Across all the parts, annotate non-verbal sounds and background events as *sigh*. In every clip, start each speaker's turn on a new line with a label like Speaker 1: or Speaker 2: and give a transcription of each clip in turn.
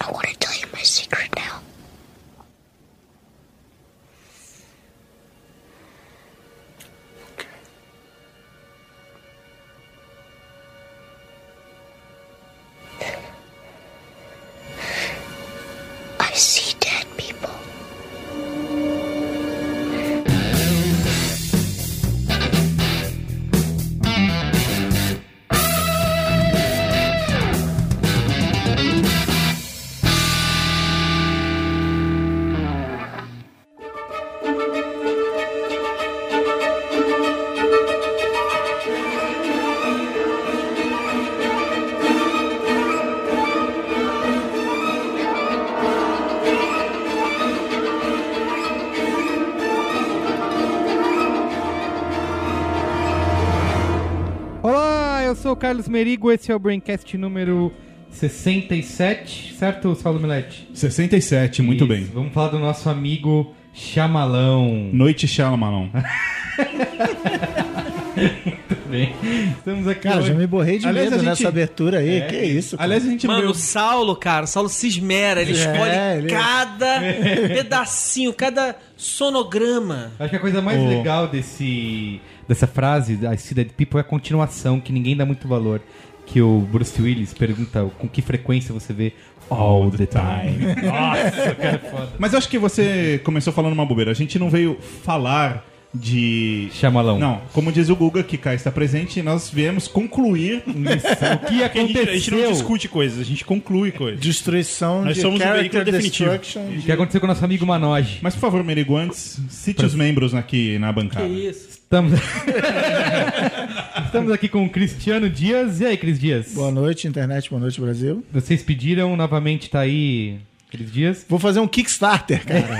Speaker 1: don't want to tell you my secret now.
Speaker 2: Okay.
Speaker 1: I see dead people.
Speaker 3: Olá, eu sou o Carlos Merigo, esse é o Braincast número 67, certo, Saulo Milete?
Speaker 2: 67, muito
Speaker 3: Isso,
Speaker 2: bem.
Speaker 3: Vamos falar do nosso amigo Chamalão. *laughs*
Speaker 2: Noite *laughs* Shyamalan.
Speaker 3: Muito bem. Estamos aqui
Speaker 4: Cara,
Speaker 3: hoje.
Speaker 4: já me borrei de
Speaker 2: Aliás,
Speaker 4: medo
Speaker 2: a gente-
Speaker 4: nessa abertura
Speaker 3: É,
Speaker 4: aí. que isso? cara.
Speaker 2: Aliás, a gente
Speaker 5: Mano,
Speaker 2: abriu...
Speaker 5: o Saulo, cara, o Saulo se esmera, É, ele É. escolhe
Speaker 4: ele-
Speaker 5: *laughs* cada pedacinho, cada sonograma.
Speaker 3: Acho que a coisa mais
Speaker 2: Ô.
Speaker 3: legal desse, dessa frase, I see dead people, é a continuação, que ninguém dá muito valor. Que o Bruce Willis pergunta com que frequência você vê all the time. Nossa, cara, é foda.
Speaker 2: Mas eu acho que você começou falando uma bobeira. A gente não veio falar de...
Speaker 3: Chamalão.
Speaker 2: Não, como diz o Guga, que cá está presente, nós viemos *laughs* concluir
Speaker 3: O que
Speaker 2: Porque a gente, a gente não
Speaker 3: aconteceu?
Speaker 2: discute coisas, a gente conclui coisas.
Speaker 4: Destruição
Speaker 2: Nós
Speaker 4: de
Speaker 2: somos o
Speaker 4: character
Speaker 2: veículo definitivo.
Speaker 4: destruction.
Speaker 3: O que aconteceu com o nosso amigo Manoj?
Speaker 2: Mas, por favor, Merigo, antes, cite os membros aqui na
Speaker 5: Que
Speaker 2: bancada.
Speaker 6: É
Speaker 5: isso?
Speaker 3: Estamos... *laughs* Estamos aqui com o Cristiano Dias. E aí, Cris Dias?
Speaker 4: Boa noite, internet. Boa noite, Brasil.
Speaker 3: Vocês pediram, novamente tá aí Cris
Speaker 4: *laughs*
Speaker 3: Dias.
Speaker 4: Vou fazer um Kickstarter, cara.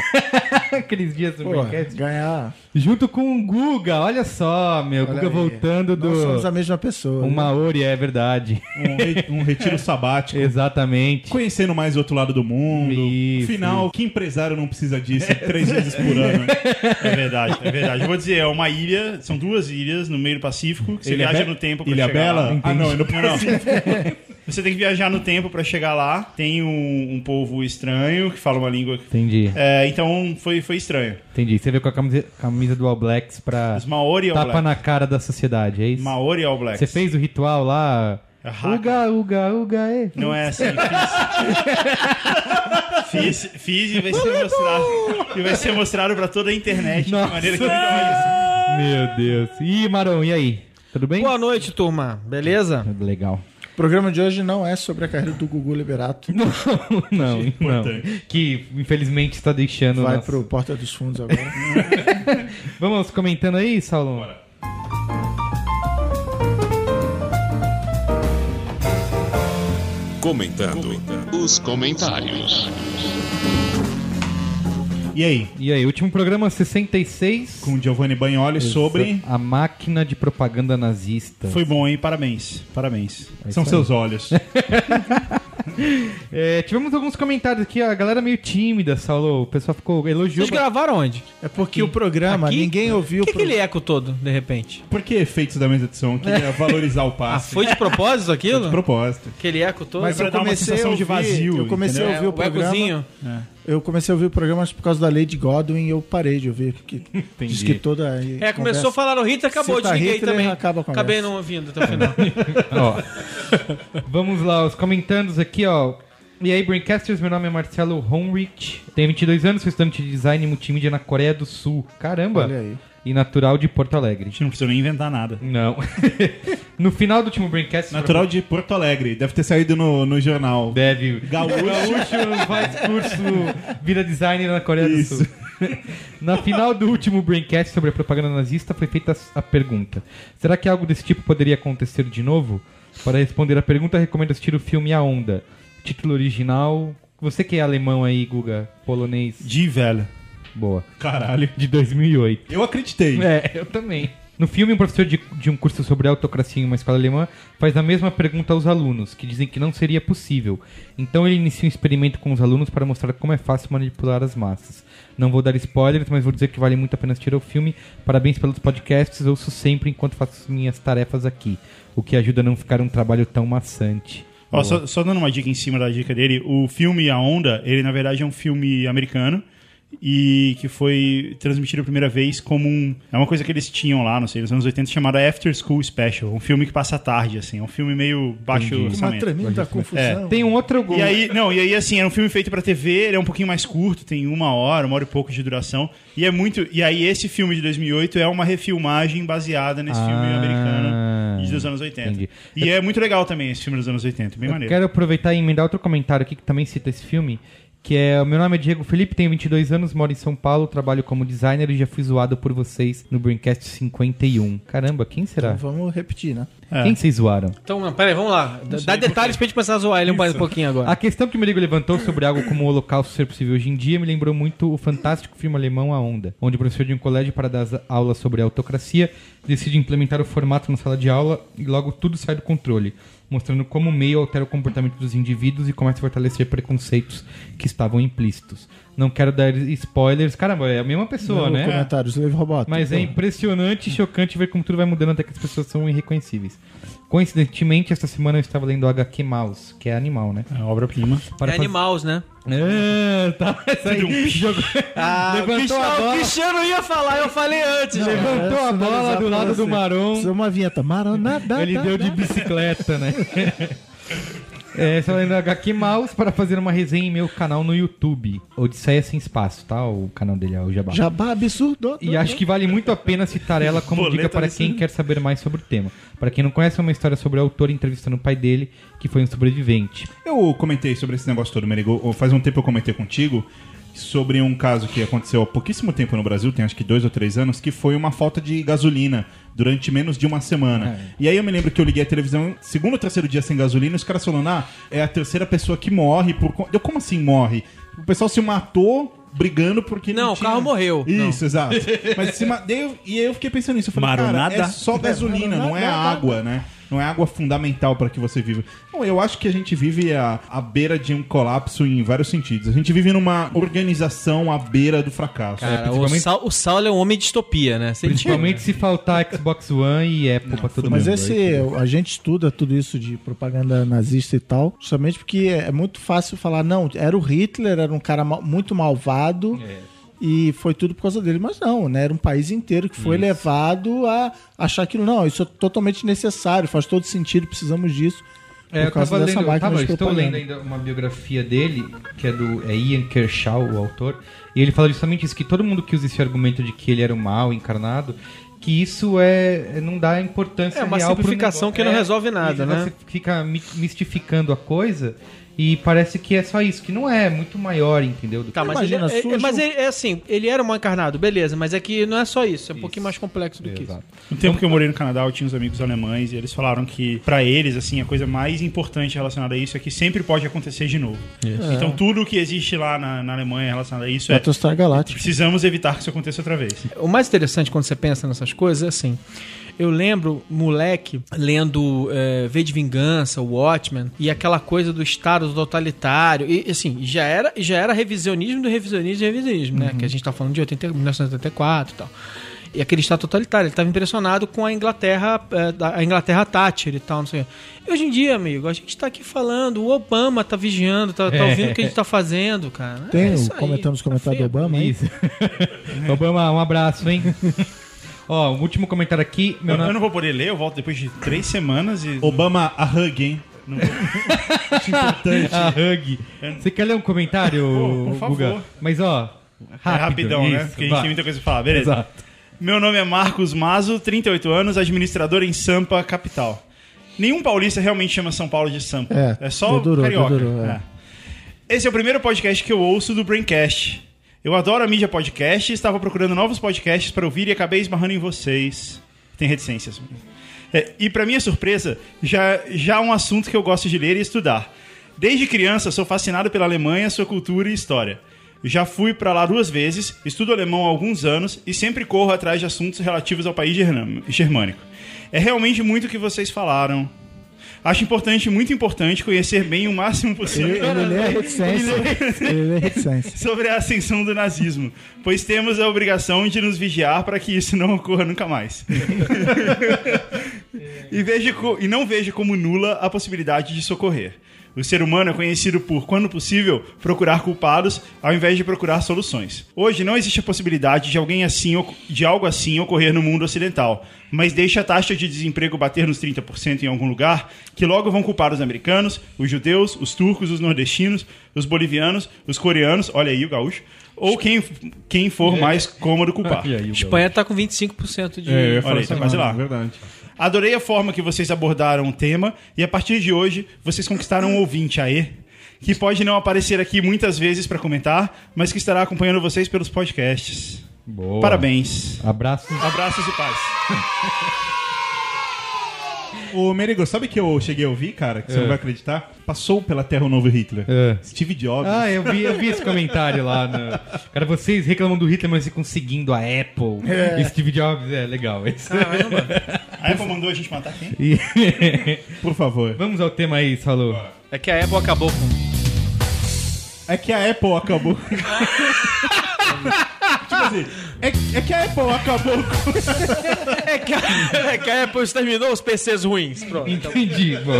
Speaker 3: Cris Dias do
Speaker 4: Pô,
Speaker 3: Braincast.
Speaker 4: ganhar.
Speaker 3: Junto com o Guga, olha só, meu.
Speaker 4: Olha
Speaker 3: Guga
Speaker 4: aí. né?
Speaker 3: voltando do...
Speaker 4: Nós somos a mesma pessoa.
Speaker 3: Um Maori, é verdade.
Speaker 2: Um, re- um retiro sabático.
Speaker 3: Exatamente.
Speaker 2: Conhecendo mais o outro lado do mundo.
Speaker 3: Isso.
Speaker 2: Afinal, que empresário não precisa disso
Speaker 6: *laughs*
Speaker 2: três vezes por ano? né?
Speaker 6: É verdade, é verdade. Eu vou dizer, é uma ilha, são duas ilhas no meio do Pacífico, que você
Speaker 2: Ilha
Speaker 6: viaja
Speaker 2: Be-
Speaker 6: no tempo pra
Speaker 2: Ilha
Speaker 6: chegar
Speaker 2: Bela?
Speaker 6: lá.
Speaker 2: Ah, não, é no
Speaker 6: Não, não. *laughs* Você tem que viajar no tempo pra chegar lá. Tem um, um povo estranho que fala uma língua. que-
Speaker 3: Entendi,
Speaker 6: É, então foi, foi estranho.
Speaker 3: entendi. Você veio com a camisa, camisa do All Blacks pra
Speaker 6: Os Maori All
Speaker 3: tapa
Speaker 6: Blacks.
Speaker 3: na cara da sociedade, é isso?
Speaker 6: Maori All Blacks.
Speaker 3: Você fez o ritual lá?
Speaker 6: É haka.
Speaker 3: Uga, uga, uga, é.
Speaker 6: Não é assim, fiz. Fiz, fiz e vai ser mostrado. E vai ser mostrado pra toda a internet
Speaker 3: Nossa.
Speaker 6: de maneira que eu não
Speaker 3: Meu Deus. Ih, Marão, e aí? Tudo bem?
Speaker 5: Boa noite, turma. Beleza?
Speaker 3: Legal.
Speaker 4: O programa de hoje não é sobre a carreira do Gugu Liberato.
Speaker 3: *laughs* Não, não, não.
Speaker 2: Importante.
Speaker 3: Que infelizmente está deixando.
Speaker 4: Vai
Speaker 3: nosso-
Speaker 4: pro Porta dos Fundos agora.
Speaker 3: Vamos comentando aí, Saulo?
Speaker 7: Comentando, os comentários.
Speaker 2: E aí?
Speaker 3: E aí, último programa 66.
Speaker 2: Com Giovanni Bagnoli sobre...
Speaker 3: A máquina de propaganda nazista.
Speaker 6: Foi bom, hein? Parabéns. Parabéns.
Speaker 2: São seus olhos.
Speaker 3: É, tivemos alguns comentários aqui, a galera meio tímida, Saulo. O pessoal ficou elogiou.
Speaker 5: Vocês gravaram onde?
Speaker 4: É porque o programa,
Speaker 5: Aqui?
Speaker 4: ninguém ouviu
Speaker 5: Por que
Speaker 4: o pro-
Speaker 5: aquele eco todo, de repente?
Speaker 2: Por que efeitos da mesa de som? Eu
Speaker 3: É.
Speaker 2: Queria valorizar o
Speaker 5: Ah,
Speaker 2: passe.
Speaker 5: foi de propósito aquilo? *laughs*
Speaker 2: De propósito.
Speaker 5: Aquele é eco todo?
Speaker 4: Mas
Speaker 2: pra
Speaker 4: eu
Speaker 2: dar uma
Speaker 4: comecei a
Speaker 2: sensação de
Speaker 4: ouvir,
Speaker 2: vazio,
Speaker 4: eu comecei a ouvir
Speaker 2: entendeu?
Speaker 4: o
Speaker 5: É, o
Speaker 4: programa.
Speaker 5: ecozinho?
Speaker 4: Eu comecei a ouvir o programa mas por causa da Lady Godwin e eu parei de ouvir, porque diz que toda
Speaker 5: É, começou a falar no tá Hitler, acabou,
Speaker 4: Cita
Speaker 5: desliguei
Speaker 4: Hitler,
Speaker 5: também.
Speaker 4: acaba a conversa.
Speaker 5: Acabei não ouvindo até o final. *laughs*
Speaker 3: Ó, vamos lá, os comentandos aqui, ó. E aí, Braincasters, meu nome é Marcelo Honrich, tenho 22 anos, sou estudante de design e multimídia na Coreia do Sul. Caramba!
Speaker 4: Olha aí.
Speaker 3: E natural de Porto
Speaker 6: A
Speaker 3: Alegre.
Speaker 6: gente não precisa nem inventar nada.
Speaker 3: Não. *laughs* no final do último Braincast...
Speaker 2: Natural de Porto Alegre. Deve ter saído no, no jornal.
Speaker 3: Deve.
Speaker 2: Gaúcho.
Speaker 3: Gaúcho faz curso, vira designer na Coreia
Speaker 2: Isso.
Speaker 3: do Sul. *laughs* Na final do último Braincast sobre a propaganda nazista foi feita a pergunta: será que algo desse tipo poderia acontecer de novo? Para responder a pergunta, recomendo assistir o filme A Onda. Título original. Você que é alemão aí, Guga, polonês.
Speaker 2: De velho.
Speaker 3: Boa.
Speaker 2: Caralho.
Speaker 3: De 2008.
Speaker 2: Eu acreditei.
Speaker 3: É, eu também. No filme, um professor de, de um curso sobre autocracia em uma escola alemã faz a mesma pergunta aos alunos, que dizem que não seria possível. Então ele inicia um experimento com os alunos para mostrar como é fácil manipular as massas. Não vou dar spoilers, mas vou dizer que vale muito a pena assistir ao filme. Parabéns pelos podcasts, ouço sempre enquanto faço minhas tarefas aqui, o que ajuda a não ficar um trabalho tão maçante.
Speaker 6: Ó, só, só dando uma dica em cima da dica dele, o filme A Onda, ele na verdade é um filme americano e que foi transmitido a primeira vez como um... É uma coisa que eles tinham lá, não sei, nos anos 80, chamada After School Special. Um filme que passa à tarde, assim. É um filme meio baixo
Speaker 4: Uma
Speaker 6: orçamento.
Speaker 4: tremenda confusão.
Speaker 3: Tem um outro gol.
Speaker 6: E aí, não, e aí assim, era um filme feito pra TV, ele é um pouquinho mais curto, tem uma hora, uma hora e pouco de duração. E é muito. E aí, esse filme de 2008 é uma refilmagem baseada nesse filme
Speaker 3: Ah,
Speaker 6: americano de dos anos 80.
Speaker 3: entendi.
Speaker 6: E é muito legal também esse filme dos anos 80, bem
Speaker 3: Eu
Speaker 6: maneiro.
Speaker 3: quero aproveitar e emendar outro comentário aqui que também cita esse filme, que é, o meu nome é Diego Felipe, tenho 22 anos, moro em São Paulo, trabalho como designer e já fui zoado por vocês no Braincast 51. Caramba, quem será?
Speaker 4: Então vamos repetir, né?
Speaker 6: É.
Speaker 3: Quem vocês zoaram?
Speaker 5: Então, não, peraí, vamos lá. Dá- Dá detalhes pra gente começar a zoar ele mais um pouquinho agora.
Speaker 3: A questão que o Merigo levantou sobre algo como o holocausto ser possível hoje em dia me lembrou muito o fantástico filme alemão A Onda, onde o professor de um colégio para dar as aulas sobre a autocracia decide implementar o formato na sala de aula e logo tudo sai do controle, mostrando como o meio altera o comportamento dos indivíduos e começa a fortalecer preconceitos que estavam implícitos. Não quero dar spoilers. Caramba, é a mesma pessoa,
Speaker 4: Não,
Speaker 3: né?
Speaker 4: Comentários, Slave Robot.
Speaker 3: Mas é
Speaker 4: Então,
Speaker 3: impressionante e chocante ver como tudo vai mudando até que as pessoas são irreconhecíveis. Coincidentemente, esta semana eu estava lendo o HQ Mouse, que é animal, né?
Speaker 6: É obra-prima.
Speaker 5: é animais, né?
Speaker 3: É, tá. Ah, Essa *laughs* aí jogou. levantou a bola,
Speaker 5: Ah, Cristiano ia falar, eu falei antes. gente.
Speaker 3: é levantou a bola do lado do Maron.
Speaker 4: Precisa Então, uma vinheta. Maronada.
Speaker 3: Ele
Speaker 4: da-
Speaker 3: deu de
Speaker 4: da-
Speaker 3: bicicleta, né? *laughs* É, só lendo HQ Mouse para fazer uma resenha em meu canal no YouTube. Odisseia Sem Espaço, tá? O canal dele é o Jabá.
Speaker 4: Jabá absurdo.
Speaker 3: E acho que vale muito a pena citar ela como dica para quem quer saber mais sobre o tema. Para quem não conhece, é uma história sobre o autor entrevistando o pai dele, que foi um sobrevivente.
Speaker 2: Eu comentei sobre esse negócio todo, Merigo. ou Faz um tempo eu comentei contigo sobre um caso que aconteceu há pouquíssimo tempo no Brasil, tem acho que dois ou três anos, que foi uma falta de gasolina durante menos de uma semana.
Speaker 5: É.
Speaker 2: E aí eu me lembro que eu liguei a televisão, segundo ou terceiro dia sem gasolina, e os caras falando, ah, é a terceira pessoa que morre por... co-" Eu, como assim morre? O pessoal se matou brigando porque não,
Speaker 5: Não, o
Speaker 2: tinha-
Speaker 5: carro morreu.
Speaker 2: Isso, exato. Mas se ma- daí eu- E aí eu fiquei pensando nisso, eu falei, cara,
Speaker 8: Maronada?
Speaker 2: é só gasolina, não é água, né? Não é água fundamental para que você viva. Bom, eu acho que a gente vive à, à beira de um colapso em vários sentidos. A gente vive numa organização à beira do fracasso.
Speaker 5: Cara,
Speaker 3: principalmente-
Speaker 5: o, Saul, o Saul é um homem de distopia, né? Você
Speaker 3: Principalmente se faltar Xbox One e Apple pra todo
Speaker 4: Mas
Speaker 3: mundo.
Speaker 4: esse, a gente estuda tudo isso de propaganda nazista e tal, justamente porque é muito fácil falar, não, era o Hitler, era um cara mal- muito malvado e foi tudo por causa dele. Mas não, né? Era um país inteiro que foi levado a achar aquilo, não, isso é totalmente necessário, faz todo sentido, precisamos disso.
Speaker 3: É, eu tava lendo, eu tava-
Speaker 4: de
Speaker 3: estou
Speaker 4: propaganda.
Speaker 3: lendo ainda uma biografia dele, que é do é Ian Kershaw, o autor, e ele fala justamente isso, que todo mundo que usa esse argumento de que ele era o mal encarnado, que isso é é- não dá importância
Speaker 5: É uma
Speaker 3: real pro
Speaker 5: simplificação
Speaker 3: negócio.
Speaker 5: que não
Speaker 3: É,
Speaker 5: resolve nada,
Speaker 3: e
Speaker 5: né?
Speaker 3: Você fica mi- mistificando a coisa e parece que é só isso, que não é, é muito maior, entendeu? do
Speaker 5: Tá, mas, ele,
Speaker 4: Imagina,
Speaker 5: é-
Speaker 4: surge
Speaker 5: é, mas
Speaker 4: um-
Speaker 5: ele- é assim, ele era um encarnado, beleza, mas é que não é só isso, é um pouquinho mais complexo do
Speaker 3: que-
Speaker 5: que isso.
Speaker 3: Exato.
Speaker 6: No Um tempo que eu morei no Canadá, eu tinha uns amigos alemães e eles falaram que, pra eles, assim, a coisa mais importante relacionada a isso é que sempre pode acontecer de novo.
Speaker 2: É.
Speaker 6: Então, tudo que existe lá na, na Alemanha relacionado a isso é.
Speaker 4: Battlestar Galactica.
Speaker 6: Precisamos evitar que isso aconteça outra vez.
Speaker 5: O mais interessante quando você pensa nessas coisas é assim. Eu lembro, moleque, lendo é, V de Vingança, Watchmen, e aquela coisa do Estado totalitário. E, assim, já era, já era revisionismo do revisionismo do revisionismo,
Speaker 4: Uhum.
Speaker 5: né? Que a gente tá falando de 80, 1984 e tal. E aquele Estado totalitário, ele estava impressionado com a Inglaterra, é, da- a Inglaterra Thatcher e tal, não sei o quê. E hoje em dia, amigo, a gente tá aqui falando, o Obama tá vigiando, tá, tá ouvindo o que a gente
Speaker 4: *laughs*
Speaker 5: tá fazendo, cara. É
Speaker 4: Tem, um
Speaker 5: isso
Speaker 4: o
Speaker 5: aí. Tá
Speaker 4: comentamos o comentário
Speaker 5: feio.
Speaker 4: do Obama, hein?
Speaker 3: Isso. *laughs* Obama, um abraço, hein? *laughs* Ó, o último comentário aqui, meu
Speaker 6: Eu,
Speaker 3: nome
Speaker 6: eu não vou poder ler, eu volto depois de três semanas e.
Speaker 2: Obama, a hug, hein?
Speaker 6: *laughs*
Speaker 3: A Ah, hug. Você quer ler um comentário,
Speaker 6: Pô, por favor.
Speaker 3: Guga? Mas ó,
Speaker 6: É
Speaker 3: rápido,
Speaker 6: rapidão, né?
Speaker 3: isso,
Speaker 6: Porque a gente
Speaker 3: vai.
Speaker 6: tem muita coisa pra falar, beleza?
Speaker 3: Exato.
Speaker 6: Meu nome é Marcos Mazo, 38 anos, administrador em Sampa, capital. Nenhum paulista realmente chama São Paulo de Sampa.
Speaker 4: É,
Speaker 6: É, só
Speaker 4: dedurou,
Speaker 6: carioca.
Speaker 4: dedurou, é.
Speaker 6: É. Esse é o primeiro podcast que eu ouço do Braincast. Eu adoro a mídia podcast, estava procurando novos podcasts para ouvir e acabei esbarrando em vocês. Tem reticências. É, e para minha surpresa, já já é um assunto que eu gosto de ler e estudar. Desde criança sou fascinado pela Alemanha, sua cultura e história. Já fui para lá duas vezes, estudo alemão há alguns anos e sempre corro atrás de assuntos relativos ao país germ- germânico. É realmente muito o que vocês falaram. Acho importante, muito importante, conhecer bem o máximo possível.
Speaker 4: Ele, ele lê a reticência. Ele lê a reticência.
Speaker 6: *laughs* sobre a ascensão do nazismo, pois temos a obrigação de nos vigiar para que isso não ocorra nunca mais. E, veja co- e não veja como nula a possibilidade de socorrer. O ser humano é conhecido por, quando possível, procurar culpados ao invés de procurar soluções. Hoje não existe a possibilidade de alguém assim oc- de algo assim ocorrer no mundo ocidental, mas deixa a taxa de desemprego bater nos 30% em algum lugar, que logo vão culpar os americanos, os judeus, os turcos, os nordestinos, os bolivianos, os coreanos, olha aí o gaúcho, ou quem, quem for mais cômodo culpar.
Speaker 3: é. Ah, E aí, o
Speaker 5: Espanha tá com 25% de.
Speaker 2: É, eu ia falar
Speaker 6: Olha aí,
Speaker 2: isso
Speaker 6: tá quase
Speaker 2: agora,
Speaker 6: lá.
Speaker 2: Verdade.
Speaker 6: Adorei a forma que vocês abordaram o tema e a partir de hoje vocês conquistaram um ouvinte aê, que pode não aparecer aqui muitas vezes para comentar, mas que estará acompanhando vocês pelos podcasts.
Speaker 3: Boa.
Speaker 6: Parabéns.
Speaker 3: Abraço.
Speaker 6: Abraços e paz.
Speaker 2: Ô, Merigo, sabe que eu cheguei a ouvir, cara? Que você
Speaker 6: É.
Speaker 2: não vai acreditar? Passou pela Terra o novo Hitler.
Speaker 3: É.
Speaker 2: Steve Jobs.
Speaker 3: Ah, eu vi, eu vi esse comentário lá. No... Cara, vocês reclamam do Hitler, mas ficam seguindo a Apple. Steve Jobs, é legal. Esse.
Speaker 6: A Ah, Apple mandou a gente matar quem?
Speaker 3: E-
Speaker 6: *laughs*
Speaker 2: Por favor.
Speaker 3: Vamos ao tema aí, Salô.
Speaker 5: É que a Apple acabou com.
Speaker 2: É que a Apple
Speaker 3: *laughs*
Speaker 2: acabou. tipo assim, é, é que a Apple acabou com.
Speaker 5: É que a, é que a Apple exterminou os PCs ruins.
Speaker 3: É,
Speaker 5: Pronto.
Speaker 3: *laughs* Entendi, pô.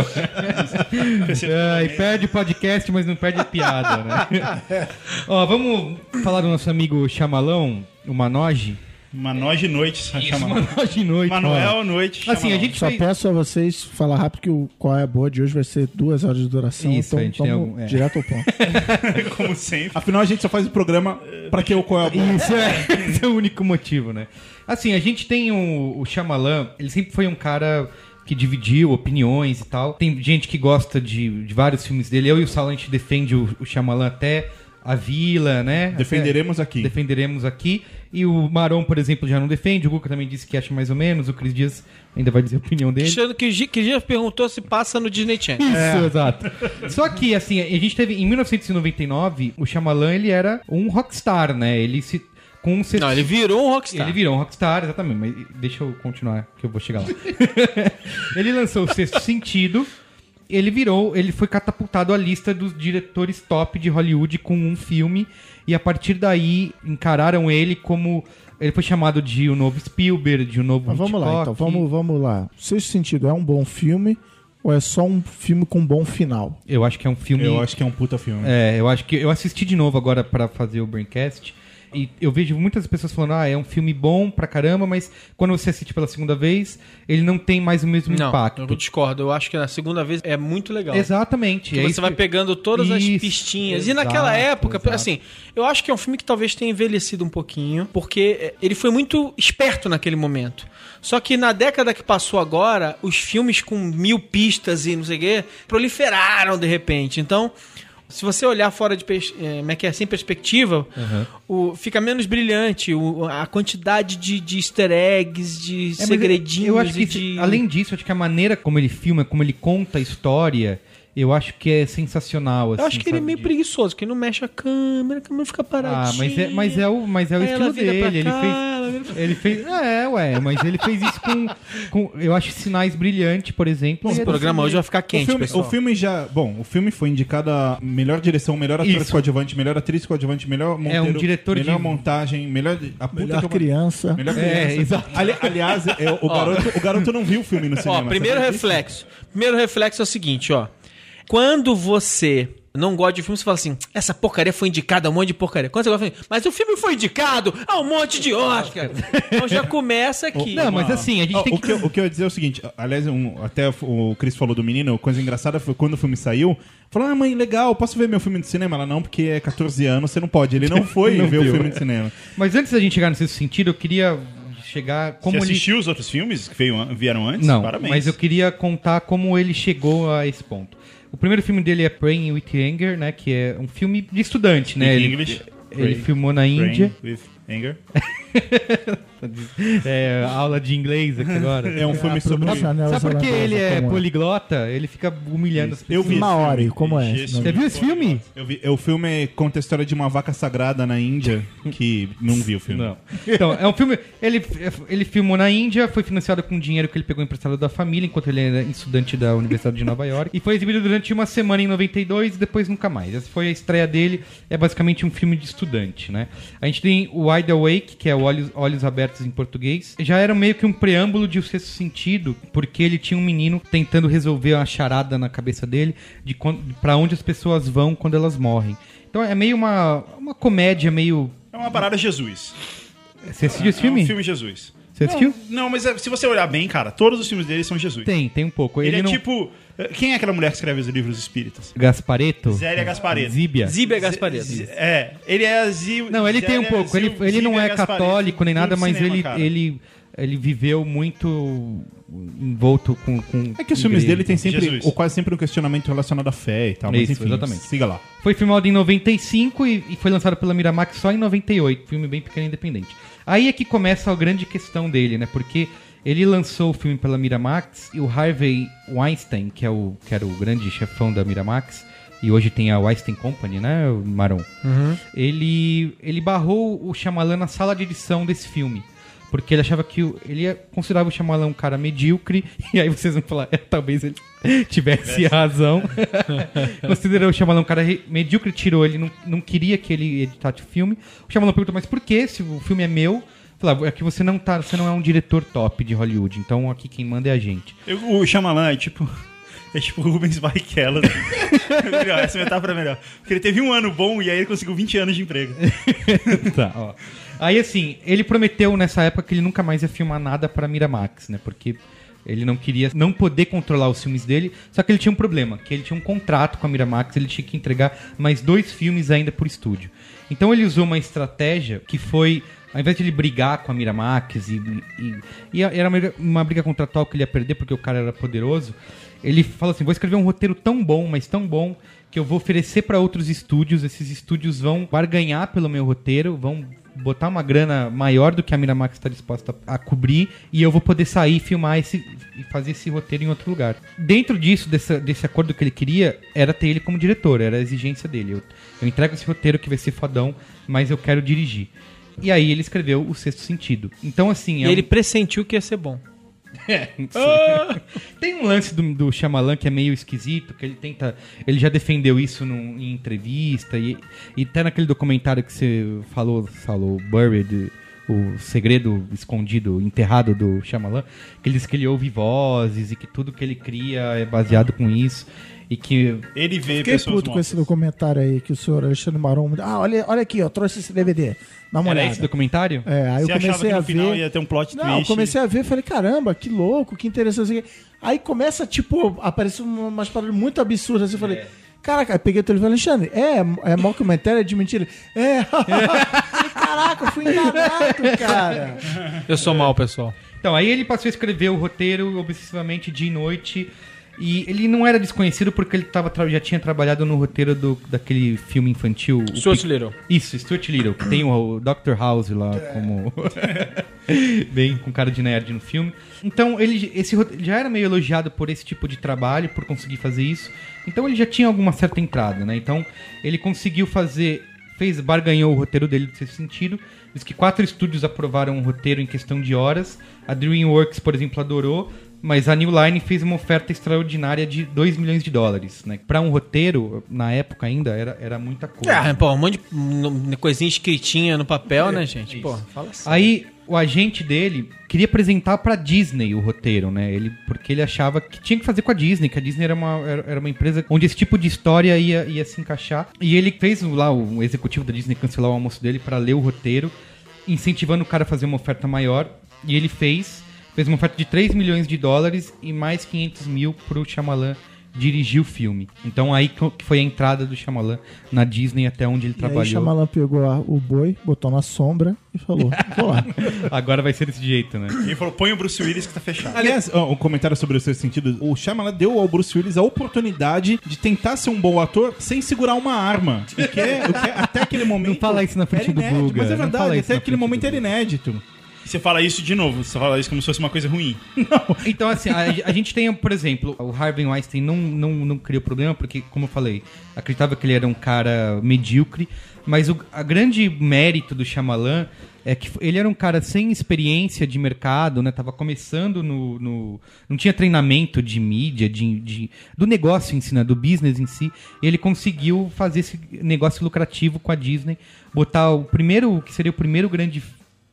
Speaker 3: Ai, perde o podcast, mas não perde a piada, né?
Speaker 6: *laughs*
Speaker 3: Ó, vamos falar do nosso amigo Chamalão, o Manoji.
Speaker 6: Manoel de noites. chama-
Speaker 3: Manoji Noite.
Speaker 6: Manuel Noites.
Speaker 3: ó. Assim,
Speaker 6: chama-
Speaker 3: a gente
Speaker 6: *laughs*
Speaker 4: Só
Speaker 3: fez...
Speaker 4: peço a vocês falar rápido que o Qual é a Boa de hoje vai ser duas horas de duração,
Speaker 3: Isso, a
Speaker 4: então
Speaker 3: gente tem
Speaker 4: vamos
Speaker 3: algum- é.
Speaker 4: direto
Speaker 3: *laughs*
Speaker 4: ao ponto.
Speaker 6: como
Speaker 2: *laughs*
Speaker 6: sempre.
Speaker 2: Afinal, a gente só faz o programa pra que o qual é a boa.
Speaker 3: Isso é, esse é o único motivo, né? Assim, a gente tem o, o Shyamalan, ele sempre foi um cara que dividiu opiniões e tal. Tem gente que gosta de, de vários filmes dele. Eu e o Sal, a gente defende o, o Shyamalan até a vila, né?
Speaker 2: Defenderemos
Speaker 3: Até-
Speaker 2: aqui.
Speaker 3: Defenderemos aqui. E o Maron, por exemplo, já não defende. O Guca também disse que acha mais ou menos. O Cris Dias ainda vai dizer a opinião dele.
Speaker 5: Cristiano que, Gi- que Gia perguntou se passa no Disney Channel.
Speaker 3: Isso,
Speaker 4: É.
Speaker 3: exato. Só que, assim, a gente teve. Em 1999, o Shyamalan ele era um rockstar, né? Ele se. Com um
Speaker 5: Não, ele virou um rockstar.
Speaker 3: Ele virou um rockstar, exatamente, mas deixa eu continuar que eu vou chegar lá. *laughs* ele lançou o Sexto Sentido, ele virou, ele foi catapultado à lista dos diretores top de Hollywood com um filme e a partir daí encararam ele como ele foi chamado de o novo Spielberg, de o novo
Speaker 4: Mas vamos lá,
Speaker 3: Hitchcock.
Speaker 4: então, vamos, vamos lá. Sexto Sentido é um bom filme ou é só um filme com um bom final?
Speaker 3: Eu acho que é um filme
Speaker 2: Eu acho que é um puta filme.
Speaker 3: É, eu acho que eu assisti de novo agora pra fazer o Braincast. E eu vejo muitas pessoas falando, ah, é um filme bom pra caramba, mas quando você assiste pela segunda vez, ele não tem mais o mesmo
Speaker 5: Não,
Speaker 3: um impacto.
Speaker 5: eu discordo. Eu acho que na segunda vez é muito legal.
Speaker 3: Exatamente.
Speaker 5: Que
Speaker 3: é
Speaker 5: você
Speaker 3: isso
Speaker 5: vai
Speaker 3: que-
Speaker 5: pegando todas as
Speaker 3: Isso,
Speaker 5: pistinhas. e
Speaker 3: exato,
Speaker 5: naquela época,
Speaker 3: exato.
Speaker 5: assim, eu acho que é um filme que talvez tenha envelhecido um pouquinho, porque eh, ele foi muito esperto naquele momento. Só que na década que passou agora, os filmes com mil pistas e não sei o quê proliferaram de repente. Então. Se você olhar fora de pers- eh, como é que é, sem perspectiva, o, fica menos brilhante o- a quantidade de, de easter eggs, de
Speaker 3: É, mas eu-
Speaker 5: segredinhos.
Speaker 3: Eu acho que,
Speaker 5: e
Speaker 3: se-
Speaker 5: de...
Speaker 3: além disso, eu acho que a maneira como ele filma, como ele conta a história, eu acho que é sensacional.
Speaker 5: Eu
Speaker 3: assim,
Speaker 5: acho que ele é
Speaker 3: sabe,
Speaker 5: meio
Speaker 3: de-
Speaker 5: preguiçoso, que ele não mexe a câmera, a câmera fica paradinha.
Speaker 3: Ah, mas é, mas é o, mas é o
Speaker 5: Aí ela
Speaker 3: estilo
Speaker 5: vira pra
Speaker 3: dele. Ele
Speaker 5: cá,
Speaker 3: fez.
Speaker 5: ela vira pra-
Speaker 3: Ele fez. É, ué, mas ele fez isso com. com eu acho sinais brilhante, por exemplo. E
Speaker 5: Esse
Speaker 3: é
Speaker 5: programa
Speaker 3: desse
Speaker 5: hoje vai ficar
Speaker 2: O
Speaker 5: quente,
Speaker 2: filme,
Speaker 5: pessoal.
Speaker 2: o filme já. Bom, o filme foi indicado a melhor direção, melhor ator
Speaker 3: Isso. É, um
Speaker 2: coadjuvante, melhor atriz coadjuvante, melhor monteiro,
Speaker 3: diretor de-
Speaker 2: melhor montagem, melhor. A puta
Speaker 4: Melhor
Speaker 2: que eu-
Speaker 4: criança.
Speaker 2: Melhor
Speaker 3: É,
Speaker 2: criança.
Speaker 3: exato.
Speaker 2: Ali- aliás, é, o, garoto, o garoto não viu o filme no é cinema.
Speaker 5: Ó, primeiro
Speaker 2: sabe?
Speaker 5: reflexo. Primeiro reflexo é o seguinte, ó. Quando você não gosta de filme, você fala assim, essa porcaria foi indicada a um monte de porcaria. Quando você gosta, de filme, mas o filme foi indicado a um monte de Oscar. Então já
Speaker 2: *laughs*
Speaker 5: começa aqui.
Speaker 3: Não, mas assim, a gente
Speaker 2: Ó,
Speaker 3: tem
Speaker 2: o,
Speaker 3: que.
Speaker 2: que eu, o que eu ia dizer é o seguinte, aliás, um- até o Chris falou do menino, coisa engraçada foi quando o filme saiu, falou, ah mãe, legal, posso ver meu filme de cinema? Ela, não, porque é 14 anos, você não pode. Ele
Speaker 3: *laughs*
Speaker 2: não foi ver o filme de cinema.
Speaker 3: Mas antes da gente chegar nesse sentido, eu queria chegar como
Speaker 6: Você
Speaker 3: ele.
Speaker 6: assistiu os outros filmes que veio an- vieram antes?
Speaker 3: Não,
Speaker 6: Parabéns.
Speaker 3: mas eu queria contar como ele chegou a esse ponto. O primeiro filme dele é Praying with Anger, né? Que é um filme de estudante, né?
Speaker 6: In
Speaker 3: Ele,
Speaker 6: English,
Speaker 3: ele
Speaker 6: Pray-
Speaker 3: filmou na
Speaker 6: Brain
Speaker 3: Índia.
Speaker 6: with anger.
Speaker 3: É, aula de inglês aqui agora.
Speaker 2: *laughs* É um filme sobre...
Speaker 4: Produção
Speaker 3: Sabe por que
Speaker 4: neozelandesa,
Speaker 3: ele é
Speaker 4: como
Speaker 3: poliglota? Ele fica humilhando as
Speaker 2: Eu
Speaker 3: pessoas.
Speaker 2: vi esse
Speaker 4: Maori,
Speaker 2: filme.
Speaker 4: como é?
Speaker 6: Isso.
Speaker 3: Você viu esse filme?
Speaker 2: Eu vi, é, o filme conta a história de uma vaca sagrada na Índia, que não viu o filme.
Speaker 3: Não. Então, é um filme. Ele, ele filmou na Índia, foi financiado com dinheiro que ele pegou emprestado da família, enquanto ele era estudante da Universidade de Nova York. E foi exibido durante uma semana em 92 e depois nunca mais. Essa foi a estreia dele. É basicamente um filme de estudante, né? A gente tem o Wide Awake, que é o Olhos, Olhos Abertos em português, já era meio que um preâmbulo de O Sexto Sentido, porque ele tinha um menino tentando resolver a charada na cabeça dele de quan- pra onde as pessoas vão quando elas morrem. Então é meio uma, uma comédia, meio...
Speaker 6: É uma parada Jesus.
Speaker 3: Você assistiu esse
Speaker 6: É
Speaker 3: filme?
Speaker 6: um filme Jesus.
Speaker 3: Você assistiu?
Speaker 6: Não, não, mas é- se você olhar bem, cara, todos os filmes dele são Jesus.
Speaker 3: Tem, tem um pouco.
Speaker 6: Ele,
Speaker 3: Ele,
Speaker 6: é
Speaker 3: não...
Speaker 6: tipo. eh, Quem é aquela mulher que escreve os livros espíritas?
Speaker 3: Gaspareto?
Speaker 6: Zélia Gasparetto.
Speaker 3: Zíbia?
Speaker 5: Zíbia Gasparetto.
Speaker 6: É, ele é a Zil,
Speaker 3: Não, ele tem um
Speaker 6: Zélia
Speaker 3: pouco. Ele,
Speaker 6: Zil-
Speaker 3: ele não
Speaker 6: Zíbia
Speaker 3: é
Speaker 6: Gasparetto
Speaker 3: católico nem
Speaker 6: do
Speaker 3: nada, mas
Speaker 6: um cinema,
Speaker 3: ele,
Speaker 6: cara.
Speaker 3: ele, ele viveu muito envolto com. com
Speaker 2: É que os filmes
Speaker 3: igreja.
Speaker 2: dele tem sempre,
Speaker 6: Jesus.
Speaker 2: ou quase sempre um questionamento relacionado à fé e tal, mas
Speaker 3: Isso,
Speaker 2: enfim,
Speaker 3: exatamente.
Speaker 2: siga lá.
Speaker 3: Foi filmado em 95 e, e foi lançado pela Miramax só em 98. Filme bem pequeno e independente. Aí é que começa a grande questão dele, né? Porque ele lançou o filme pela Miramax e o Harvey Weinstein, que, é o, que era o grande chefão da Miramax, e hoje tem a Weinstein Company, né, Maron? Ele, ele barrou o Shyamalan na sala de edição desse filme. Porque ele achava que. o- ele é considerava o Shyamalan um cara medíocre. *laughs* E aí vocês vão falar, é, talvez ele *laughs* tivesse razão. Considerou o Shyamalan um cara re- medíocre, tirou ele, não, não queria que ele editasse o filme. O Shyamalan perguntou, mas por que? Se o filme é meu. Falava, é que você não, tá, você não é um diretor top de Hollywood, então aqui quem manda é a gente.
Speaker 6: Eu- o Shyamalan é tipo. *laughs* É tipo o Rubens Barrichello. né? *laughs* melhor, essa metáfora é melhor. Porque ele teve um ano bom e aí ele conseguiu 20 anos de emprego.
Speaker 3: tá, ó. Aí assim, ele prometeu nessa época que ele nunca mais ia filmar nada pra Miramax, né? Porque ele não queria não poder controlar os filmes dele, só que ele tinha um problema, que ele tinha um contrato com a Miramax, ele tinha que entregar mais dois filmes ainda por estúdio. Então ele usou uma estratégia que foi ao invés de ele brigar com a Miramax e, e- e era uma briga- uma briga contratual que ele ia perder porque o cara era poderoso, ele fala assim: vou escrever um roteiro tão bom, mas tão bom, que eu vou oferecer para outros estúdios. Esses estúdios vão barganhar pelo meu roteiro, vão botar uma grana maior do que a Miramax está disposta a cobrir e eu vou poder sair, filmar esse, e fazer esse roteiro em outro lugar. Dentro disso, dessa- desse acordo que ele queria, era ter ele como diretor, era a exigência dele. Eu, eu entrego esse roteiro que vai ser fodão, mas eu quero dirigir. E aí ele escreveu O Sexto Sentido. Então, assim...
Speaker 5: E
Speaker 3: é um-
Speaker 5: ele pressentiu que ia ser bom.
Speaker 3: Tem um lance do, do Shyamalan que é meio esquisito, que ele tenta. Ele já defendeu isso num- em entrevista, e, e até naquele documentário que você falou, falou, Buried, o segredo escondido, enterrado do Shyamalan, que ele diz que ele ouve vozes e que tudo que ele cria é baseado com isso. E que.
Speaker 6: Ele vê
Speaker 4: Fiquei
Speaker 6: pessoas
Speaker 4: puto com
Speaker 6: mortas.
Speaker 4: esse documentário aí que o senhor Alexandre Marom. Ah, olha, olha aqui, ó, trouxe esse DVD. Dá uma
Speaker 3: Era
Speaker 4: olhada.
Speaker 3: esse documentário?
Speaker 4: É, aí
Speaker 6: Você
Speaker 4: eu
Speaker 6: achava
Speaker 4: comecei
Speaker 6: que no
Speaker 4: a
Speaker 6: final
Speaker 4: ver.
Speaker 6: ia ter um plot
Speaker 4: Não, eu
Speaker 6: twist.
Speaker 4: comecei a ver, falei, caramba, que louco, que interessante. Aí começa, tipo, apareceu umas paradas muito absurdas. Assim, eu falei,
Speaker 5: É.
Speaker 4: caraca, aí peguei o telefone, Alexandre, é, é mockumentary, é de mentira. É, *laughs* Falei, caraca, eu fui enganado, cara.
Speaker 5: Eu sou mal, pessoal.
Speaker 3: Então, aí ele passou a escrever o roteiro obsessivamente dia e noite. E ele não era desconhecido porque ele tava, tra- já tinha trabalhado no roteiro do, daquele filme infantil. o
Speaker 5: Stuart
Speaker 3: Pic-
Speaker 5: Little.
Speaker 3: Isso, Stuart Little, que tem o, o Dr. House lá como. *laughs* Bem com cara de nerd no filme. Então, ele esse rote- ele já era meio elogiado por esse tipo de trabalho, por conseguir fazer isso. Então, ele já tinha alguma certa entrada, né? Então, ele conseguiu fazer. Fez, barganhou o roteiro dele nesse sentido. Diz que quatro estúdios aprovaram o roteiro em questão de horas. A Dreamworks, por exemplo, adorou. Mas a New Line fez uma oferta extraordinária de 2 milhões de dólares, né? Pra um roteiro, na época ainda, era, era muita coisa.
Speaker 5: Ah, pô, um monte de hum, coisinha escritinha no papel,
Speaker 6: É,
Speaker 5: né, gente? Pô, fala assim.
Speaker 3: Aí o agente dele queria apresentar pra Disney o roteiro, né? Ele, porque ele achava que tinha que fazer com a Disney, que a Disney era uma, era, era uma empresa onde esse tipo de história ia, ia se encaixar. E ele fez lá o executivo da Disney cancelar o almoço dele pra ler o roteiro, incentivando o cara a fazer uma oferta maior. E ele fez, fez uma oferta de 3 milhões de dólares e mais 500 mil pro Shyamalan dirigir o filme. Então aí co- que foi a entrada do Shyamalan na Disney até onde ele
Speaker 4: E aí o
Speaker 3: trabalhou.
Speaker 4: Shyamalan pegou a- o boi, botou na sombra e falou,
Speaker 3: *laughs*
Speaker 4: vou lá.
Speaker 3: Agora vai ser desse jeito, né?
Speaker 6: Ele falou: põe o Bruce Willis que tá fechado.
Speaker 2: Aliás, ó, um comentário sobre o seu sentido. O Shyamalan deu ao Bruce Willis a oportunidade de tentar ser um bom ator sem segurar uma arma. O que, é- o que é- até aquele momento.
Speaker 3: fala isso na frente
Speaker 2: era
Speaker 3: do
Speaker 2: inédito,
Speaker 3: Guga,
Speaker 2: Mas é
Speaker 3: não fala
Speaker 2: verdade,
Speaker 3: isso
Speaker 2: até
Speaker 3: na
Speaker 2: aquele
Speaker 3: frente
Speaker 2: momento
Speaker 3: do
Speaker 2: era inédito.
Speaker 6: Você fala isso de novo, você fala isso como se fosse uma coisa ruim.
Speaker 3: Então, assim, a, a gente tem, por exemplo, o Harvey Weinstein não, não, não criou problema, porque, como eu falei, acreditava que ele era um cara medíocre, mas o a grande mérito do Shyamalan é que ele era um cara sem experiência de mercado, né? Tava começando no... no- não tinha treinamento de mídia, de, de- do negócio em si, né? Do business em si. E ele conseguiu fazer esse negócio lucrativo com a Disney, botar o primeiro, o que seria o primeiro grande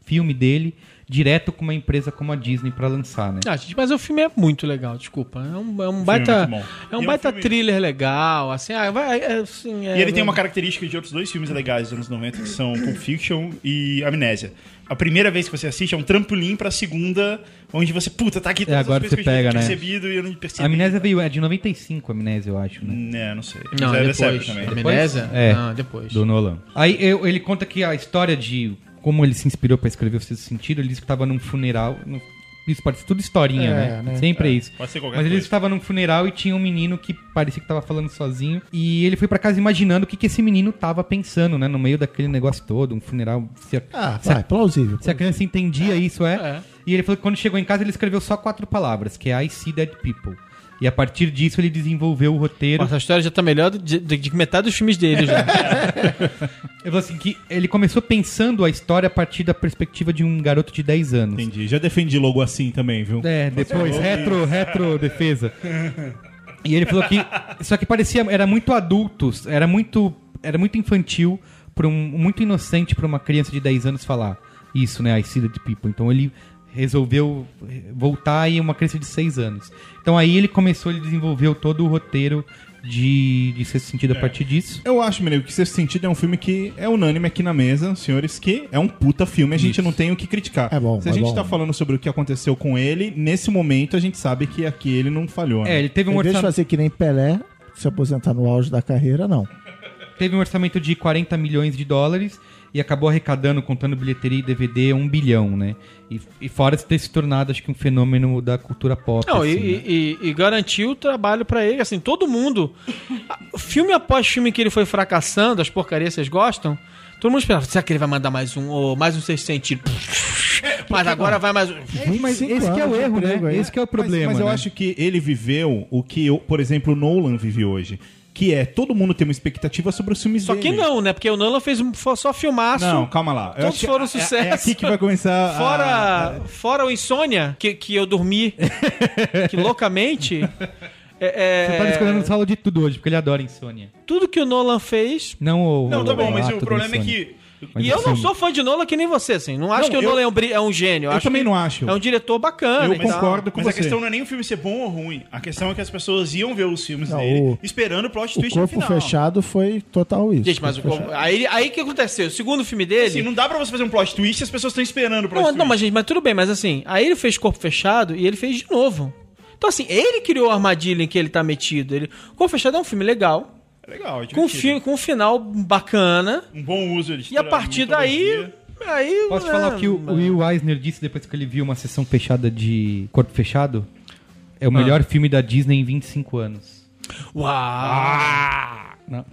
Speaker 3: filme dele, direto com uma empresa como a Disney pra lançar, né?
Speaker 5: Ah, gente, mas o filme é muito legal, desculpa. É um, é um
Speaker 6: é
Speaker 5: baita,
Speaker 6: muito bom.
Speaker 5: é
Speaker 6: E é
Speaker 5: um
Speaker 6: um
Speaker 5: baita
Speaker 6: filme-
Speaker 5: thriller legal, assim, ah, vai, é, assim, é-
Speaker 6: E ele tem uma característica de outros dois filmes legais dos anos 90, que são Pulp Fiction e Amnésia. A primeira vez que você assiste é um trampolim pra segunda, onde você, puta, tá aqui todas
Speaker 3: É, agora
Speaker 6: as
Speaker 3: você
Speaker 6: coisas que eu já tinha
Speaker 3: pega, né?
Speaker 6: percebido e eu não
Speaker 3: A
Speaker 6: percebi.
Speaker 3: amnésia veio, é de 95 a amnésia, eu acho, né?
Speaker 6: É, não sei.
Speaker 5: Não,
Speaker 6: Mas é dessa
Speaker 5: depois.
Speaker 6: época também.
Speaker 5: Amnésia?
Speaker 3: É.
Speaker 5: Não, depois.
Speaker 3: Do Nolan. Aí eu- ele conta que a história de como ele se inspirou pra escrever o Sexto Sentido, ele disse que estava num funeral. no- isso pode ser tudo historinha,
Speaker 4: É,
Speaker 3: né?
Speaker 4: né?
Speaker 3: Sempre é isso.
Speaker 6: Pode ser qualquer
Speaker 3: Mas ele
Speaker 6: coisa.
Speaker 3: estava num funeral e tinha um menino que parecia que tava falando sozinho. E ele foi pra casa imaginando o que, que esse menino tava pensando, né? No meio daquele negócio todo, um funeral. Se a,
Speaker 4: Ah, vai, plausível.
Speaker 3: se a criança entendia isso, é.
Speaker 5: É.
Speaker 3: E ele falou que quando chegou em casa ele escreveu só quatro palavras, que é I see dead people. E a partir disso ele desenvolveu o roteiro.
Speaker 5: Nossa, a história já tá melhor do- de, de- de metade dos filmes dele já.
Speaker 6: *laughs*
Speaker 3: Eu falo assim, que ele começou pensando a história a partir da perspectiva de um garoto de 10 anos.
Speaker 2: Entendi. Já defendi logo assim também, viu?
Speaker 3: É, depois, retro, retro defesa. E ele falou que. Só que parecia. Era muito adulto, era muito. Era muito infantil, pra um, muito inocente pra uma criança de 10 anos falar isso, né? I see the people. Então ele resolveu voltar e uma criança de 6 anos. Então aí ele começou, ele desenvolveu todo o roteiro de, de sexto sentido a partir disso.
Speaker 2: Eu acho, Menino, que Sexto Sentido é um filme que é unânime aqui na mesa, senhores, que é um puta filme, a gente não tem o que criticar.
Speaker 4: É bom,
Speaker 2: Se a
Speaker 4: é
Speaker 2: gente
Speaker 4: bom.
Speaker 2: tá falando sobre o que aconteceu com ele, nesse momento a gente sabe que aqui ele não falhou. né?
Speaker 3: É, ele teve um
Speaker 4: Em vez de
Speaker 3: orçamento.
Speaker 4: fazer que nem Pelé, se aposentar no auge da carreira, não.
Speaker 3: teve um orçamento de 40 milhões de dólares e acabou arrecadando, contando bilheteria e DVD, um bilhão, né? E, e fora ter se tornado, acho que, um fenômeno da cultura pop.
Speaker 5: Não, e,
Speaker 3: assim, né?
Speaker 5: e- e- e garantiu o trabalho pra ele, assim, todo mundo. A- Filme após filme que ele foi fracassando, as porcarias vocês gostam, todo mundo esperava, será que ele vai mandar mais um, ou mais um sexto sentido?
Speaker 6: É,
Speaker 5: Mas agora vai mais um.
Speaker 3: Mas
Speaker 4: Cinco
Speaker 3: esse que é o
Speaker 4: anos de
Speaker 3: erro, né?
Speaker 4: emprego aí.
Speaker 3: Esse que é o
Speaker 2: Mas-
Speaker 3: problema.
Speaker 2: Mas, eu
Speaker 3: né?
Speaker 2: acho que ele viveu o que, eu- por exemplo, o Nolan vive hoje. Que é, todo mundo tem uma expectativa sobre os filmes
Speaker 5: Só
Speaker 2: dele.
Speaker 5: que não, né? Porque o Nolan fez um, foi só filmaço.
Speaker 2: Não, calma lá. Eu
Speaker 5: Todos
Speaker 2: acho que
Speaker 5: foram
Speaker 2: é-
Speaker 5: sucesso.
Speaker 2: É, é aqui que vai Ah, tá. começar a-
Speaker 5: *laughs* Fora, fora o Insônia, que, que eu
Speaker 2: *laughs*
Speaker 5: dormi que loucamente. É, é,
Speaker 3: Você tá discordando sala de tudo hoje, porque ele adora insônia.
Speaker 5: tudo que o Nolan fez.
Speaker 3: Não o.
Speaker 6: Não, tá bom, mas
Speaker 3: relato
Speaker 6: o
Speaker 3: do
Speaker 6: problema é
Speaker 3: Insônia.
Speaker 6: que.
Speaker 3: Mas
Speaker 5: e eu
Speaker 3: assim,
Speaker 5: não sou fã de Nolan que nem você, assim. Não acho
Speaker 6: Não,
Speaker 5: que o
Speaker 6: eu-
Speaker 5: Nolan é um, bri- é um gênio.
Speaker 2: Eu
Speaker 5: acho
Speaker 2: também
Speaker 5: que
Speaker 2: não acho.
Speaker 5: É um diretor bacana.
Speaker 2: Eu
Speaker 5: e tal.
Speaker 2: concordo com
Speaker 6: Mas a
Speaker 2: você.
Speaker 6: questão não é nem o filme ser bom ou ruim. A questão é que as pessoas iam ver os filmes
Speaker 4: Não,
Speaker 6: dele
Speaker 4: o-
Speaker 6: esperando o plot
Speaker 4: O
Speaker 3: é
Speaker 6: twist
Speaker 4: corpo
Speaker 6: no final.
Speaker 4: fechado foi total isso.
Speaker 5: Gente, mas o,
Speaker 4: Corpo fechado.
Speaker 5: aí, aí que aconteceu? O segundo filme
Speaker 6: Assim,
Speaker 5: dele.
Speaker 6: não dá pra você fazer um plot twist e as pessoas estão esperando o plot
Speaker 5: não,
Speaker 6: twist.
Speaker 5: não, mas gente, mas tudo bem, mas assim, aí ele fez corpo fechado e ele fez de novo. Então, assim, ele criou a armadilha em que ele tá metido. Ele... Corpo fechado é um filme legal.
Speaker 6: É Legal, é
Speaker 5: com, um
Speaker 6: divertido.
Speaker 5: fi- com um final bacana.
Speaker 6: Um bom uso de
Speaker 5: E a partir daí. aí
Speaker 3: Posso
Speaker 5: né,
Speaker 3: falar o que o, o Will Eisner disse depois que ele viu uma sessão fechada de Corpo Fechado? É o melhor filme da Disney em 25 anos.
Speaker 5: Uau!
Speaker 3: Não.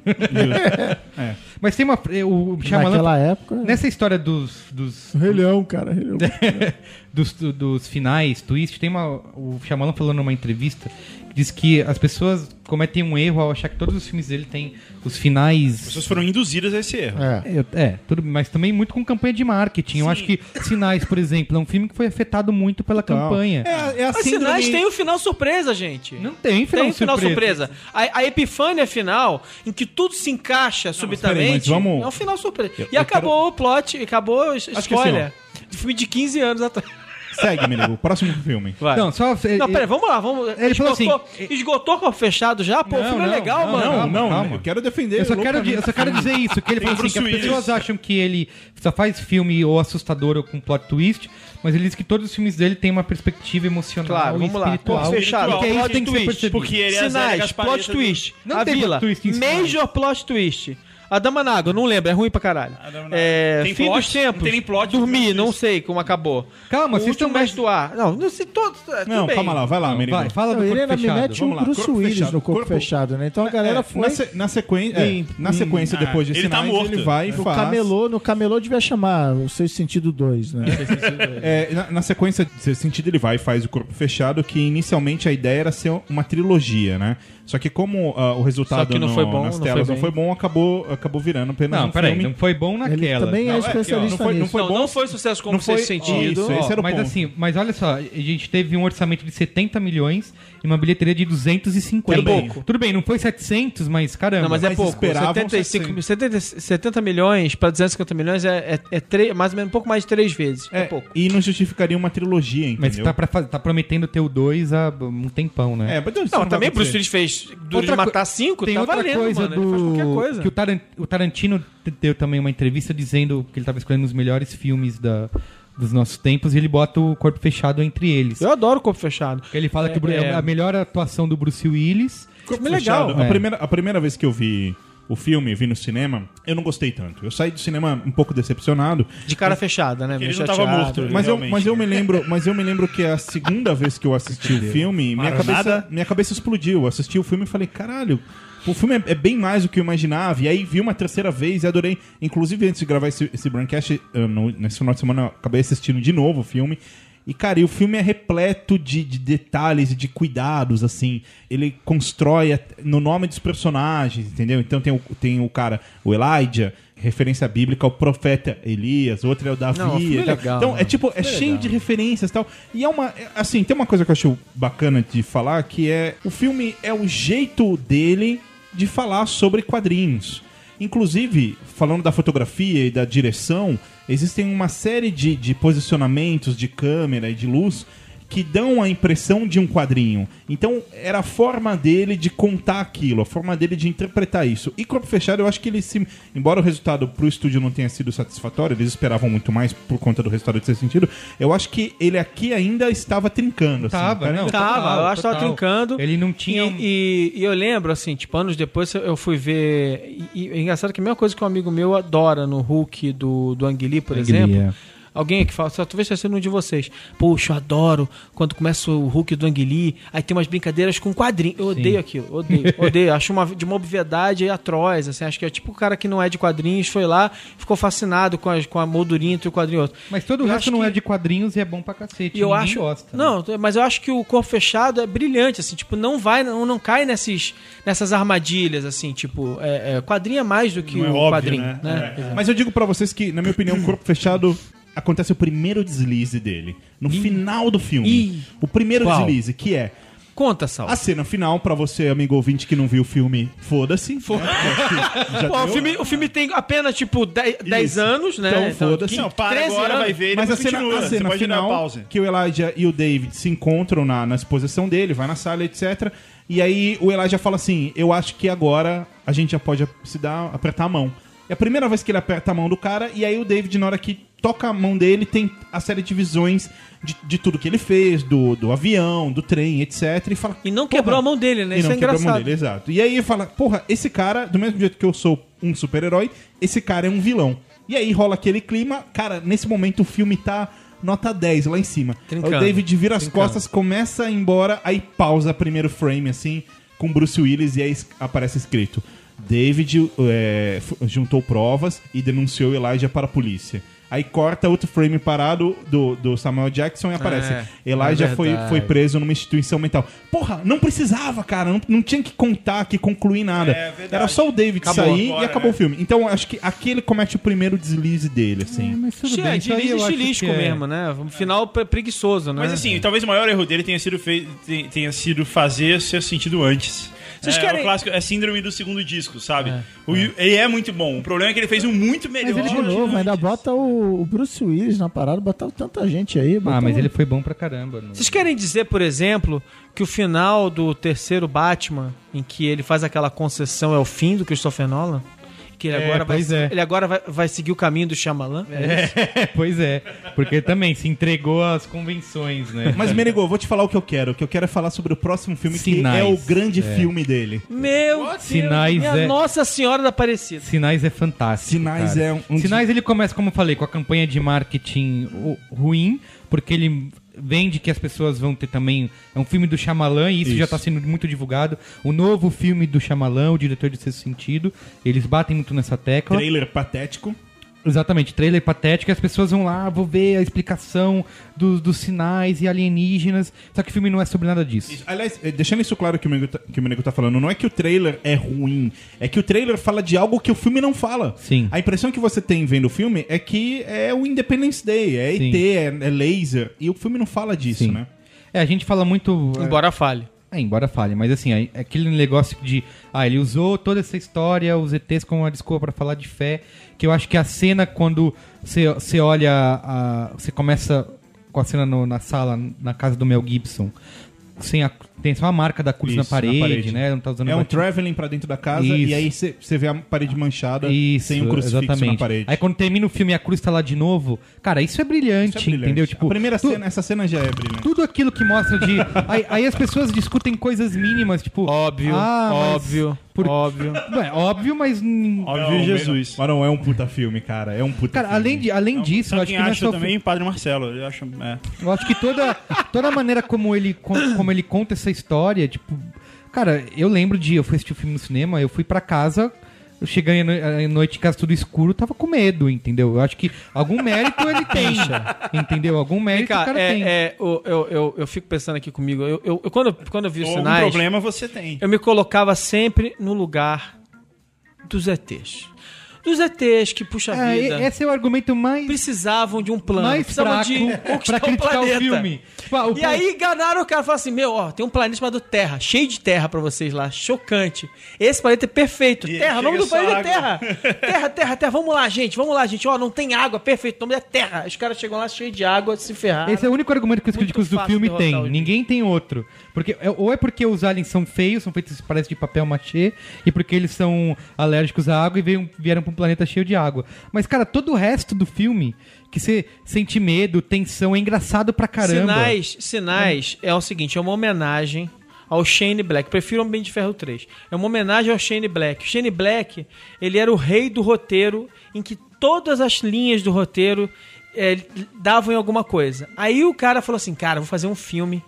Speaker 3: Mas tem uma. eh, O Shyamalan-
Speaker 4: Naquela época.
Speaker 3: Nessa história dos, dos,
Speaker 4: Rei Leão, cara. Rei Leão.
Speaker 3: *laughs* dos, dos finais, twist, tem uma. O Shyamalan falando numa entrevista que diz que as pessoas cometem um erro ao achar que todos os filmes dele têm os
Speaker 6: As
Speaker 3: finais.
Speaker 6: pessoas foram induzidas a esse erro.
Speaker 4: *laughs* é.
Speaker 3: Eu- é, tudo, mas também muito com campanha de marketing. Eu acho que Sinais, por exemplo, é um filme que foi afetado muito pela campanha.
Speaker 2: É, é a
Speaker 5: Mas sinais
Speaker 2: síndrome-
Speaker 5: tem o final surpresa, gente.
Speaker 3: Não tem final,
Speaker 5: tem o final surpresa. A, a epifânia final, em que tudo se encaixa subitamente,
Speaker 2: peraí, mas vamos-
Speaker 5: é um final surpresa.
Speaker 2: Eu-
Speaker 5: e
Speaker 2: eu
Speaker 5: acabou o plot, acabou a
Speaker 2: que assim,
Speaker 5: escolha. Do filme de 15 anos atrás.
Speaker 2: Segue, Menino. Próximo filme.
Speaker 5: Vai.
Speaker 3: Não,
Speaker 5: Não,
Speaker 3: só. é,
Speaker 5: peraí, vamos lá, vamos.
Speaker 3: Ele falou assim,
Speaker 5: esgotou com o fechado já? Pô, o
Speaker 3: Não,
Speaker 5: filme é
Speaker 3: não,
Speaker 5: legal,
Speaker 3: não,
Speaker 5: mano.
Speaker 2: Não,
Speaker 3: Calma,
Speaker 2: não,
Speaker 3: calma.
Speaker 2: eu quero defender.
Speaker 3: Eu só, quero, di-
Speaker 2: loucamente.
Speaker 3: eu só quero dizer isso, que ele
Speaker 6: Tem
Speaker 3: fala assim,
Speaker 6: Bruce
Speaker 3: que as
Speaker 6: Willis.
Speaker 3: pessoas acham que ele só faz filme ou assustador ou com plot twist, mas ele diz que todos os filmes dele têm uma perspectiva emocional
Speaker 5: Claro,
Speaker 3: e
Speaker 5: vamos lá.
Speaker 3: espiritual.
Speaker 5: Pô, fechado.
Speaker 3: E que é isso que
Speaker 5: Plot
Speaker 3: tem que ser
Speaker 5: twist,
Speaker 3: percebido.
Speaker 6: Porque ele é a Zélia
Speaker 5: Sinais,
Speaker 6: Gaspareta
Speaker 5: plot
Speaker 6: do-
Speaker 5: twist.
Speaker 3: Não
Speaker 5: a
Speaker 3: tem
Speaker 5: vila.
Speaker 3: plot twist em Sinais.
Speaker 5: major plot twist. A Dama na Água, eu não lembro, é ruim pra caralho.
Speaker 6: A Dama na
Speaker 5: é,
Speaker 6: Água. Tem
Speaker 5: fim
Speaker 6: plot?
Speaker 5: dos tempos.
Speaker 6: Não tem nem plot, não
Speaker 5: Dormi,
Speaker 6: tem
Speaker 5: não
Speaker 6: isso.
Speaker 5: sei como acabou.
Speaker 3: Calma,
Speaker 5: O
Speaker 3: vocês
Speaker 5: último
Speaker 3: estão mais-
Speaker 5: mestre do ar. Não, não sei todos. é, tudo
Speaker 2: Não,
Speaker 5: bem.
Speaker 2: calma lá, vai lá, Merigo.
Speaker 3: Vai, fala do
Speaker 4: Não,
Speaker 3: corpo
Speaker 4: Helena me
Speaker 3: fechado.
Speaker 4: mete um
Speaker 2: Vamos lá,
Speaker 4: Bruce
Speaker 2: corpo
Speaker 4: Willis
Speaker 2: fechado.
Speaker 4: no corpo,
Speaker 2: Corpo-
Speaker 4: fechado, né? Então a galera
Speaker 2: É,
Speaker 4: foi.
Speaker 2: na, se- na sequência, é,
Speaker 4: Em-
Speaker 2: na sequência
Speaker 6: Ah,
Speaker 2: depois de
Speaker 6: ele tá
Speaker 2: sinais,
Speaker 6: morto.
Speaker 2: ele vai e
Speaker 4: No
Speaker 2: faz.
Speaker 4: camelô, no camelô devia chamar o seu sentido 2,
Speaker 2: *laughs*
Speaker 4: né?
Speaker 2: É, na, na sequência desse sentido, ele vai e faz o corpo fechado, que inicialmente a ideia era ser uma trilogia, né? Só que como ah, o resultado
Speaker 5: Só que não
Speaker 2: no-
Speaker 5: foi bom,
Speaker 2: nas
Speaker 5: não foi
Speaker 2: telas
Speaker 5: bem.
Speaker 2: não foi bom, acabou, acabou virando apenas
Speaker 3: Não,
Speaker 2: um
Speaker 3: peraí,
Speaker 2: filme.
Speaker 3: não foi bom
Speaker 4: Ele
Speaker 3: naquela.
Speaker 4: também é
Speaker 2: Não, é aqui, ó,
Speaker 4: especialista
Speaker 2: não foi- não
Speaker 4: nisso.
Speaker 2: foi
Speaker 5: não,
Speaker 2: bom-
Speaker 5: não foi sucesso como
Speaker 2: não
Speaker 5: vocês
Speaker 2: foi-
Speaker 5: sentido.
Speaker 2: Isso, esse era o
Speaker 3: mas
Speaker 2: ponto.
Speaker 3: assim, mas olha só, a gente teve um orçamento de 70 milhões e uma bilheteria de 250.
Speaker 5: Tudo bem. pouco.
Speaker 3: Tudo bem, não foi 700, mas caramba.
Speaker 5: Não, mas é
Speaker 2: Mas
Speaker 5: pouco.
Speaker 2: esperavam
Speaker 5: 75
Speaker 2: 60.
Speaker 5: mil- 70, 70 milhões para 250 milhões é, é, é tre- mais ou menos um pouco mais de três vezes. É,
Speaker 2: É,
Speaker 5: pouco.
Speaker 2: E não justificaria uma trilogia,
Speaker 3: Mas
Speaker 2: entendeu?
Speaker 3: tá, pra faz- tá prometendo ter o 2 há um tempão, né?
Speaker 2: É, mas isso
Speaker 5: Não,
Speaker 2: vai
Speaker 5: também Bruce
Speaker 2: acontecer.
Speaker 5: Willis fez Duro
Speaker 3: Outra
Speaker 5: de Matar
Speaker 3: coi-
Speaker 5: 5,
Speaker 3: Tem
Speaker 5: tá
Speaker 3: outra
Speaker 5: valendo,
Speaker 3: coisa
Speaker 5: mano.
Speaker 3: do...
Speaker 5: Ele faz qualquer coisa.
Speaker 3: Que o, Taran- o Tarantino te- deu também uma entrevista dizendo que ele tava escolhendo os melhores filmes da... dos nossos tempos e ele bota o corpo fechado entre eles.
Speaker 5: Eu adoro o corpo fechado.
Speaker 3: Ele fala que o Bru-
Speaker 5: É, é.
Speaker 3: a melhor atuação do Bruce Willis...
Speaker 5: Corpo
Speaker 2: Fechado.
Speaker 5: legal.
Speaker 2: A,
Speaker 3: É.
Speaker 2: primeira, a primeira vez que eu vi o filme, vi no cinema, eu não gostei tanto. Eu saí do cinema um pouco decepcionado,
Speaker 5: De cara fechada, né?
Speaker 6: Ele
Speaker 5: Meio
Speaker 6: não tava
Speaker 5: chateado.
Speaker 6: morto.
Speaker 2: mas eu,
Speaker 6: Realmente.
Speaker 2: mas eu me lembro, mas eu me lembro que a segunda vez que eu assisti o filme, minha cabeça,
Speaker 6: Maranada?
Speaker 2: minha cabeça explodiu. Eu assisti o filme e falei, caralho, o filme é, é bem mais do que eu imaginava. E aí vi uma terceira vez e adorei. Inclusive, antes de gravar esse, esse Braincast, eu não- nesse final de semana eu acabei assistindo de novo o filme. E, cara, e o filme é repleto de, de detalhes e de cuidados, assim. Ele constrói a- no nome dos personagens, entendeu? Então tem o, tem o cara, o Elijah, referência bíblica ao profeta Elias, o outro é o Davi.
Speaker 5: Não, o filme é
Speaker 2: e tal.
Speaker 5: legal,
Speaker 2: então,
Speaker 5: né?
Speaker 2: é tipo, é cheio de referências e tal. E é uma. é, Assim, tem uma coisa que eu acho bacana de falar que é. O filme é o jeito dele de falar sobre quadrinhos. Inclusive, falando da fotografia e da direção, existem uma série de, de posicionamentos de câmera e de luz que dão a impressão de um quadrinho. Então, era a forma dele de contar aquilo, a forma dele de interpretar isso. E Corpo Fechado, eu acho que ele se... Embora o resultado pro estúdio não tenha sido satisfatório, eles esperavam muito mais por conta do resultado de ser sentido, eu acho que ele aqui ainda estava trincando. assim,
Speaker 3: Tava, né?
Speaker 2: cara,
Speaker 3: não.
Speaker 2: ainda-
Speaker 5: Tava,
Speaker 3: Total,
Speaker 5: eu acho que tava
Speaker 3: total.
Speaker 5: trincando.
Speaker 3: Ele não tinha
Speaker 5: E,
Speaker 3: um-
Speaker 5: e- e eu lembro, assim, tipo, anos depois eu fui ver. E, e é engraçado que a mesma coisa que um amigo meu adora no Hulk do, do Anguili, por
Speaker 3: Ang Lee,
Speaker 5: exemplo.
Speaker 3: é.
Speaker 5: Alguém aqui fala, só talvez tenha sido um de vocês. Poxa, eu adoro quando começa o Hulk do Anguili, aí tem umas brincadeiras com quadrinho. Eu odeio aquilo, odeio, odeio. Acho uma, de uma obviedade atroz, assim. Acho que é tipo o cara que não é de quadrinhos, foi lá, ficou fascinado com, as- com a moldurinha entre o quadrinho e outro.
Speaker 3: Mas todo
Speaker 5: Eu
Speaker 3: o
Speaker 5: acho
Speaker 3: resto não
Speaker 5: que-
Speaker 3: é de quadrinhos e é bom pra cacete.
Speaker 5: E eu
Speaker 3: ninguém
Speaker 5: acho.
Speaker 3: Gosta, né?
Speaker 5: não, mas eu acho que o corpo fechado é brilhante, assim, tipo, não vai, não, não cai nesses, nessas armadilhas, assim, tipo, é, é, quadrinho é mais do que
Speaker 6: Não é
Speaker 5: o
Speaker 6: óbvio,
Speaker 5: quadrinho,
Speaker 6: né?
Speaker 5: né?
Speaker 2: Mas eu digo pra vocês que, na minha opinião, o corpo fechado acontece o primeiro deslize dele. No final do filme.
Speaker 5: Ih.
Speaker 2: O primeiro
Speaker 5: Qual?
Speaker 2: deslize, que é
Speaker 5: Conta, Sal.
Speaker 2: a cena final, pra você, amigo ouvinte, que não viu o filme, foda-se. né? Foda
Speaker 5: *laughs* Pô, o filme, o filme tem apenas, tipo, 10
Speaker 2: Isso.
Speaker 5: anos, né?
Speaker 2: Então, foda-se.
Speaker 5: que-
Speaker 2: Não,
Speaker 6: para
Speaker 5: 13
Speaker 6: agora,
Speaker 5: anos.
Speaker 6: vai ver.
Speaker 2: Mas a
Speaker 6: depois
Speaker 2: cena,
Speaker 6: continua,
Speaker 2: a
Speaker 6: você
Speaker 2: cena
Speaker 6: pode dar
Speaker 2: final,
Speaker 6: pausa.
Speaker 2: que o Elijah e o David se encontram na, na exposição dele, vai na sala, etc. E aí o Elijah fala assim, eu acho que agora a gente já pode se dar, apertar a mão. É a primeira vez que ele aperta a mão do cara, e aí o David, na hora que toca a mão dele, tem a série de visões de, de tudo que ele fez, do, do avião, do trem, etc. E fala...
Speaker 5: E não quebrou
Speaker 2: "Porra,
Speaker 5: a mão dele, né?
Speaker 2: e
Speaker 5: Isso
Speaker 2: não
Speaker 5: é
Speaker 2: quebrou a mão
Speaker 5: engraçado.
Speaker 2: dele, exato. E aí fala, porra, esse cara, do mesmo jeito que eu sou um super-herói, esse cara é um vilão. E aí rola aquele clima, cara, nesse momento o filme tá nota 10 lá em cima.
Speaker 5: Trincando,
Speaker 2: Aí o David vira as
Speaker 5: trincando.
Speaker 2: costas, começa a ir embora, aí pausa primeiro frame assim, com Bruce Willis e aí es- aparece escrito: David é, f- juntou provas e denunciou Elijah para a polícia. Aí corta outro frame parado do, do Samuel Jackson e aparece.
Speaker 5: É,
Speaker 2: Elijah
Speaker 5: é
Speaker 2: foi,
Speaker 5: verdade.
Speaker 2: foi preso numa instituição mental. Porra, não precisava, cara. Não, não tinha que contar, que concluir nada.
Speaker 6: É, verdade.
Speaker 2: Era só o David
Speaker 6: Acabou
Speaker 2: sair
Speaker 6: agora,
Speaker 2: e acabou
Speaker 6: né?
Speaker 2: o filme. Então, acho que aqui ele comete o primeiro deslize dele, assim.
Speaker 3: Mas tudo
Speaker 5: Che-
Speaker 3: bem, isso aí
Speaker 5: Diriz
Speaker 3: eu acho
Speaker 5: estilístico
Speaker 3: que é-
Speaker 5: mesmo, né? Um final pre- preguiçoso, né?
Speaker 6: Mas assim, talvez o maior erro dele tenha sido, fei- te- tenha sido fazer ser sentido antes.
Speaker 5: Vocês
Speaker 6: é,
Speaker 5: querem-
Speaker 6: o clássico é síndrome do segundo disco, sabe? O- Ele é muito bom. O problema é que ele fez um muito melhor.
Speaker 4: Mas
Speaker 3: é
Speaker 4: ele de novo, ainda bota o, o Bruce Willis na parada, botar tanta gente aí.
Speaker 3: Ah,
Speaker 5: então
Speaker 4: botar
Speaker 3: mas
Speaker 4: um-
Speaker 3: ele foi bom pra caramba.
Speaker 5: *laughs*
Speaker 3: não-
Speaker 5: Vocês querem dizer, por exemplo, que o final do terceiro Batman, em que ele faz aquela concessão, é o fim do Christopher Nolan? Porque ele
Speaker 3: É,
Speaker 5: agora, vai,
Speaker 3: pois é.
Speaker 5: ele agora vai, vai seguir o caminho do Shyamalan.
Speaker 3: É, pois é. Porque também se entregou às convenções, né?
Speaker 2: Mas, Menego, vou te falar o que eu quero. O que eu quero é falar sobre o próximo filme,
Speaker 3: Sinais.
Speaker 2: que é o grande filme dele.
Speaker 5: Meu
Speaker 3: Sinais
Speaker 5: Deus, minha
Speaker 3: é-
Speaker 5: Nossa Senhora da Aparecida.
Speaker 3: Sinais é fantástico.
Speaker 2: Sinais
Speaker 3: cara.
Speaker 2: é um- um
Speaker 3: Sinais ele começa, como eu falei, com a campanha de marketing o- ruim, porque ele vende que as pessoas vão ter também. É um filme do Shyamalan e isso,
Speaker 2: Isso.
Speaker 3: já está sendo muito divulgado. O novo filme do Shyamalan, o diretor de Sexto Sentido, eles batem muito nessa tecla.
Speaker 2: Trailer patético.
Speaker 3: Exatamente, trailer patético, e as pessoas vão lá, "Ah, vou ver a explicação dos, dos sinais e alienígenas. Só que o filme não é sobre nada disso.
Speaker 2: Aliás, eh, deixando isso claro que o Menego tá, que o Menego tá falando, não é que o trailer é ruim, é que o trailer fala de algo que o filme não fala.
Speaker 3: Sim.
Speaker 2: A impressão que você tem vendo o filme é que é o Independence Day, é
Speaker 3: Sim.
Speaker 2: ET, é, é laser, e o filme não fala disso,
Speaker 3: Sim.
Speaker 2: né?
Speaker 3: É, a gente fala muito. é,
Speaker 5: Embora fale.
Speaker 3: É, embora falhe, mas assim, aí, aquele negócio de. Ah, ele usou toda essa história, os ETs, como uma desculpa pra falar de fé. Que eu acho que a cena, quando você você olha. a- Você começa com a cena no- na sala, na casa do Mel Gibson. Sem a- tem só a marca da cruz
Speaker 2: Isso,
Speaker 3: na, parede, né? Não tá usando
Speaker 2: é um
Speaker 3: batom.
Speaker 2: traveling pra dentro da casa
Speaker 3: Isso.
Speaker 2: e aí você vê a parede manchada
Speaker 3: Isso,
Speaker 2: sem um crucifixo
Speaker 3: exatamente.
Speaker 2: na parede.
Speaker 3: Aí quando termina o filme e a cruz tá lá de novo, cara, isso é brilhante,
Speaker 2: Isso é brilhante.
Speaker 3: entendeu? Tipo,
Speaker 2: a primeira
Speaker 3: tu-
Speaker 2: cena, essa cena já é brilhante.
Speaker 3: tudo aquilo que mostra de. aí, aí as pessoas discutem coisas mínimas, tipo.
Speaker 5: Óbvio,
Speaker 3: ah, mas
Speaker 5: óbvio,
Speaker 3: por-
Speaker 5: óbvio.
Speaker 3: Não, é óbvio, mas. hum,
Speaker 6: Óbvio
Speaker 2: Não,
Speaker 6: Jesus.
Speaker 2: Mas não é um puta filme, cara. É um puta
Speaker 3: Cara,
Speaker 2: filme.
Speaker 3: além, de, além disso, eu
Speaker 6: Sabe
Speaker 3: acho
Speaker 6: quem
Speaker 3: que não é
Speaker 6: acha
Speaker 3: só.
Speaker 6: também? Padre Marcelo. Eu acho... É.
Speaker 3: Eu acho que toda, toda a maneira como ele, con- como ele conta essa história, tipo. Cara, eu lembro de. Eu fui assistir o filme no cinema, eu fui pra casa. Eu cheguei à no- à noite em casa tudo escuro, eu tava com medo, entendeu? Eu acho que algum mérito ele tem. entendeu? Algum
Speaker 5: Vem
Speaker 3: mérito o
Speaker 5: cá,
Speaker 3: cara
Speaker 5: é,
Speaker 3: tem.
Speaker 5: é, o- eu, eu, eu fico pensando aqui comigo. Eu, eu- eu- quando, eu- quando eu vi os
Speaker 6: Algum
Speaker 5: sinais,
Speaker 6: problema você tem.
Speaker 5: eu me colocava sempre no lugar dos ETs. Dos ETs que, puxa
Speaker 3: É,
Speaker 5: vida,
Speaker 3: e- esse é o argumento mais,
Speaker 5: precisavam de um plano,
Speaker 3: mais
Speaker 5: precisavam
Speaker 3: fraco
Speaker 5: de
Speaker 3: pra
Speaker 5: *laughs*
Speaker 3: criticar
Speaker 5: conquistar o
Speaker 3: o,
Speaker 5: planeta.
Speaker 3: filme. Tipo, ah, o
Speaker 5: E
Speaker 3: pla-
Speaker 5: aí enganaram o cara e falaram assim: Meu, ó, tem um planeta chamado Terra, cheio de terra pra vocês lá, chocante. Esse planeta é perfeito.
Speaker 6: E aí
Speaker 5: terra, o nome
Speaker 6: chega
Speaker 5: do planeta é
Speaker 6: só
Speaker 5: Terra.
Speaker 6: *laughs*
Speaker 5: Terra, Terra, Terra. Vamos lá, gente, vamos lá, gente. Ó, não tem água, perfeito. O nome é Terra. Os caras chegam lá cheio de água, se ferraram.
Speaker 3: Esse é o único argumento que os
Speaker 5: Muito
Speaker 3: críticos do
Speaker 5: fácil
Speaker 3: filme
Speaker 5: derrotar
Speaker 3: têm.
Speaker 5: o Jim.
Speaker 3: Ninguém tem outro. Porque, é- ou é porque os aliens são feios, são feitos, parece, de papel machê, e porque eles são alérgicos à água e veio, vieram pra um planeta cheio de água. Mas, cara, todo o resto do filme, que você sente medo, tensão, é engraçado pra caramba.
Speaker 5: Sinais, Sinais é. o seguinte, é uma homenagem ao Shane Black. Prefiro Homem de Ferro 3. É uma homenagem ao Shane Black. O Shane Black, ele era o rei do roteiro em que todas as linhas do roteiro eh, davam em alguma coisa. Aí o cara falou assim, cara, vou fazer um filme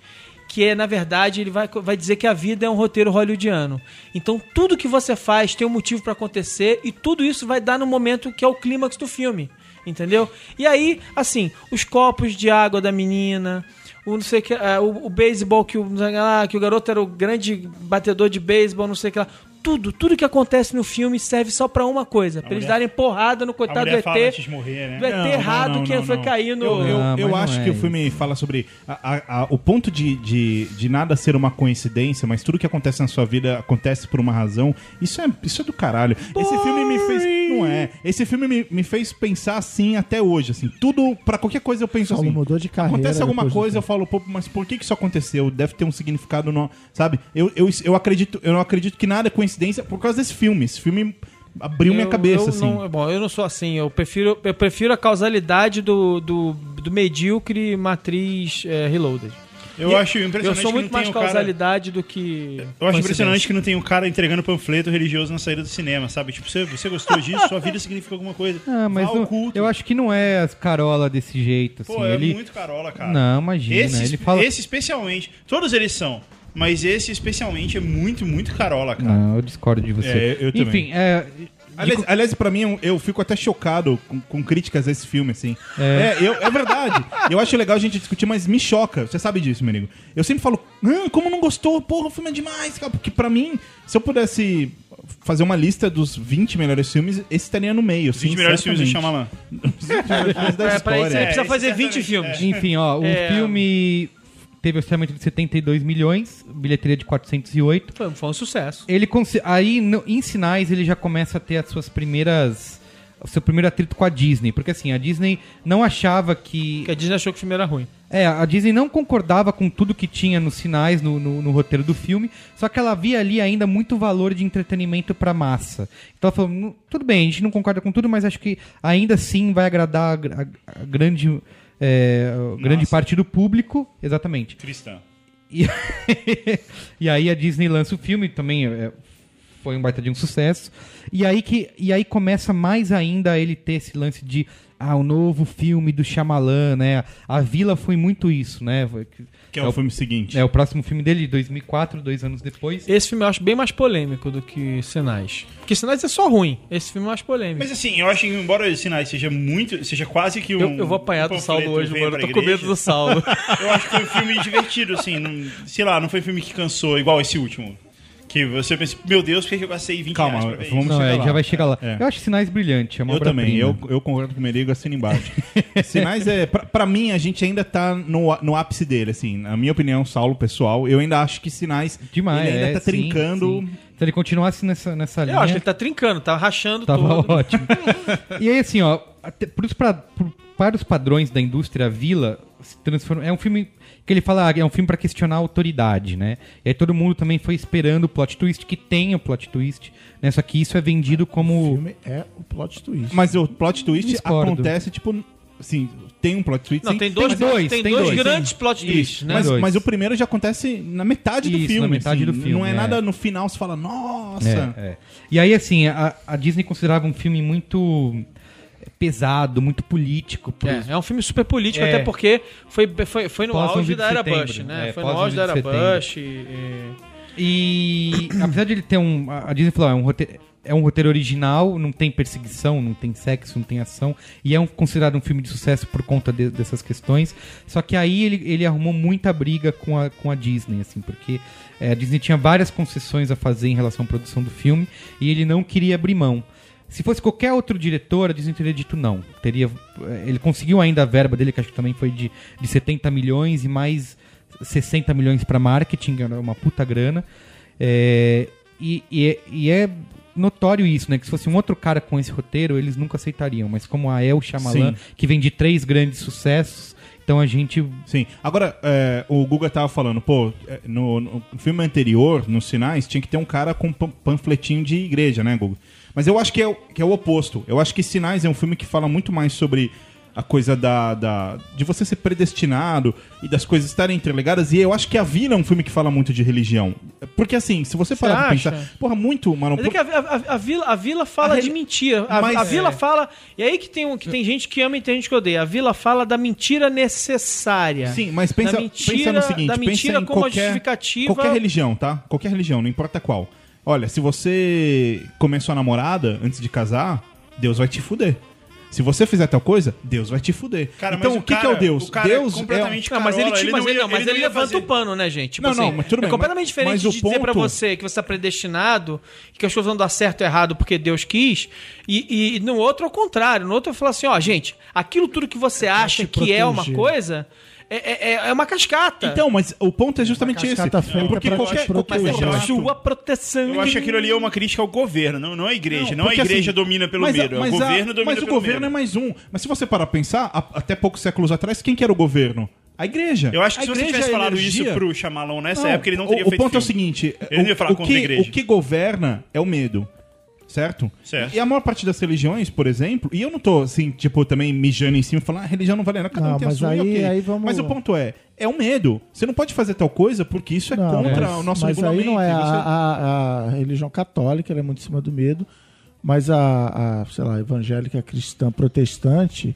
Speaker 5: que é, na verdade, ele vai, vai dizer que a vida é um roteiro hollywoodiano. Então, tudo que você faz tem um motivo pra acontecer e tudo isso vai dar no momento que é o clímax do filme. Entendeu? E aí, assim, os copos de água da menina, o não sei o que, ah, o, o beisebol que o, não sei o que lá, que o garoto era o grande batedor de beisebol, não sei o que lá. Tudo, tudo que acontece no filme serve só pra uma coisa, pra eles
Speaker 6: mulher-
Speaker 5: darem porrada no
Speaker 6: a
Speaker 5: coitado do
Speaker 6: mulher
Speaker 5: ET.
Speaker 6: fala antes de morrer, né?
Speaker 5: Do ET
Speaker 2: Não, não,
Speaker 5: errado
Speaker 2: não,
Speaker 5: que
Speaker 2: não,
Speaker 5: foi
Speaker 2: não.
Speaker 5: cair no.
Speaker 2: Eu,
Speaker 3: Ah,
Speaker 2: eu
Speaker 3: mas
Speaker 2: acho
Speaker 3: não
Speaker 2: que
Speaker 3: é
Speaker 2: o filme fala sobre a- a- a- o ponto de, de, de nada ser uma coincidência, mas tudo que acontece na sua vida acontece por uma razão. Isso é, isso é do caralho. Esse filme me fez. Não é. Esse filme me, me fez pensar assim até hoje. assim Tudo, pra qualquer coisa eu penso
Speaker 4: Paulo
Speaker 2: assim.
Speaker 4: mudou de um carreira
Speaker 2: Acontece alguma
Speaker 4: depois do
Speaker 2: coisa, eu falo, pô, mas por que que isso aconteceu? Deve ter um significado, no, sabe? Eu, eu, eu, acredito, eu não acredito que nada é coincidência por causa desse filme. Esse filme abriu minha
Speaker 5: Eu-
Speaker 2: cabeça,
Speaker 5: eu
Speaker 2: assim.
Speaker 5: não- bom, eu não sou assim. Eu prefiro, eu prefiro a causalidade do, do, do medíocre matriz é, Reloaded.
Speaker 6: Eu
Speaker 5: E-
Speaker 6: acho
Speaker 5: Eu
Speaker 6: impressionante
Speaker 5: sou
Speaker 6: que
Speaker 5: muito
Speaker 6: não
Speaker 5: mais
Speaker 6: tem o cara...
Speaker 5: causalidade do que.
Speaker 6: Eu acho impressionante que não tem um cara entregando panfleto religioso na saída do cinema, sabe? Tipo, você, você gostou disso, sua vida significa alguma coisa.
Speaker 3: Ah, mas
Speaker 6: Vá ao
Speaker 3: não-
Speaker 6: culto.
Speaker 3: eu acho que não é as carola desse jeito, assim.
Speaker 6: Pô, é
Speaker 3: ele...
Speaker 6: muito carola, cara.
Speaker 3: Não, imagina.
Speaker 6: esse,
Speaker 3: ele fala...
Speaker 6: esse especialmente. Todos eles são. Mas esse especialmente é muito, muito carola, cara.
Speaker 3: Não, eu discordo de você.
Speaker 2: É, eu também.
Speaker 3: Enfim, é...
Speaker 2: Aliás, aliás pra mim, eu- eu fico até chocado com, com críticas a esse filme, assim. É, eu- é verdade. eu acho legal a gente discutir, mas me choca. Você sabe disso, Merigo. Eu sempre falo, "Ah, como não gostou? Porra, o filme é demais, cara. Porque pra mim, se eu pudesse fazer uma lista dos 20 melhores filmes, esse estaria no meio,
Speaker 6: Os
Speaker 2: assim,
Speaker 6: 20 melhores filmes do
Speaker 2: certamente.
Speaker 6: Shyamalan.
Speaker 2: Os 20 melhores filmes da
Speaker 5: É, pra isso,
Speaker 2: história.
Speaker 5: você
Speaker 6: é.
Speaker 5: precisa
Speaker 6: esse
Speaker 5: fazer 20
Speaker 6: certamente,
Speaker 5: filmes.
Speaker 3: Enfim, ó, o
Speaker 5: É.
Speaker 3: filme teve orçamento de 72 milhões, bilheteria de 408.
Speaker 5: Foi, foi um sucesso.
Speaker 3: Ele consi- aí no- em sinais ele já começa a ter as suas primeiras o seu primeiro atrito com a Disney. Porque assim, a Disney não achava que.
Speaker 5: Porque a Disney achou que o filme era ruim.
Speaker 3: É, a Disney não concordava com tudo que tinha nos sinais, no, no- no roteiro do filme, só que ela via ali ainda muito valor de entretenimento pra massa. Então ela falou, "Nu- tudo bem, a gente não concorda com tudo, mas acho que ainda assim vai agradar a, gr- a- a grande, é, a grande
Speaker 2: Massa.
Speaker 3: parte do público. Exatamente.
Speaker 2: Cristã.
Speaker 3: E, *laughs* e aí a Disney lança o filme, também é, foi um baita de um sucesso. E aí, que, e aí começa mais ainda ele ter esse lance de ah, o novo filme do Shyamalan, né? A Vila foi muito isso, né? Foi-
Speaker 2: Que é, o filme seguinte.
Speaker 3: é o próximo filme dele, de 2004, dois anos depois.
Speaker 5: Esse filme eu acho bem mais polêmico do que Sinais. Porque Sinais é só ruim. Esse filme é mais polêmico.
Speaker 6: Mas assim, eu acho que embora os sinais seja muito, seja quase que um.
Speaker 5: eu, eu vou apanhar
Speaker 6: um
Speaker 5: do saldo
Speaker 6: panfleto
Speaker 5: hoje,
Speaker 6: vem
Speaker 5: mano.
Speaker 6: pra
Speaker 5: Eu tô com medo
Speaker 6: igreja, *laughs*
Speaker 5: do saldo.
Speaker 6: Eu acho que foi um filme divertido, assim. não- sei lá, não foi um filme que cansou, igual esse último. Que você pensa, meu Deus, por que que eu gastei 20
Speaker 2: Calma,
Speaker 6: reais pra ver
Speaker 2: vamos
Speaker 6: isso?
Speaker 3: Não,
Speaker 2: chegar
Speaker 3: é,
Speaker 2: lá.
Speaker 3: já vai chegar lá.
Speaker 2: É.
Speaker 3: Eu acho Sinais brilhante, é uma
Speaker 2: Eu
Speaker 3: obra
Speaker 2: também, eu,
Speaker 3: prima.
Speaker 2: eu concordo com o Merigo, assino *laughs* embaixo. Sinais é, pra, pra mim, a gente ainda tá no, á- no ápice dele, assim, na minha opinião, Saulo, pessoal, eu ainda acho que Sinais,
Speaker 3: Demais,
Speaker 2: ele ainda
Speaker 3: é,
Speaker 2: tá
Speaker 3: sim,
Speaker 2: trincando,
Speaker 3: sim. Se ele continuasse nessa, nessa linha...
Speaker 5: *laughs* eu acho que ele tá trincando, tá rachando
Speaker 3: Tava
Speaker 5: tudo.
Speaker 3: ótimo. e aí, assim, ó, até pros pra- pro- para os padrões da indústria, a Vila se transforma. É um filme que ele fala, ah, é um filme pra questionar a autoridade, né? E aí todo mundo também foi esperando o plot twist, que tem o plot twist, né? Só que isso é vendido
Speaker 4: O
Speaker 3: como.
Speaker 4: filme é o plot twist.
Speaker 2: mas o plot twist
Speaker 3: Discordo.
Speaker 2: acontece, tipo, assim, tem um plot twist,
Speaker 5: Não,
Speaker 2: sim.
Speaker 5: tem dois,
Speaker 3: Tem dois,
Speaker 5: tem
Speaker 3: tem
Speaker 5: dois
Speaker 3: dois,
Speaker 5: grandes
Speaker 3: sim.
Speaker 5: plot twists, né?
Speaker 2: Mas,
Speaker 3: Dois.
Speaker 2: mas o primeiro já acontece na metade do
Speaker 3: Isso,
Speaker 2: filme.
Speaker 3: na metade do filme,
Speaker 2: Não é,
Speaker 3: é.
Speaker 2: nada no final, você fala, nossa.
Speaker 3: É, é. E aí, assim, a, a Disney considerava um filme muito pesado, muito político. pros-
Speaker 5: É, é um filme super político,
Speaker 3: É.
Speaker 5: até porque foi, foi, foi no
Speaker 3: Pós
Speaker 5: auge
Speaker 3: 11 de
Speaker 5: da era
Speaker 3: setembro,
Speaker 5: Bush, né?
Speaker 3: é,
Speaker 5: foi no
Speaker 3: pós
Speaker 5: auge da
Speaker 3: 11
Speaker 5: era
Speaker 3: de setembro.
Speaker 5: Bush. e-
Speaker 3: E apesar de ele ter um. A a Disney falou, ó, é um roteiro. É um roteiro original, não tem perseguição, não tem sexo, não tem ação, e é um- considerado um filme de sucesso por conta de- dessas questões. Só que aí ele, ele arrumou muita briga com a, com a Disney, assim, porque eh, a Disney tinha várias concessões a fazer em relação à produção do filme e ele não queria abrir mão. Se fosse qualquer outro diretor, a Disney teria dito não. Teria, eh, ele conseguiu ainda a verba dele, que acho que também foi de, de 70 milhões e mais 60 milhões para marketing, era uma puta grana. É, e, e- e é notório isso, né? Que se fosse um outro cara com esse roteiro, eles nunca aceitariam. Mas como a El Shyamalan,
Speaker 2: Sim.
Speaker 3: que vem de três grandes sucessos, então a gente...
Speaker 2: Sim. Agora, é, o Guga tava falando, pô, é, no, no filme anterior, nos sinais, tinha que ter um cara com pan- panfletinho de igreja, né, Guga? Mas eu acho que é, o- que é o oposto. Eu acho que Sinais é um filme que fala muito mais sobre a coisa da, da- de você ser predestinado e das coisas estarem entrelegadas. E eu acho que A Vila é um filme que fala muito de religião. Porque, assim, se você parar pra
Speaker 5: acha?
Speaker 2: pensar... Porra, muito, mano...
Speaker 5: Mas é que a, a- a vila, a vila fala
Speaker 2: A
Speaker 5: de
Speaker 2: reli-
Speaker 5: mentira. A,
Speaker 2: Mas-
Speaker 5: a vila
Speaker 2: é.
Speaker 5: fala. E aí que tem, um- que tem gente que ama e tem gente que odeia. A vila fala da mentira necessária.
Speaker 2: Sim, mas pensa,
Speaker 5: né? Da mentira-
Speaker 2: pensa no seguinte,
Speaker 5: da mentira
Speaker 2: pensa em
Speaker 5: como a
Speaker 2: qualquer,
Speaker 5: justificativa-
Speaker 2: qualquer religião, tá? Qualquer religião, não importa qual. Olha, se você começou a namorada antes de casar, Deus vai te fuder. Se você fizer tal coisa, Deus vai te fuder.
Speaker 6: Cara, mas
Speaker 2: então, o, que, que é o
Speaker 6: cara-
Speaker 2: Deus?
Speaker 6: O cara
Speaker 2: Deus
Speaker 6: é completamente
Speaker 5: Não, mas ele,
Speaker 6: carola,
Speaker 5: tipo, mas
Speaker 6: não
Speaker 5: ele,
Speaker 6: ia-
Speaker 5: não, mas ele,
Speaker 6: não ia
Speaker 5: levanta
Speaker 6: fazer.
Speaker 5: o pano, né, gente? Tipo
Speaker 2: Não,
Speaker 5: assim,
Speaker 2: não, mas tudo bem,
Speaker 5: É completamente
Speaker 2: mas-
Speaker 5: diferente
Speaker 2: mas
Speaker 5: de
Speaker 2: o
Speaker 5: dizer pra
Speaker 2: ponto-
Speaker 5: você que você tá predestinado, que as coisas vão dar certo ou errado porque Deus quis, e, e no outro é o contrário. No outro eu falo assim, ó, gente, aquilo tudo que você acha
Speaker 4: te
Speaker 5: que é uma
Speaker 4: proteger.
Speaker 5: coisa é, é- é uma cascata.
Speaker 2: Então, mas o ponto é justamente
Speaker 4: Uma
Speaker 2: esse.
Speaker 4: cascata feita
Speaker 2: Porque
Speaker 4: pra te
Speaker 2: qualquer, qualquer
Speaker 4: proteger.
Speaker 5: mas é a
Speaker 2: relato-
Speaker 5: sua proteção.
Speaker 6: Eu acho que aquilo ali é uma crítica ao governo, não, não à igreja. Não, é a
Speaker 2: porque,
Speaker 6: igreja
Speaker 2: assim,
Speaker 6: domina pelo
Speaker 2: mas a-
Speaker 6: medo. é o
Speaker 2: mas a-
Speaker 6: governo domina
Speaker 2: Mas o
Speaker 6: pelo
Speaker 2: governo
Speaker 6: medo.
Speaker 2: é mais um. Mas se você parar pra pensar, a- até poucos séculos atrás, quem que era o governo? A igreja.
Speaker 6: Eu acho que
Speaker 2: A
Speaker 6: se você
Speaker 2: igreja
Speaker 6: tivesse
Speaker 2: é a
Speaker 6: falado
Speaker 2: energia.
Speaker 6: isso pro Chamalão nessa
Speaker 2: Não,
Speaker 6: época, ele não
Speaker 2: o-
Speaker 6: teria
Speaker 2: o,
Speaker 6: feito
Speaker 2: ponto é o
Speaker 6: filme.
Speaker 2: seguinte:
Speaker 6: Ele não ia
Speaker 2: o-
Speaker 6: falar
Speaker 2: o,
Speaker 6: contra a
Speaker 2: que,
Speaker 6: igreja.
Speaker 2: o que governa é o medo. Certo?
Speaker 6: Certo.
Speaker 2: E a maior parte das religiões, por exemplo, e eu não tô assim, tipo, também mijando em cima e falando, ah, a religião não vale nada, cada um
Speaker 4: Não,
Speaker 2: tem a
Speaker 4: mas
Speaker 2: sua, e
Speaker 4: aí-
Speaker 2: ok."
Speaker 4: aí vamos-
Speaker 2: Mas o ponto é, é o medo. Você não pode fazer tal coisa porque isso é
Speaker 4: Não,
Speaker 2: contra
Speaker 4: mas-
Speaker 2: o nosso
Speaker 4: Mas aí
Speaker 2: regulamento.
Speaker 4: não é a,
Speaker 2: e você-
Speaker 4: a- a religião católica, ela é muito em cima do medo. Mas a, a, sei lá, evangélica cristã protestante,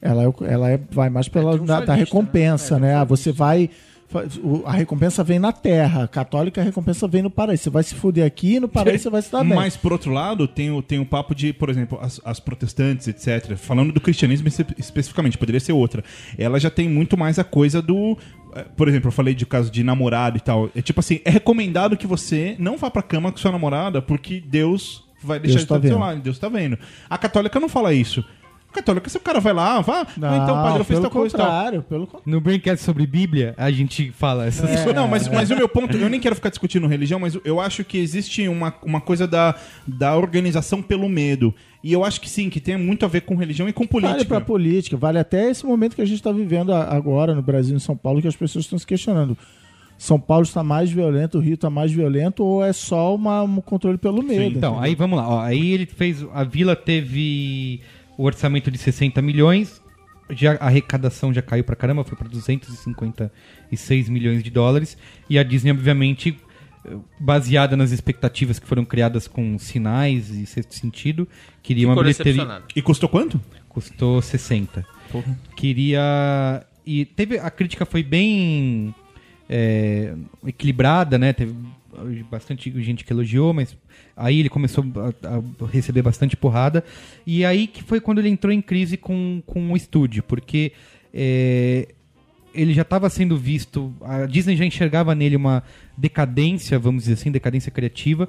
Speaker 4: ela, é o- ela é, vai mais pela
Speaker 2: um
Speaker 4: da, da
Speaker 2: É,
Speaker 4: recompensa, né? Ah, você vai. fa- o- A recompensa vem na terra. A católica, a recompensa vem no paraíso. Você vai se fuder aqui
Speaker 2: *laughs*
Speaker 4: e no paraíso você vai se dar bem.
Speaker 2: Mas, por outro lado, tem o, tem o papo de, por exemplo, as, as protestantes, etc. Falando do cristianismo espe- especificamente, poderia ser outra. Ela já tem muito mais a coisa do. eh, Por exemplo, eu falei de caso de namorado e tal. É tipo assim: é recomendado que você não vá pra cama com sua namorada porque Deus vai deixar
Speaker 4: Deus tá
Speaker 2: estar do seu
Speaker 4: vendo.
Speaker 2: lado, Deus tá vendo. A católica não fala isso. Católica, se o cara vai lá, vá,
Speaker 4: Não,
Speaker 2: então o padre fez
Speaker 4: pelo
Speaker 2: tal coisa e tal.
Speaker 4: contrário, pelo contrário.
Speaker 3: No Braincast sobre Bíblia, a gente fala essas
Speaker 2: Isso, não, mas, mas o meu ponto, eu nem quero ficar discutindo religião, mas eu acho que existe uma, uma coisa da, da organização pelo medo. E eu acho que sim, que tem muito a ver com religião e com
Speaker 4: Vale para
Speaker 2: política.
Speaker 4: política, vale até esse momento que a gente está vivendo a- agora no Brasil, em São Paulo, que as pessoas estão se questionando. São Paulo está mais violento, o Rio está mais violento, ou é só uma- um controle pelo medo?
Speaker 3: Então, aí vamos lá. ó, aí ele fez. A vila teve o orçamento de 60 milhões. Já, a arrecadação já caiu pra caramba, foi pra 256 milhões de dólares. E a Disney, obviamente, eh, baseada nas expectativas que foram criadas com sinais e sexto sentido, queria uma
Speaker 5: Ficou
Speaker 3: bilheteria.
Speaker 5: decepcionado.
Speaker 2: E custou quanto?
Speaker 3: Custou 60. Queria. E teve. A crítica foi bem é, equilibrada, né? Teve bastante gente que elogiou, mas aí ele começou a, a receber bastante porrada. E aí que foi quando ele entrou em crise com, com o estúdio, porque é, ele já estava sendo visto. A Disney já enxergava nele uma decadência, vamos dizer assim, decadência criativa.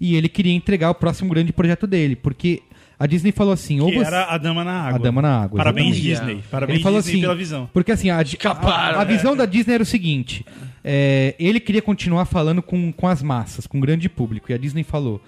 Speaker 3: E ele queria entregar o próximo grande projeto dele, porque a Disney falou assim: ou
Speaker 6: Que
Speaker 3: você-
Speaker 6: era a dama na água.
Speaker 3: a Dama na Água.
Speaker 6: Parabéns,
Speaker 3: exatamente.
Speaker 6: Disney. Parabéns,
Speaker 3: Ele falou
Speaker 6: Disney,
Speaker 3: assim,
Speaker 6: pela visão. né?
Speaker 3: Porque assim, a, a, a visão da Disney era o seguinte: é, ele queria continuar falando com, com as massas, com o grande público. E a Disney falou: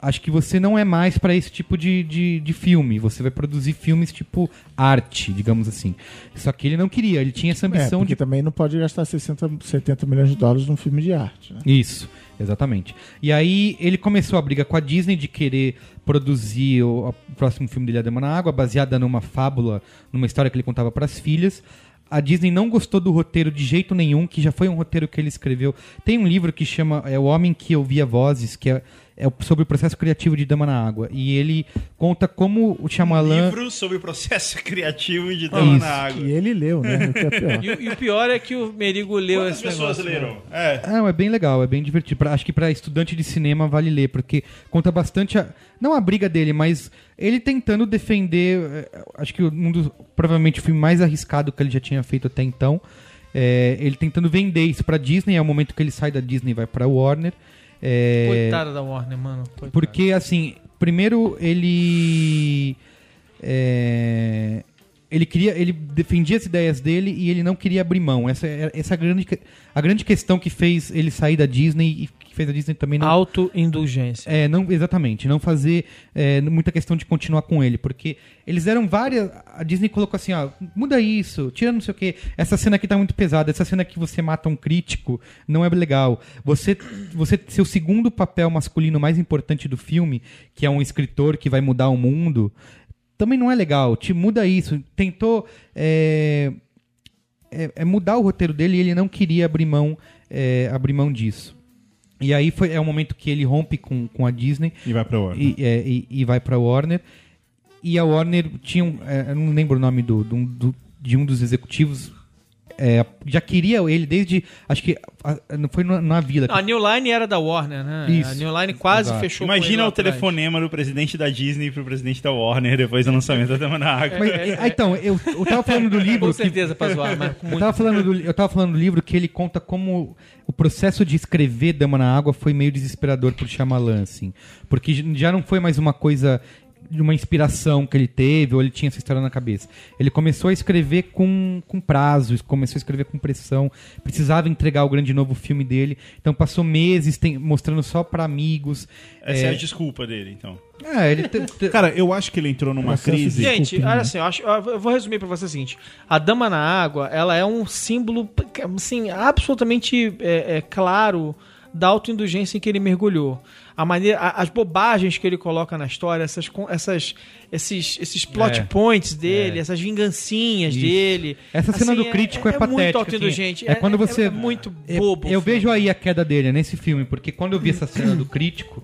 Speaker 3: Acho que você não é mais para esse tipo de, de, de filme. Você vai produzir filmes tipo arte, digamos assim. Só que ele não queria, ele tinha essa
Speaker 4: É,
Speaker 3: ambição
Speaker 4: porque
Speaker 3: de
Speaker 4: também não pode gastar 60, 70 milhões de dólares num filme de arte, né?
Speaker 3: Isso, exatamente. E aí ele começou a briga com a Disney de querer produzir o, o próximo filme dele, A Dama na Água, baseada numa fábula, numa história que ele contava para as filhas. A Disney não gostou do roteiro de jeito nenhum, que já foi um roteiro que ele escreveu. Tem um livro que chama é O Homem que Ouvia Vozes, que é, é sobre o processo criativo de Dama na Água. E ele conta como o Shyamalan...
Speaker 6: Livro sobre o processo *laughs* criativo de Dama
Speaker 3: Isso.
Speaker 6: na água.
Speaker 4: E ele leu, né? O que é
Speaker 5: *laughs*
Speaker 4: pior.
Speaker 5: E, o- e o pior é que o Merigo leu
Speaker 6: Quantas
Speaker 5: esse
Speaker 6: pessoas
Speaker 5: negócio. né?
Speaker 6: leram? É.
Speaker 3: Ah, não, é bem legal, é bem divertido. Pra- acho que pra estudante de cinema vale ler, porque conta bastante, a- não a briga dele, mas ele tentando defender, eh, acho que um dos, provavelmente o filme mais arriscado que ele já tinha feito até então, É, ele tentando vender isso pra Disney, é o momento que ele sai da Disney e vai pra Warner. É,
Speaker 5: Coitada da Warner, mano. coitada.
Speaker 3: porque, assim, primeiro ele. é, ele queria. Ele defendia as ideias dele e ele não queria abrir mão. Essa é essa é a grande, que- a grande questão que fez ele sair da Disney e que fez a Disney também não.
Speaker 5: Autoindulgência.
Speaker 3: É, não, exatamente, não fazer é, muita questão de continuar com ele, porque eles deram várias. A Disney colocou assim, ó, muda isso, tira não sei o que. Essa cena aqui tá muito pesada, essa cena que você mata um crítico não é legal. Você, você, seu segundo papel masculino mais importante do filme, que é um escritor que vai mudar o mundo, também não é legal. Te muda isso. Tentou. é, é, é mudar o roteiro dele e ele não queria abrir mão, é, abrir mão disso. E aí foi, é o momento que ele rompe com, com a Disney
Speaker 2: E vai pra hora.
Speaker 3: e, é, e, e vai pra Warner. E a Warner tinha um. é, eu não lembro o nome do, do- do- de um dos executivos. é, já queria ele desde. Acho que. a- a- não foi na, na vila.
Speaker 5: A New Line era da Warner, né?
Speaker 3: Isso.
Speaker 5: A New Line quase
Speaker 3: Exato.
Speaker 5: fechou com ele
Speaker 6: Imagina o
Speaker 5: lá atrás.
Speaker 6: telefonema do presidente da Disney pro presidente da Warner depois do lançamento da Dama na Água.
Speaker 3: Mas, ah, então, eu, eu tava falando do livro.
Speaker 5: é, *laughs* Com
Speaker 3: que-
Speaker 5: certeza pra zoar, mas com
Speaker 3: Eu
Speaker 5: muito.
Speaker 3: tava, falando do, eu tava falando do livro que ele conta como o processo de escrever Dama na Água foi meio desesperador pro Shyamalan, assim. Porque j- já não foi mais uma coisa de uma inspiração que ele teve ou ele tinha essa história na cabeça. Ele começou a escrever com, com prazos, começou a escrever com pressão, precisava entregar o grande novo filme dele. Então passou meses tem- mostrando só pra amigos.
Speaker 6: Essa é.
Speaker 3: é,
Speaker 6: a desculpa dele, então.
Speaker 3: é, ele te- te-
Speaker 2: Cara, eu acho que ele entrou numa
Speaker 4: Processo
Speaker 2: crise.
Speaker 4: de-
Speaker 5: Gente,
Speaker 4: Desculpe,
Speaker 5: olha
Speaker 4: né?
Speaker 5: assim, eu, acho- eu vou resumir pra você o seguinte: a Dama na Água, ela é um símbolo, assim, absolutamente é, é, claro da autoindulgência em que ele mergulhou. A maneira, a- as bobagens que ele coloca na história, essas, con- essas, esses, esses plot
Speaker 3: É.
Speaker 5: points dele, essas vingancinhas
Speaker 3: Isso.
Speaker 5: dele.
Speaker 3: Essa cena
Speaker 5: Assim,
Speaker 3: do crítico é, patética.
Speaker 5: muito
Speaker 3: assim.
Speaker 5: autoindulgente.
Speaker 3: é, quando você
Speaker 5: é muito
Speaker 3: É,
Speaker 5: bobo.
Speaker 3: Eu
Speaker 5: o filme.
Speaker 3: vejo aí a queda dele nesse filme, porque quando eu vi essa cena do crítico,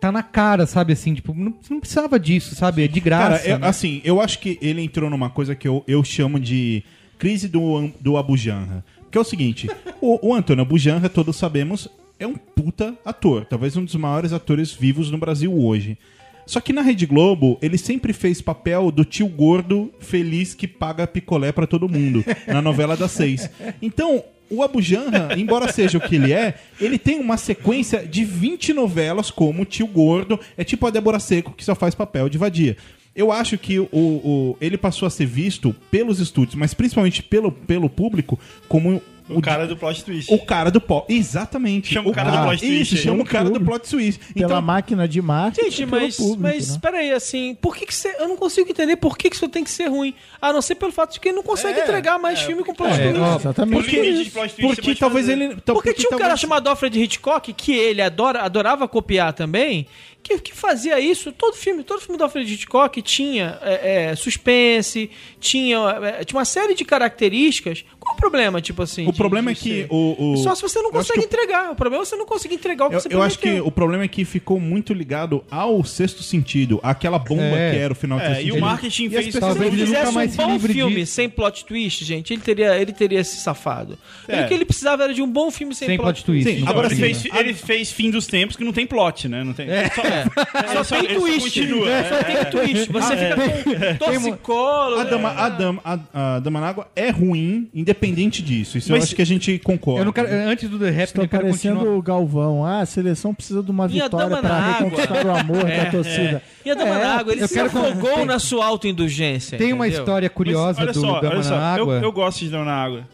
Speaker 3: tá na cara, sabe assim, tipo, não, não precisava disso, sabe? É de graça.
Speaker 2: Cara, eu-
Speaker 3: né?
Speaker 2: assim, eu acho que ele entrou numa coisa que eu, eu chamo de crise do, An- do Abujanra. Que é o seguinte, o, o Antônio Abujanra, todos sabemos, é um puta ator. Talvez um dos maiores atores vivos no Brasil hoje. Só que na Rede Globo, ele sempre fez papel do tio gordo feliz que paga picolé pra todo mundo, na novela das seis. Então, o Abujanra, embora seja o que ele é, ele tem uma sequência de 20 novelas como o Tio Gordo, é tipo a Débora Seco que só faz papel de vadia. Eu acho que o, o- ele passou a ser visto pelos estúdios, mas principalmente pelo, pelo público, como
Speaker 6: O cara é do plot twist.
Speaker 2: o cara do plot. Exatamente. Ah,
Speaker 6: Chama o cara do plot twist
Speaker 2: Isso,
Speaker 6: aí.
Speaker 2: chama o cara do
Speaker 4: Pelo
Speaker 2: plot twist.
Speaker 4: Pela
Speaker 2: Então,
Speaker 4: máquina de marketing
Speaker 5: Gente,
Speaker 4: e é pelo
Speaker 5: mas,
Speaker 4: público,
Speaker 5: mas
Speaker 4: né?
Speaker 5: peraí, assim, por que, que você. Eu não consigo entender por que, que isso tem que ser ruim. A não ser pelo fato de que ele não consegue
Speaker 2: É,
Speaker 5: entregar mais filme com plot
Speaker 3: É,
Speaker 5: twist.
Speaker 3: ó,
Speaker 4: Exatamente.
Speaker 6: Porque-
Speaker 4: isso.
Speaker 6: de plot twist você
Speaker 2: porque
Speaker 6: pode
Speaker 2: talvez
Speaker 6: fazer.
Speaker 2: ele. tal-
Speaker 5: Porque tinha um cara
Speaker 2: talvez-
Speaker 5: chamado Alfred Hitchcock, que ele adora, adorava copiar também, que, que fazia isso. Todo filme, todo filme do Alfred Hitchcock tinha é, é, suspense, tinha, é, tinha uma série de características. Qual o problema, tipo assim?
Speaker 2: O
Speaker 5: de-
Speaker 2: problema é
Speaker 5: de
Speaker 2: que
Speaker 5: ser?
Speaker 2: o. o-
Speaker 5: Só se você não
Speaker 2: eu acho
Speaker 5: consegue
Speaker 2: que o-
Speaker 5: entregar. O problema é você não conseguir entregar o que
Speaker 2: Eu,
Speaker 5: você
Speaker 2: eu acho que
Speaker 5: prometeu.
Speaker 2: o problema é que ficou muito ligado ao sexto sentido, aquela bomba
Speaker 3: É.
Speaker 2: que era o final do
Speaker 6: É,
Speaker 2: sexto
Speaker 6: e o
Speaker 2: sentido.
Speaker 6: marketing
Speaker 2: as
Speaker 6: fez
Speaker 2: pessoas
Speaker 5: Se ele
Speaker 3: Talvez ele nunca
Speaker 5: fizesse
Speaker 3: mais
Speaker 5: um
Speaker 3: se
Speaker 5: bom
Speaker 3: livre
Speaker 5: filme
Speaker 3: disso.
Speaker 5: sem plot twist, gente, ele teria, ele teria se safado.
Speaker 6: É.
Speaker 5: Ele- O que ele precisava era de um bom filme sem,
Speaker 3: Sem plot twist.
Speaker 2: Sim,
Speaker 3: não
Speaker 2: agora
Speaker 6: ele,
Speaker 3: precisa.
Speaker 6: fez, ele fez fim dos tempos que não tem plot, né? Não tem. Só,
Speaker 5: É. Só tem
Speaker 6: ele
Speaker 5: twist.
Speaker 6: Continua. É. Ah,
Speaker 5: Só tem twist. Você fica com toxicólogo.
Speaker 2: A dama, a dama, a, a dama na água é ruim, independente disso. Isso eu
Speaker 6: Mas-
Speaker 2: acho que a gente concorda.
Speaker 3: Eu não quero, antes do The Rap,
Speaker 4: Estou
Speaker 3: eu quero
Speaker 4: parecendo
Speaker 3: continuar.
Speaker 4: o Galvão. Ah, a seleção precisa de uma
Speaker 5: Minha
Speaker 4: vitória
Speaker 5: dama
Speaker 4: para
Speaker 5: na água. É,
Speaker 4: reconquistar o amor da torcida.
Speaker 5: né? E a dama
Speaker 4: É,
Speaker 5: na água, ele
Speaker 3: eu
Speaker 5: se
Speaker 3: quero-
Speaker 5: afogou na sua autoindulgência.
Speaker 3: Tem uma
Speaker 5: entendeu?
Speaker 3: história
Speaker 6: Mas
Speaker 3: curiosa
Speaker 6: olha
Speaker 3: do
Speaker 6: só,
Speaker 3: Dama
Speaker 6: olha só.
Speaker 3: na Água.
Speaker 6: Eu, eu gosto de Dama na Água.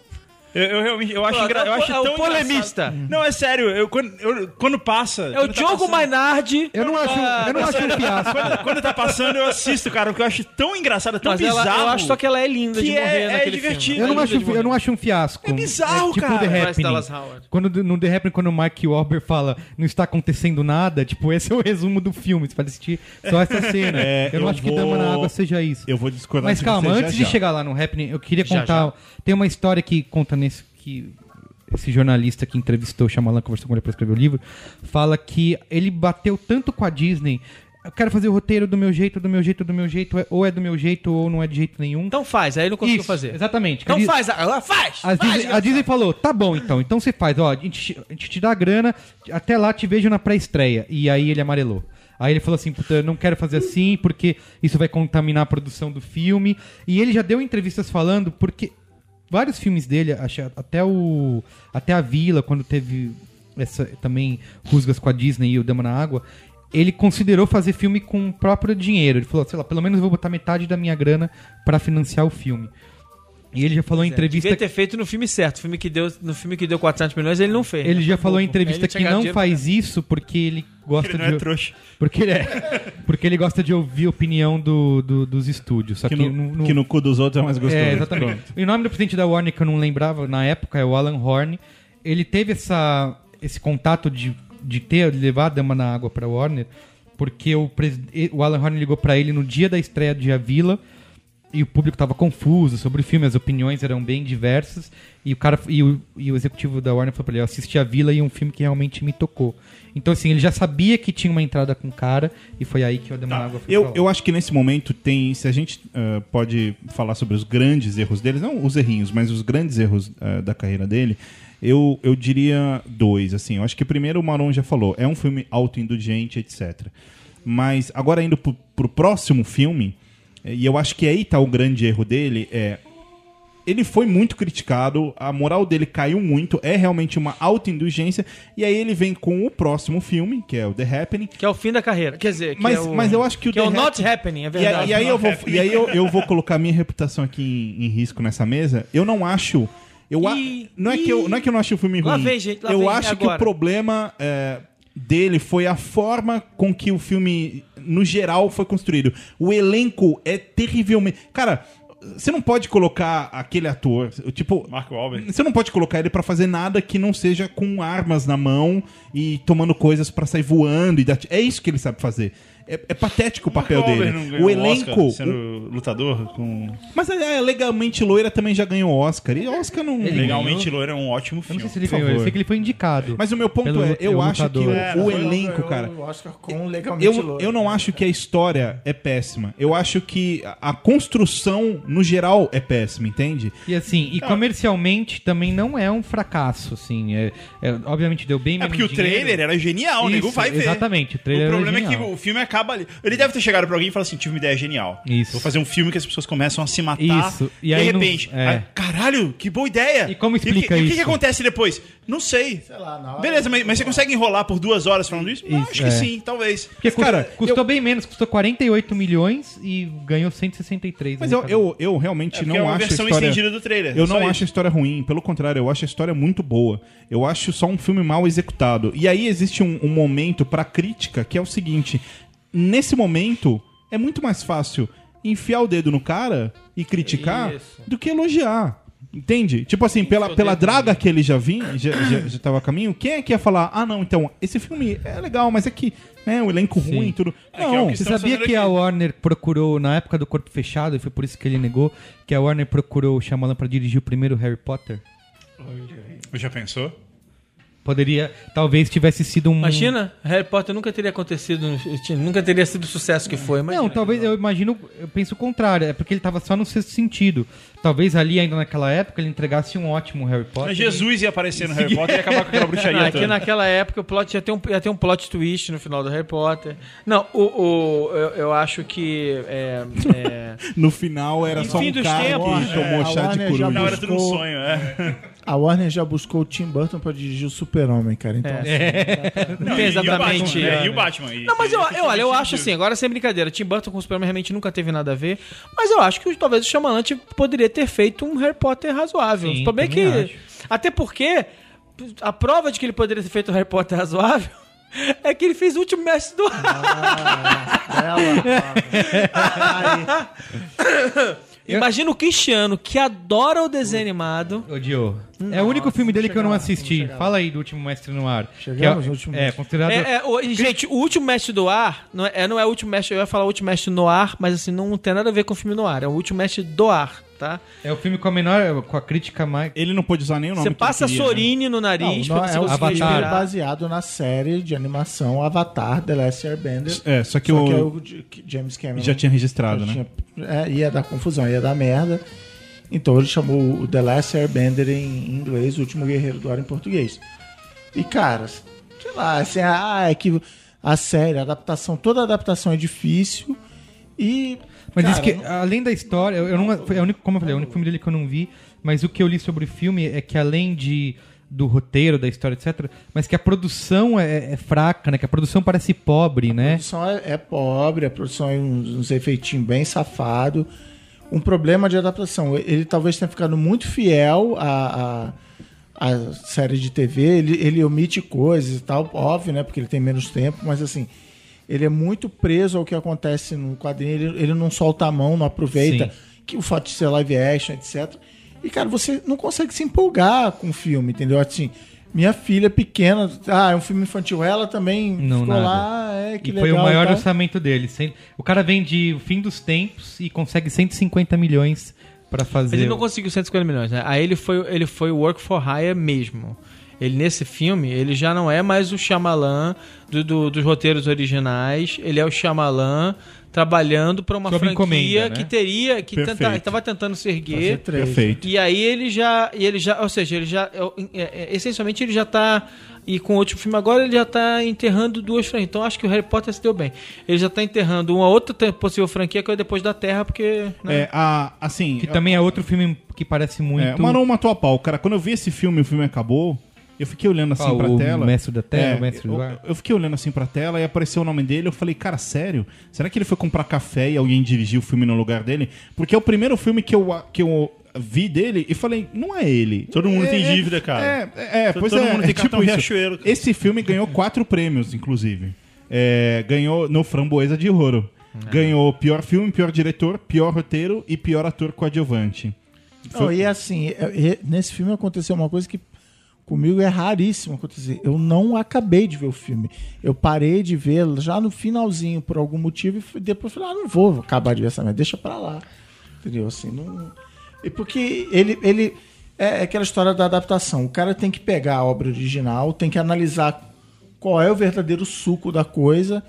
Speaker 6: Eu, eu realmente eu acho,
Speaker 5: Pronto,
Speaker 6: engra- eu
Speaker 5: é o-
Speaker 6: acho
Speaker 5: é o
Speaker 6: tão
Speaker 5: polemista.
Speaker 6: engraçado. Não, é sério. Eu, quando, eu- quando tá passa.
Speaker 5: É o Diogo
Speaker 6: É
Speaker 5: Mainardi.
Speaker 3: Eu não acho, eu não acho um fiasco.
Speaker 6: Quando, quando tá passando, eu assisto, cara, porque eu acho tão engraçado, é tão
Speaker 5: Mas ela,
Speaker 6: bizarro.
Speaker 5: eu acho só que ela é linda de
Speaker 6: que é-
Speaker 5: morrer
Speaker 6: é
Speaker 5: naquele
Speaker 6: divertido.
Speaker 5: filme.
Speaker 3: Eu não,
Speaker 5: Ela é
Speaker 3: acho,
Speaker 5: linda de
Speaker 3: eu não
Speaker 5: morrer.
Speaker 3: acho um fiasco.
Speaker 6: É bizarro,
Speaker 3: tipo
Speaker 6: cara.
Speaker 3: The
Speaker 5: Bryce
Speaker 3: Happening.
Speaker 5: Dallas Howard.
Speaker 3: Quando, no The Happening, quando o Mark Wahlberg fala não está acontecendo nada, tipo, esse é o resumo do filme. Você vai assistir só
Speaker 2: *laughs*
Speaker 3: essa cena.
Speaker 2: É,
Speaker 3: eu não
Speaker 2: eu
Speaker 3: acho
Speaker 2: vou-
Speaker 3: que Dama na Água seja isso.
Speaker 2: Eu vou discordar
Speaker 3: Mas
Speaker 2: de
Speaker 3: calma,
Speaker 2: você
Speaker 3: antes
Speaker 2: já,
Speaker 3: de
Speaker 2: já.
Speaker 3: chegar lá no Happening, eu queria
Speaker 5: Já,
Speaker 3: contar. Tem uma história que conta nesse que esse jornalista que entrevistou o Shyamalan, conversou com ele para escrever o livro, fala que ele bateu tanto com a Disney. Eu quero fazer o roteiro do meu jeito, do meu jeito, do meu jeito, é- ou é do meu jeito, ou não é de jeito nenhum.
Speaker 5: Então faz, aí ele não conseguiu
Speaker 3: Isso,
Speaker 5: fazer.
Speaker 3: Exatamente.
Speaker 5: Então
Speaker 3: Quer dizer,
Speaker 5: faz, ela faz!
Speaker 3: a
Speaker 5: faz
Speaker 3: Disney, a Disney falou, tá bom então, então você faz, ó, a gente, a gente te dá a grana, até lá te vejo na pré-estreia. E aí ele amarelou. Aí ele falou assim, puta, eu não quero fazer assim, porque isso vai contaminar a produção do filme. E ele já deu entrevistas falando, porque vários filmes dele, acho- até o. Até a Vila, quando teve essa também Rusgas com a Disney e o Dama na Água, ele considerou fazer filme com o próprio dinheiro. Ele falou, sei lá, pelo menos eu vou botar metade da minha grana pra financiar o filme. E ele já falou em entrevista
Speaker 5: É, Devia ter feito no filme certo. Filme que deu, no filme que deu 400 milhões, ele não fez. né?
Speaker 3: Ele já falou em
Speaker 5: Pouco. Ele
Speaker 3: entrevista que
Speaker 5: tinha
Speaker 3: não
Speaker 5: dinheiro né? pra-
Speaker 3: faz isso porque ele gosta
Speaker 6: Ele não é
Speaker 3: de.
Speaker 6: trouxa.
Speaker 3: porque ele é. *laughs* Porque ele gosta de ouvir opinião do, do- dos estúdios. Só
Speaker 2: Que
Speaker 3: que,
Speaker 2: no,
Speaker 3: não- não-
Speaker 2: que no cu dos outros é mais gostoso.
Speaker 3: é, exatamente.
Speaker 2: Pronto.
Speaker 3: E o nome do presidente da Warner que eu não lembrava na época é o Alan Horn. Ele teve essa, esse contato de, de ter levado a Dama na Água para Warner porque o, presi- e- o Alan Horn ligou para ele no dia da estreia de A Vila e o público estava confuso sobre o filme, as opiniões eram bem diversas e o cara e o, e o executivo da Warner falou para ele, eu assisti A Vila e é um filme que realmente me tocou. Então assim, ele já sabia que tinha uma entrada com o cara e foi aí que o Dama na Água foi pra
Speaker 2: Tá. Eu,
Speaker 3: lá.
Speaker 2: eu acho que nesse momento tem. Se a gente ah, pode falar sobre os grandes erros deles, não os errinhos, mas os grandes erros ah, da carreira dele, eu, eu diria dois. Assim, eu acho que primeiro o Maron já falou, é um filme autoindulgente, etc. Mas agora indo pro, pro próximo filme, eh, e eu acho que aí tá o grande erro dele, é ele foi muito criticado, a moral dele caiu muito, é realmente uma autoindulgência, e aí ele vem com o próximo filme, que é o The Happening,
Speaker 5: Que é o fim da carreira. Quer dizer, que
Speaker 2: Mas-
Speaker 5: é o,
Speaker 2: mas eu acho que o
Speaker 5: é o
Speaker 2: The
Speaker 5: Not Happening, é
Speaker 2: e, a-
Speaker 5: verdade.
Speaker 2: e aí, eu vou, e
Speaker 5: *laughs*
Speaker 2: aí eu, eu vou colocar minha reputação aqui em, em risco nessa mesa. Eu não acho. Eu a-
Speaker 5: Ih,
Speaker 2: não, é que eu, não é que eu não acho o filme ruim.
Speaker 5: Lá vem, gente, lá
Speaker 2: eu
Speaker 5: vem,
Speaker 2: acho
Speaker 5: é
Speaker 2: que o
Speaker 5: agora.
Speaker 2: problema é, dele foi a forma com que o filme, no geral, foi construído. O elenco é terrivelmente. Cara. Você não pode colocar aquele ator, tipo,
Speaker 6: Marco Wahlberg.
Speaker 2: você não pode colocar ele pra fazer nada que não seja com armas na mão e tomando coisas pra sair voando e dar ti- é isso que ele sabe fazer. É, é patético o papel dele. O elenco,
Speaker 6: sendo lutador com.
Speaker 2: mas a a legalmente loira também já ganhou Oscar. E Oscar não.
Speaker 3: Ele ganhou.
Speaker 6: Legalmente Loira é um ótimo
Speaker 3: Eu
Speaker 6: filme.
Speaker 3: não sei se ele
Speaker 2: Por
Speaker 3: ganhou, eu
Speaker 2: favor.
Speaker 3: sei que ele foi indicado.
Speaker 2: Mas o meu ponto
Speaker 3: Pelo
Speaker 2: é, eu
Speaker 3: lutador.
Speaker 2: acho que o,
Speaker 3: É,
Speaker 2: o
Speaker 4: Foi
Speaker 2: elenco,
Speaker 4: ganhou
Speaker 2: cara.
Speaker 4: o Oscar é com legalmente
Speaker 2: Eu,
Speaker 4: Loira.
Speaker 2: eu não acho que a história é péssima. Eu acho que a- a construção, no geral, é péssima, entende?
Speaker 3: E assim,
Speaker 6: Ah.
Speaker 3: e comercialmente também não é um fracasso, assim. É, é- obviamente deu bem
Speaker 6: É
Speaker 3: menos
Speaker 6: porque o
Speaker 3: dinheiro.
Speaker 6: trailer é- era genial, o nego
Speaker 3: Isso,
Speaker 6: vai ver.
Speaker 3: Exatamente, o trailer
Speaker 6: o
Speaker 3: era
Speaker 6: problema é que
Speaker 3: genial.
Speaker 6: o filme acaba ali. Ele deve ter chegado pra alguém e falado assim: tive uma ideia genial.
Speaker 3: Isso.
Speaker 6: Vou fazer um filme que as pessoas começam a se matar.
Speaker 3: Isso. E aí
Speaker 6: de
Speaker 3: não-
Speaker 6: repente,
Speaker 3: é.
Speaker 6: ah, caralho, que boa ideia.
Speaker 3: E como
Speaker 6: o que-
Speaker 3: explica
Speaker 6: E o que, que
Speaker 3: isso?
Speaker 6: acontece depois? Não sei. Sei
Speaker 4: lá, na hora-
Speaker 6: Beleza, mas, mas você consegue enrolar por duas horas falando isso? Não,
Speaker 3: Isso,
Speaker 6: acho
Speaker 3: é.
Speaker 6: que sim, talvez.
Speaker 3: Porque cust-
Speaker 2: Cara,
Speaker 3: custou bem menos, custou 48 milhões e ganhou 163.
Speaker 2: Mas
Speaker 3: né,
Speaker 2: eu,
Speaker 3: cara?
Speaker 2: eu, eu realmente
Speaker 6: É porque
Speaker 2: não
Speaker 6: é uma
Speaker 2: acho a
Speaker 6: versão
Speaker 2: história...
Speaker 6: estendida do trailer.
Speaker 2: Eu
Speaker 6: só
Speaker 2: não
Speaker 6: É isso.
Speaker 2: acho a história ruim, pelo contrário, eu acho a história muito boa. Eu acho só um filme mal executado. E aí existe um, um momento pra crítica que é o seguinte: nesse momento é muito mais fácil enfiar o dedo no cara e criticar
Speaker 5: Isso.
Speaker 2: do que elogiar. Entende? Tipo assim, pela,
Speaker 5: o
Speaker 2: pela
Speaker 5: dedo
Speaker 2: draga que ele já vinha, já, já, já tava a caminho, quem é que ia falar, ah não, então, esse filme é legal, mas é que, né, o elenco
Speaker 3: Sim.
Speaker 2: ruim e tudo.
Speaker 6: É que é o
Speaker 2: Não,
Speaker 6: que
Speaker 3: Você
Speaker 6: Estamos
Speaker 3: sabia
Speaker 6: fazendo
Speaker 3: que tá- a
Speaker 6: aqui.
Speaker 3: Warner procurou, na época do Corpo Fechado, e foi por isso que ele negou, que a Warner procurou o Shyamalan pra dirigir o primeiro Harry Potter?
Speaker 6: Já pensou?
Speaker 3: Poderia, talvez tivesse sido um...
Speaker 5: Imagina, Harry Potter nunca teria acontecido, nunca teria sido o sucesso que foi. Imagina.
Speaker 2: então,
Speaker 3: Não, talvez, eu imagino, eu penso o contrário, é porque ele tava só no sexto sentido. Talvez ali, ainda naquela época, ele entregasse um ótimo Harry Potter.
Speaker 6: Mas Jesus ia aparecer no Harry Potter e ia acabar com aquela
Speaker 2: é
Speaker 6: bruxaria
Speaker 5: Aqui
Speaker 6: toda.
Speaker 5: é naquela época o plot ia ter, um, ia ter um plot twist no final do Harry Potter. Não, o, o- eu, eu acho que. é, é,
Speaker 2: No final era só
Speaker 5: fim
Speaker 2: um
Speaker 5: dos
Speaker 2: cara
Speaker 5: tempos.
Speaker 2: que tomou
Speaker 4: É,
Speaker 2: chá
Speaker 4: a
Speaker 2: de
Speaker 4: Warner já
Speaker 2: coruja.
Speaker 6: Não, era tudo um
Speaker 4: buscou-
Speaker 6: sonho, é.
Speaker 3: *laughs*
Speaker 4: A Warner já buscou o Tim Burton pra dirigir o Super-Homem, cara. Então,
Speaker 5: É.
Speaker 4: assim,
Speaker 5: não tem exatamente.
Speaker 6: E o Batman. né? E o Batman. e-
Speaker 5: Não, mas eu,
Speaker 6: isso
Speaker 3: tipo
Speaker 5: eu, olha, eu
Speaker 6: faz
Speaker 5: acho
Speaker 6: sentido.
Speaker 5: assim, agora sem brincadeira, Tim Burton com o Superman realmente nunca teve nada a ver, mas eu acho que talvez o Shyamalan tipo, poderia ter feito um Harry Potter razoável.
Speaker 3: Sim,
Speaker 5: Tudo bem que...
Speaker 3: também acho.
Speaker 5: Até porque a prova de que ele poderia ter feito um Harry Potter razoável *laughs* é que ele fez o último mestre do ar. *laughs* Imagina o Cristiano, que adora o desenho animado.
Speaker 3: Odiou. é o único filme dele que eu não assisti. Fala aí do Último Mestre no Ar.
Speaker 4: Chegamos
Speaker 3: que é,
Speaker 4: no Último
Speaker 3: É,
Speaker 4: Mestre.
Speaker 3: considerado...
Speaker 5: É, é, o- e, gente, o último mestre do ar, não é, é- não é o último mestre, eu ia falar o último mestre no ar, mas assim, não tem nada a ver com o filme no ar, é o último mestre do ar, tá?
Speaker 3: É o filme com a menor, com a crítica mais.
Speaker 2: Ele não pôde usar nem o nome
Speaker 5: Você
Speaker 2: que ele
Speaker 5: passa
Speaker 2: queria, né?
Speaker 5: Sorine no nariz
Speaker 4: não,
Speaker 5: pra
Speaker 4: é
Speaker 5: você
Speaker 4: um
Speaker 5: conseguir
Speaker 4: filme
Speaker 3: Avatar.
Speaker 5: respirar.
Speaker 4: baseado na série de animação Avatar The Last Airbender.
Speaker 2: É, só que
Speaker 4: só
Speaker 2: o-
Speaker 4: que é o J- que James Cameron
Speaker 2: Já tinha registrado, né?
Speaker 4: já tinha- é, ia dar confusão, ia dar merda. Então ele chamou o The Last Airbender em inglês, o último guerreiro do ar em português. E cara, sei lá, assim, ah, é que a série, a adaptação, toda adaptação é difícil e
Speaker 3: Mas
Speaker 4: cara,
Speaker 3: isso que, além da história, eu, eu não. Foi, é o único, como eu falei, é o único filme dele que eu não vi. Mas o que eu li sobre o filme é que além de do roteiro, da história, etc., mas que a produção é, é fraca, né? Que a produção parece pobre,
Speaker 4: A
Speaker 3: né?
Speaker 4: produção é, é pobre, a produção é uns, uns efeitinhos bem safado. Um problema de adaptação. Ele talvez tenha ficado muito fiel à, à, à série de TV. Ele, ele omite coisas e tal, óbvio, né? Porque ele tem menos tempo, mas assim. Ele é muito preso ao que acontece no quadrinho. Ele, ele não solta a mão, não aproveita
Speaker 3: Sim.
Speaker 4: que o fato de ser live action, etc. E, cara, você não consegue se empolgar com o filme, entendeu? Assim, minha filha pequena, ah, é um filme infantil, ela também
Speaker 3: Não,
Speaker 4: ficou
Speaker 3: nada.
Speaker 4: lá, é que
Speaker 3: e
Speaker 4: legal.
Speaker 3: foi o maior
Speaker 4: tá?
Speaker 3: orçamento dele. Cem- O cara vende o fim dos tempos e consegue 150 milhões pra fazer.
Speaker 5: Mas ele não
Speaker 3: o-
Speaker 5: conseguiu 150 milhões, né? Aí ele foi, ele foi work for hire mesmo. Ele, nesse filme, ele já não é mais o Shyamalan do- do- dos roteiros originais, ele é o Shyamalan trabalhando para uma
Speaker 3: Sob
Speaker 5: franquia
Speaker 3: encomenda, né?
Speaker 5: que teria, que
Speaker 2: Perfeito.
Speaker 5: tenta, estava tentando se erguer.
Speaker 4: Fazer três.
Speaker 2: Perfeito.
Speaker 5: E aí ele já, e ele já, ou seja, ele já, é, é, é, essencialmente ele já tá, e com o último filme agora ele já tá enterrando duas franquias. Então acho que o Harry Potter se deu bem. Ele já tá enterrando uma outra te- possível franquia que é o depois da Terra, porque... né?
Speaker 2: É, a, assim,
Speaker 3: Que também é outro filme que parece muito.
Speaker 2: é, mas não matou a pau. Cara, quando eu vi esse filme, o filme acabou, eu fiquei olhando assim
Speaker 3: Qual,
Speaker 2: pra
Speaker 3: Ah, o
Speaker 2: tela.
Speaker 3: Mestre da Terra,
Speaker 2: É,
Speaker 3: o Mestre do
Speaker 2: eu,
Speaker 3: Ar?
Speaker 2: eu fiquei olhando assim pra tela e apareceu o nome dele. Eu falei, cara, sério? Será que ele foi comprar café e alguém dirigiu o filme no lugar dele? Porque é o primeiro filme que eu, que eu vi dele e falei, não é ele.
Speaker 6: Todo mundo
Speaker 2: É-
Speaker 6: tem
Speaker 2: é-
Speaker 6: dívida, cara.
Speaker 2: É, é, é,
Speaker 6: Todo
Speaker 2: pois é.
Speaker 6: mundo
Speaker 2: é
Speaker 6: tem cartão
Speaker 2: isso.
Speaker 6: Riachuelo, cara.
Speaker 2: Esse filme ganhou quatro prêmios, inclusive. É, ganhou no Framboesa de Ouro.
Speaker 3: É.
Speaker 2: Ganhou pior filme, pior diretor, pior roteiro e pior ator coadjuvante.
Speaker 4: Não, e assim, é- e nesse filme aconteceu uma coisa que comigo é raríssimo acontecer. Eu não acabei de ver o filme. Eu parei de ver já no finalzinho por algum motivo e fui- depois falei, ah, não vou acabar de ver essa merda, deixa pra lá. Entendeu? Assim, não. E porque ele. ele é aquela história da adaptação. O cara tem que pegar a obra original, tem que analisar qual é o verdadeiro suco da coisa.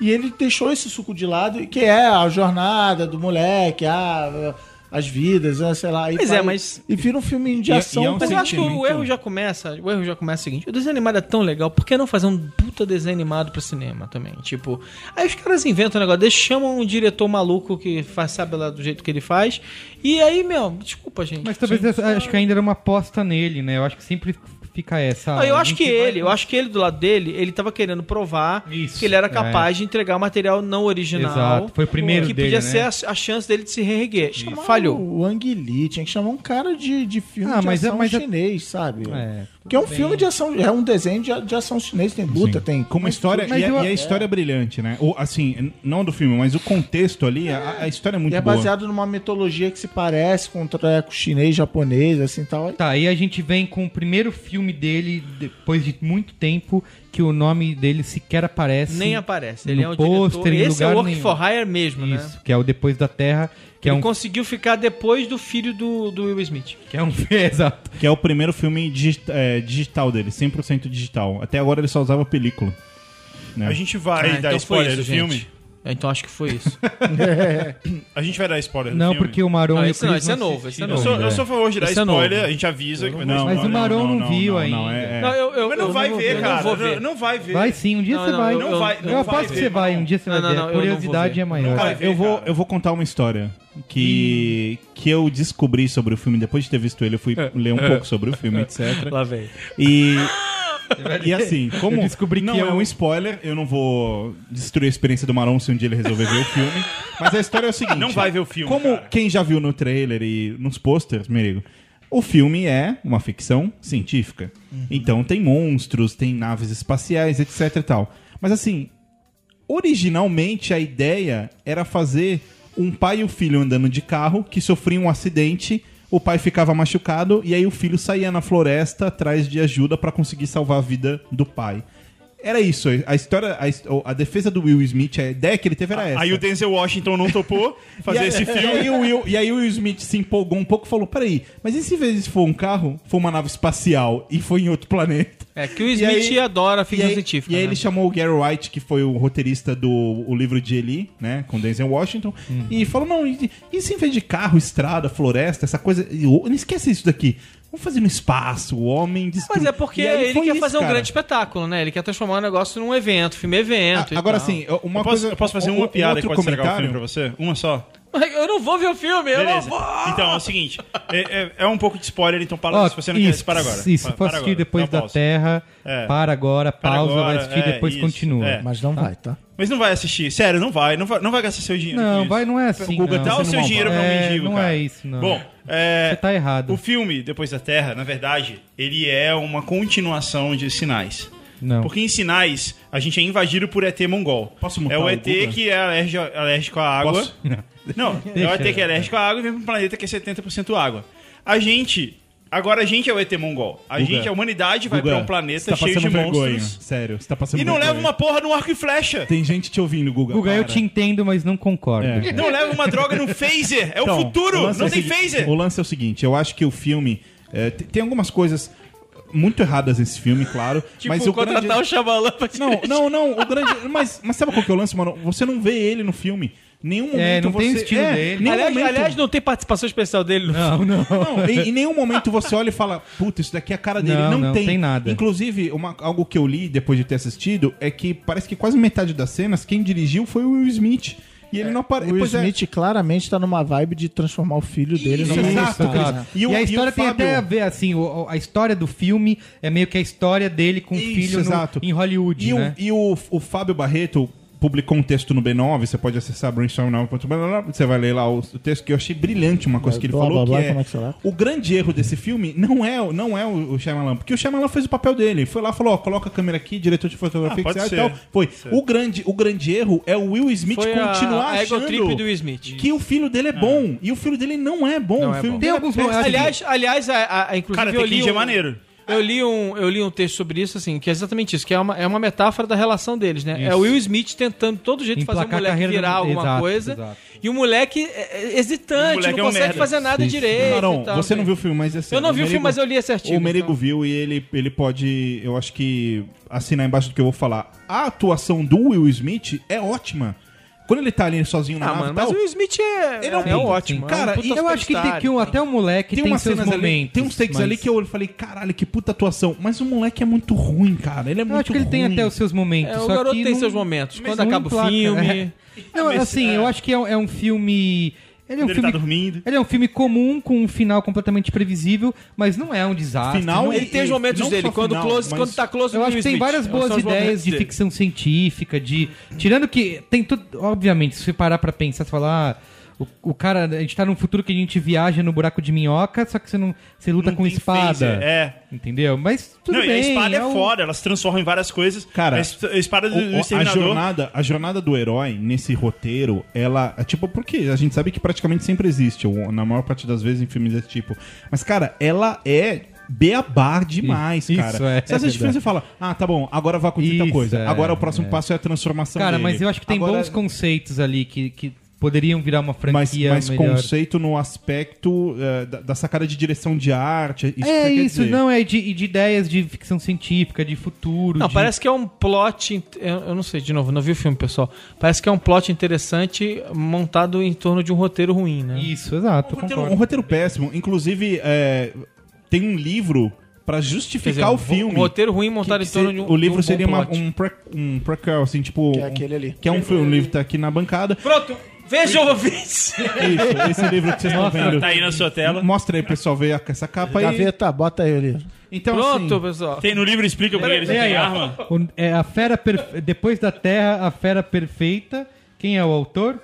Speaker 4: E ele deixou esse suco de lado, que é a jornada do moleque, a, as vidas, né, sei lá. E
Speaker 5: Pois
Speaker 4: vai-
Speaker 5: é, mas-
Speaker 4: E vira um filme de
Speaker 2: E- e é
Speaker 4: ação.
Speaker 2: um
Speaker 5: Mas eu acho que o
Speaker 2: sentimento-
Speaker 5: erro já começa. O erro já começa o seguinte: o desenho animado é tão legal, por que não fazer um puta desenho animado pro cinema também? Tipo, aí os caras inventam um negócio, eles chamam um diretor maluco que faz, sabe lá do jeito que ele faz. E aí, meu, desculpa, gente.
Speaker 3: Mas talvez essa- acho que ainda era uma aposta nele, né? Eu acho que sempre fica essa.
Speaker 5: Não, eu acho que ele, eu
Speaker 3: acho
Speaker 5: acho que ele do lado dele, ele tava querendo provar
Speaker 3: Isso,
Speaker 5: que ele era
Speaker 3: é.
Speaker 5: capaz de entregar material não original.
Speaker 3: Exato, foi o primeiro
Speaker 5: Que
Speaker 3: dele,
Speaker 5: podia
Speaker 3: né?
Speaker 5: ser a, a chance dele de se reerguer.
Speaker 4: Chamar
Speaker 5: Falhou.
Speaker 4: O Ang Lee, tinha que chamar um cara de, de filme
Speaker 3: Ah,
Speaker 4: de
Speaker 3: mas é-
Speaker 4: ação
Speaker 3: mas é-
Speaker 4: chinês, sabe?
Speaker 3: É,
Speaker 4: Porque é um filme de ação, é um desenho de, de ação chinês, tem luta,
Speaker 2: Sim.
Speaker 4: tem...
Speaker 2: Com uma história.
Speaker 3: Mas
Speaker 2: e, a-
Speaker 3: eu-
Speaker 2: e a história é brilhante, né? Ou, assim, n- não do filme, mas o contexto ali, a, a história é muito
Speaker 4: E é
Speaker 2: boa.
Speaker 4: baseado numa mitologia que se parece com o treco chinês, japonês, assim tal.
Speaker 3: Tá, e a gente vem com o primeiro filme dele, depois de muito tempo, que o nome dele sequer aparece.
Speaker 5: Nem aparece. Ele
Speaker 3: no
Speaker 5: é um
Speaker 3: pôster,
Speaker 5: diretor.
Speaker 3: em
Speaker 5: Esse é
Speaker 3: lugar
Speaker 5: o Work
Speaker 3: nenhum.
Speaker 5: for Hire mesmo, né?
Speaker 3: Isso, que é o Depois da Terra, que é
Speaker 5: ele
Speaker 3: um.
Speaker 5: conseguiu ficar depois do filho do, do Will Smith.
Speaker 3: Que é um... *laughs* Exato.
Speaker 2: Que é o primeiro filme digi- é, digital dele, 100% digital. Até agora ele só usava película. né?
Speaker 6: A gente vai
Speaker 5: Ah,
Speaker 6: dar spoiler do filme?
Speaker 5: Então acho que foi
Speaker 3: *laughs*
Speaker 5: isso.
Speaker 6: A gente vai dar spoiler
Speaker 3: Não,
Speaker 6: do filme?
Speaker 3: porque o Maron.
Speaker 5: Não,
Speaker 3: e o
Speaker 5: esse não,
Speaker 3: Então, Chris
Speaker 5: esse é novo, esse é
Speaker 6: Eu
Speaker 3: assistiram.
Speaker 6: sou, eu sou a favor de dar
Speaker 5: Esse é
Speaker 6: spoiler,
Speaker 5: novo.
Speaker 6: a gente avisa que vai dar
Speaker 2: Não,
Speaker 6: spoiler.
Speaker 3: Mas o Maron não viu
Speaker 2: não,
Speaker 3: ainda.
Speaker 2: Não, é- é.
Speaker 5: Não, eu, eu,
Speaker 6: Mas não
Speaker 5: eu
Speaker 6: vai
Speaker 5: não vou
Speaker 6: ver,
Speaker 5: eu
Speaker 6: cara.
Speaker 5: Não vou ver.
Speaker 6: Não vai ver.
Speaker 3: Vai sim, um dia
Speaker 5: Não,
Speaker 3: você
Speaker 5: não,
Speaker 3: vai.
Speaker 5: eu-
Speaker 6: Não vai.
Speaker 3: Eu
Speaker 6: não vai
Speaker 3: aposto que
Speaker 6: ver.
Speaker 3: você vai, um dia você vai
Speaker 5: Não, não,
Speaker 3: ver. a
Speaker 5: não, eu não vou
Speaker 3: curiosidade
Speaker 5: ver.
Speaker 3: é maior.
Speaker 6: vai ver,
Speaker 2: eu, vou,
Speaker 6: cara. Hum.
Speaker 2: eu vou contar uma história que, que eu descobri sobre o filme depois de ter visto ele. Eu fui
Speaker 6: É.
Speaker 2: ler um pouco sobre
Speaker 6: *laughs*
Speaker 2: o filme, etc.
Speaker 5: Lá vem.
Speaker 2: E, e assim, como
Speaker 3: Eu descobri que
Speaker 2: não
Speaker 3: eu-
Speaker 2: é um spoiler, eu não vou destruir a experiência do Maron se um dia ele resolver ver o filme. Mas a história
Speaker 6: *laughs*
Speaker 2: é o seguinte:
Speaker 6: Não vai ver o filme,
Speaker 2: Como
Speaker 6: cara.
Speaker 2: quem já viu no trailer e nos posters, Merigo, o filme é uma ficção científica.
Speaker 6: Uhum.
Speaker 2: Então tem monstros, tem naves espaciais, etc e tal. Mas assim, originalmente a ideia era fazer um pai e o filho andando de carro que sofriam um acidente, o pai ficava machucado e aí o filho saía na floresta atrás de ajuda pra conseguir salvar a vida do pai. Era isso, a história, a, his- a defesa do Will Smith, a ideia que ele teve era essa.
Speaker 6: Ah, Aí o Denzel Washington não topou fazer
Speaker 2: E é, aí-
Speaker 6: esse
Speaker 2: *laughs* E
Speaker 6: filme.
Speaker 2: aí, o Will, e aí o Will Smith se empolgou um pouco e falou: peraí, mas e se em vez de for um carro, for uma nave espacial e foi em outro planeta?
Speaker 5: É que o Smith
Speaker 2: aí-
Speaker 5: adora
Speaker 2: E
Speaker 5: ficção
Speaker 2: aí,
Speaker 5: científica.
Speaker 2: e aí
Speaker 5: né?
Speaker 2: ele chamou o Gary White, que foi o roteirista do o livro de Eli, né? Com Denzel Washington.
Speaker 5: Uhum.
Speaker 2: E falou: não, e, e se em vez de carro, estrada, floresta, essa coisa. e o- Não esquece isso daqui. Vamos fazer no espaço, o homem destruiu.
Speaker 5: Mas é porque
Speaker 2: E aí
Speaker 5: ele
Speaker 2: foi
Speaker 5: quer
Speaker 2: isso,
Speaker 5: fazer um
Speaker 2: cara.
Speaker 5: grande espetáculo, né? Ele quer transformar o negócio num evento, filme-evento. e
Speaker 2: Ah, Agora
Speaker 5: tal.
Speaker 2: sim, uma
Speaker 6: Eu posso,
Speaker 2: coisa.
Speaker 6: eu posso fazer
Speaker 2: um-
Speaker 6: uma
Speaker 2: um
Speaker 6: piada que
Speaker 2: outro
Speaker 6: pode estragar o
Speaker 2: comentário?
Speaker 6: filme pra você? Uma só?
Speaker 5: Mas Eu não vou ver o filme, eu não
Speaker 6: Beleza.
Speaker 5: vou.
Speaker 6: Então, é o seguinte. É, é- é um pouco de spoiler, então para
Speaker 3: Ó,
Speaker 6: se você não quer,
Speaker 3: isso,
Speaker 6: para agora.
Speaker 3: Isso, for
Speaker 6: Para-
Speaker 3: assistir
Speaker 6: para agora. então
Speaker 3: depois
Speaker 6: Dá
Speaker 3: da
Speaker 6: pausa.
Speaker 3: Terra,
Speaker 6: É.
Speaker 3: para agora,
Speaker 6: Para
Speaker 3: pausa,
Speaker 6: agora,
Speaker 3: vai assistir
Speaker 6: é,
Speaker 3: depois
Speaker 6: isso,
Speaker 3: continua.
Speaker 6: é.
Speaker 4: Mas não vai, tá?
Speaker 6: Mas não vai assistir. Sério, não vai. Não vai, não vai gastar seu dinheiro com
Speaker 3: Não,
Speaker 6: isso.
Speaker 3: vai, não é assim.
Speaker 2: Guga
Speaker 3: não.
Speaker 2: tá
Speaker 6: Dá o seu
Speaker 2: sendo
Speaker 6: dinheiro pra um
Speaker 3: É,
Speaker 6: mendigo,
Speaker 3: não
Speaker 6: cara.
Speaker 3: é isso, não.
Speaker 6: Bom, é,
Speaker 3: Você tá errado.
Speaker 6: o filme Depois da Terra, na verdade, ele é uma continuação de Sinais.
Speaker 3: Não.
Speaker 6: Porque em Sinais, a gente é invadido por ET mongol.
Speaker 2: Posso mutar
Speaker 6: é o
Speaker 2: o
Speaker 6: ET
Speaker 2: Guga?
Speaker 6: que é alergi- alérgico, à água.
Speaker 2: Posso?
Speaker 6: *laughs* Não, é o ET que é alérgico à água e vem pra um planeta que é 70% água. A gente... Agora a gente é o ET mongol. A
Speaker 2: Guga,
Speaker 6: gente, a humanidade, vai
Speaker 2: Guga,
Speaker 6: pra um
Speaker 2: você
Speaker 6: planeta
Speaker 2: tá
Speaker 6: cheio de
Speaker 2: passando vergonha.
Speaker 6: monstros.
Speaker 2: Sério, você tá passando
Speaker 6: E não leva
Speaker 2: vergonha.
Speaker 6: uma porra no arco e flecha.
Speaker 2: Tem gente te ouvindo, Guga.
Speaker 3: Guga, eu
Speaker 2: para.
Speaker 3: te entendo, mas não concordo.
Speaker 2: É.
Speaker 3: cara.
Speaker 6: Não leva uma droga no phaser. É
Speaker 2: Então,
Speaker 6: o futuro.
Speaker 2: lance
Speaker 6: não
Speaker 2: é o
Speaker 6: tem
Speaker 2: seguinte-
Speaker 6: phaser.
Speaker 2: O lance é o seguinte: eu acho que o filme. eh, te- tem algumas coisas muito erradas nesse filme,
Speaker 6: *laughs*
Speaker 2: claro.
Speaker 5: Tipo,
Speaker 2: mas o
Speaker 5: contratar
Speaker 2: grande...
Speaker 5: o Xabalã pra te-
Speaker 2: Não, não, não. O grande. Mas, mas sabe qual que é o lance, mano? Você não vê ele no filme. Nenhum momento
Speaker 3: não
Speaker 2: você.
Speaker 3: tem o estilo
Speaker 2: é,
Speaker 3: dele.
Speaker 2: Nenhum
Speaker 5: aliás,
Speaker 2: momento...
Speaker 5: aliás, não tem participação especial dele no
Speaker 3: *laughs* Não, não.
Speaker 2: *laughs* Não, em, em nenhum momento você olha e fala, puta, isso daqui é a cara dele.
Speaker 3: Não,
Speaker 2: Não,
Speaker 3: não,
Speaker 2: tem.
Speaker 3: tem nada.
Speaker 2: Inclusive, uma- algo que eu li depois de ter assistido é que parece que quase metade das cenas, quem dirigiu foi o Will Smith. E ele não
Speaker 4: O
Speaker 2: é, aparece.
Speaker 4: Will Smith claramente tá numa vibe de transformar o filho dele
Speaker 2: Isso, é
Speaker 4: num
Speaker 2: exato,
Speaker 4: monstro,
Speaker 2: cara.
Speaker 4: né?
Speaker 3: E,
Speaker 2: E o-
Speaker 3: a
Speaker 2: e o
Speaker 3: história tem
Speaker 2: Fábio-
Speaker 3: até a ver, assim, o- o- a história do filme é meio que a história dele com o
Speaker 2: Isso,
Speaker 3: um filho no-
Speaker 2: exato.
Speaker 3: em Hollywood,
Speaker 2: E,
Speaker 3: né?
Speaker 2: o, e o, o Fábio Barreto publicou um texto no B9, você pode acessar brainstorm9.br, você vai ler lá o, o texto que eu achei brilhante uma coisa que ele
Speaker 4: Blá,
Speaker 2: falou,
Speaker 4: blá, blá,
Speaker 2: que é,
Speaker 4: como é que será?
Speaker 2: o grande erro desse filme não é, o- não é o, o Shyamalan, porque o Shyamalan fez o papel dele, foi lá, falou, ó, coloca a câmera aqui, diretor de fotografia,
Speaker 6: Ah, pode
Speaker 2: etc e
Speaker 6: ser.
Speaker 2: tal, foi.
Speaker 6: ser.
Speaker 2: O grande, o grande erro é o Will Smith
Speaker 5: Foi a-
Speaker 2: continuar
Speaker 5: a ego
Speaker 2: achando
Speaker 5: trip do Will Smith.
Speaker 2: que o filho dele é bom, e o filho dele não é bom. o filho
Speaker 3: bom. Tem
Speaker 2: dele
Speaker 3: alguns
Speaker 2: péssimo.
Speaker 3: momentos-
Speaker 2: é.
Speaker 5: Aliás, aliás, a, a- a- inclusive
Speaker 6: Cara,
Speaker 5: eu
Speaker 6: tem
Speaker 5: li
Speaker 6: que ir
Speaker 5: um-
Speaker 6: maneiro.
Speaker 2: Tá
Speaker 5: Eu li, um, eu li um texto sobre isso, assim, que é exatamente isso, que é uma, é uma metáfora da relação deles, né? É o Will Smith tentando de todo jeito fazer o
Speaker 3: Emplacar a
Speaker 5: moleque
Speaker 3: carreira do-
Speaker 5: virar alguma
Speaker 3: Exato,
Speaker 5: coisa.
Speaker 3: exato.
Speaker 5: E o moleque é- é hesitante,
Speaker 6: O moleque é
Speaker 5: não
Speaker 6: um
Speaker 5: consegue
Speaker 6: merda.
Speaker 5: fazer nada direito.
Speaker 2: Não,
Speaker 5: e tal,
Speaker 2: você não
Speaker 5: assim.
Speaker 2: viu o filme, mas é assim,
Speaker 5: Eu não vi o filme,
Speaker 2: Merigo-
Speaker 5: mas eu li esse artigo.
Speaker 2: O Merigo
Speaker 5: então.
Speaker 2: viu e ele, ele pode, eu acho que, assinar embaixo do que eu vou falar. A atuação do Will Smith é ótima. Quando ele tá ali sozinho na
Speaker 5: Ah,
Speaker 2: nave
Speaker 5: mano,
Speaker 2: e
Speaker 5: mas
Speaker 2: tal,
Speaker 5: o Smith é, ele
Speaker 2: Ele é
Speaker 5: é,
Speaker 2: um pinto,
Speaker 5: ótimo.
Speaker 2: sim. Cara,
Speaker 5: é um puta
Speaker 2: e
Speaker 3: Assim. Eu acho que
Speaker 5: superstar,
Speaker 3: The Kill, até o moleque tem,
Speaker 2: tem umas
Speaker 3: seus
Speaker 2: cenas
Speaker 3: momentos.
Speaker 2: ali, tem uns takes
Speaker 3: mas-
Speaker 2: ali que eu falei, caralho, que puta atuação. Mas o moleque é muito ruim, cara. Ele é
Speaker 3: Eu
Speaker 2: muito
Speaker 3: acho que ele tem
Speaker 2: ruim.
Speaker 3: até os seus momentos.
Speaker 5: É, o
Speaker 3: só
Speaker 5: garoto
Speaker 3: que
Speaker 5: tem
Speaker 3: não-
Speaker 5: seus momentos.
Speaker 3: mas
Speaker 5: Quando
Speaker 3: não
Speaker 5: acaba o
Speaker 3: emplaca,
Speaker 5: filme.
Speaker 3: é. *laughs* Não,
Speaker 6: mas,
Speaker 3: assim,
Speaker 6: é.
Speaker 3: eu acho que é, um- é um filme. Ele é um
Speaker 6: Ele
Speaker 3: filme.
Speaker 6: tá dormindo.
Speaker 3: Ele é um filme comum, com um final completamente previsível, mas não é um desastre.
Speaker 2: Final
Speaker 3: não é-
Speaker 2: e-
Speaker 5: Ele tem os
Speaker 2: e-
Speaker 5: momentos
Speaker 2: não
Speaker 5: dele.
Speaker 2: só
Speaker 5: Quando,
Speaker 2: final,
Speaker 5: close,
Speaker 2: mas-
Speaker 5: quando tá close,
Speaker 3: Eu
Speaker 5: do
Speaker 3: acho que tem
Speaker 5: Smith.
Speaker 6: É um
Speaker 3: várias
Speaker 5: São
Speaker 3: boas
Speaker 5: os momentos
Speaker 3: ideias de
Speaker 5: dele.
Speaker 3: ficção científica, de. Tirando que. Tem tudo. Obviamente, se você parar pra pensar, você falar. O, o cara, a gente tá num futuro que a gente viaja no buraco de minhoca, só que você não. Você luta
Speaker 6: Não
Speaker 3: com
Speaker 6: tem
Speaker 3: espada.
Speaker 6: phaser, é.
Speaker 3: Entendeu? Mas tudo
Speaker 6: não,
Speaker 3: bem.
Speaker 6: e a espada é,
Speaker 3: um-
Speaker 6: foda, ela se transforma em várias coisas.
Speaker 2: Cara,
Speaker 6: a es- a espada do, do
Speaker 2: O- o- a
Speaker 6: exterminador.
Speaker 2: jornada, a jornada do herói nesse roteiro, ela é tipo, porque a gente sabe que praticamente sempre existe, ou na maior parte das vezes em filmes desse tipo. Mas, cara, ela é beabá demais,
Speaker 3: Isso,
Speaker 2: cara.
Speaker 3: é,
Speaker 2: você assiste
Speaker 3: é
Speaker 2: filme e fala, ah, tá bom, agora vai acontecer tal
Speaker 3: Isso,
Speaker 2: coisa.
Speaker 3: é,
Speaker 2: agora o próximo
Speaker 3: é.
Speaker 2: passo é a transformação
Speaker 3: Cara,
Speaker 2: dele.
Speaker 3: mas eu acho que tem
Speaker 2: Agora-
Speaker 3: bons conceitos ali que, que poderiam virar uma
Speaker 2: mas,
Speaker 3: franquia
Speaker 2: mas
Speaker 3: melhor.
Speaker 2: conceito no aspecto eh, da, da sacada de direção de arte. Isso
Speaker 3: é
Speaker 2: que quer
Speaker 3: isso,
Speaker 2: dizer.
Speaker 3: não, é de, e de ideias de ficção científica, de futuro.
Speaker 5: Não,
Speaker 3: de-
Speaker 5: parece que é um plot. int- Eu eu não sei, de novo, não vi o filme, pessoal. Parece que é um plot interessante montado em torno de um roteiro ruim, né?
Speaker 3: Isso, exato,
Speaker 2: Um roteiro,
Speaker 3: concordo.
Speaker 2: um roteiro péssimo. Inclusive, eh, tem um livro pra
Speaker 5: Quer dizer,
Speaker 2: justificar o filme.
Speaker 5: Um roteiro ruim montado
Speaker 2: Que
Speaker 5: em torno de um.
Speaker 2: O livro
Speaker 5: de um
Speaker 2: seria
Speaker 5: bom
Speaker 2: uma-
Speaker 5: plot.
Speaker 2: um, pre, um prequel, assim, tipo.
Speaker 4: Que é aquele ali.
Speaker 2: Que é um filme, o livro tá aqui na bancada.
Speaker 5: Pronto, veja ouvintes.
Speaker 2: então, Isso, esse livro que vocês estão vendo.
Speaker 6: Tá aí na sua tela.
Speaker 2: Mostra aí, pessoal, ver a- essa capa aí.
Speaker 4: Gaveta, bota aí o livro.
Speaker 2: Então,
Speaker 5: Pronto,
Speaker 2: assim,
Speaker 5: pessoal.
Speaker 6: Tem no livro, explica pra eles. Tem arma.
Speaker 3: O- é a fera perfe- Depois da Terra, a fera perfeita. Quem é o autor?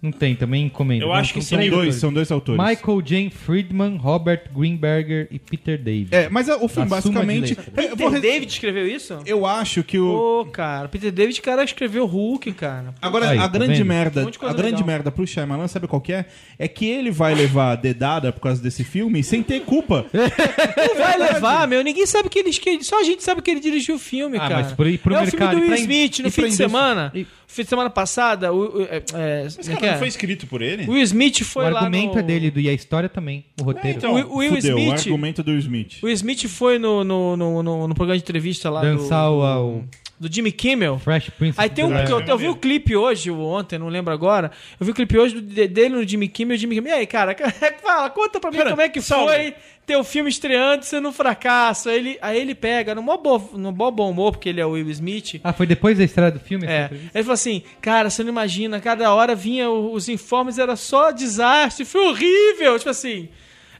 Speaker 3: Não tem, também encomenda.
Speaker 6: Eu
Speaker 3: Não,
Speaker 6: acho que
Speaker 3: não
Speaker 6: sim.
Speaker 2: são
Speaker 3: tem
Speaker 2: dois,
Speaker 3: autores.
Speaker 2: são dois autores.
Speaker 3: Michael J. Friedman, Robert Greenberger e Peter David.
Speaker 2: É, mas é, o filme
Speaker 3: Na suma de
Speaker 2: basicamente.
Speaker 3: letras.
Speaker 2: É, eu, vou re-
Speaker 5: David escreveu isso?
Speaker 2: eu acho que o.
Speaker 5: Pô, cara, Peter David, cara, escreveu Hulk, cara.
Speaker 2: Agora,
Speaker 3: Aí, tá
Speaker 2: a grande
Speaker 3: vendo?
Speaker 2: merda,
Speaker 5: Um monte de
Speaker 2: a
Speaker 5: coisa
Speaker 2: grande
Speaker 5: legal.
Speaker 2: merda pro Shyamalan, sabe qual que é? É que ele vai levar dedada por causa desse filme sem ter culpa.
Speaker 5: Não vai levar, meu. Ninguém sabe que ele escreveu. Só a gente sabe que ele dirigiu o filme,
Speaker 3: Ah,
Speaker 5: cara.
Speaker 3: mas pro- pro
Speaker 5: é o
Speaker 3: mercado,
Speaker 5: filme do Will
Speaker 3: pra in-
Speaker 5: Smith,
Speaker 3: e
Speaker 5: no fim
Speaker 3: pra
Speaker 5: de
Speaker 3: indústria.
Speaker 5: semana.
Speaker 3: E-
Speaker 5: No fim de semana passada, o. o- é, é,
Speaker 6: Mas,
Speaker 5: como é
Speaker 6: cara,
Speaker 5: que é?
Speaker 6: não foi escrito por ele?
Speaker 5: O Will Smith foi
Speaker 3: o
Speaker 5: lá.
Speaker 3: argumento
Speaker 5: no... É, então,
Speaker 3: é dele do- e a história também, o roteiro.
Speaker 5: O Will- o Will
Speaker 2: Fudeu, o
Speaker 5: Smith.
Speaker 2: argumento do Smith.
Speaker 5: O Smith foi no, no, no, no- no programa de entrevista lá
Speaker 3: Dançar
Speaker 5: do,
Speaker 3: o- ao
Speaker 5: do Jimmy Kimmel.
Speaker 3: Fresh Prince.
Speaker 5: Aí tem um.
Speaker 3: Bel-Air.
Speaker 5: que Eu, eu vi o clipe hoje, ou ontem, não lembro agora. Eu vi o clipe hoje do- de- dele no Jimmy Kimmel e o Jimmy Kimmel. E aí, cara, *laughs* fala, conta pra mim
Speaker 6: Cara,
Speaker 5: como é que
Speaker 3: um
Speaker 6: Saulo.
Speaker 5: foi ter o filme estreando sendo um fracasso. Aí ele, aí ele pega, no mó, bo, no mó bom humor, porque ele é o Will Smith.
Speaker 3: Ah, foi depois da estreia do filme? essa
Speaker 5: É.
Speaker 3: entrevista?
Speaker 5: Ele falou assim, cara, você não imagina, cada hora vinha o- os informes, era só desastre, foi horrível. Tipo assim,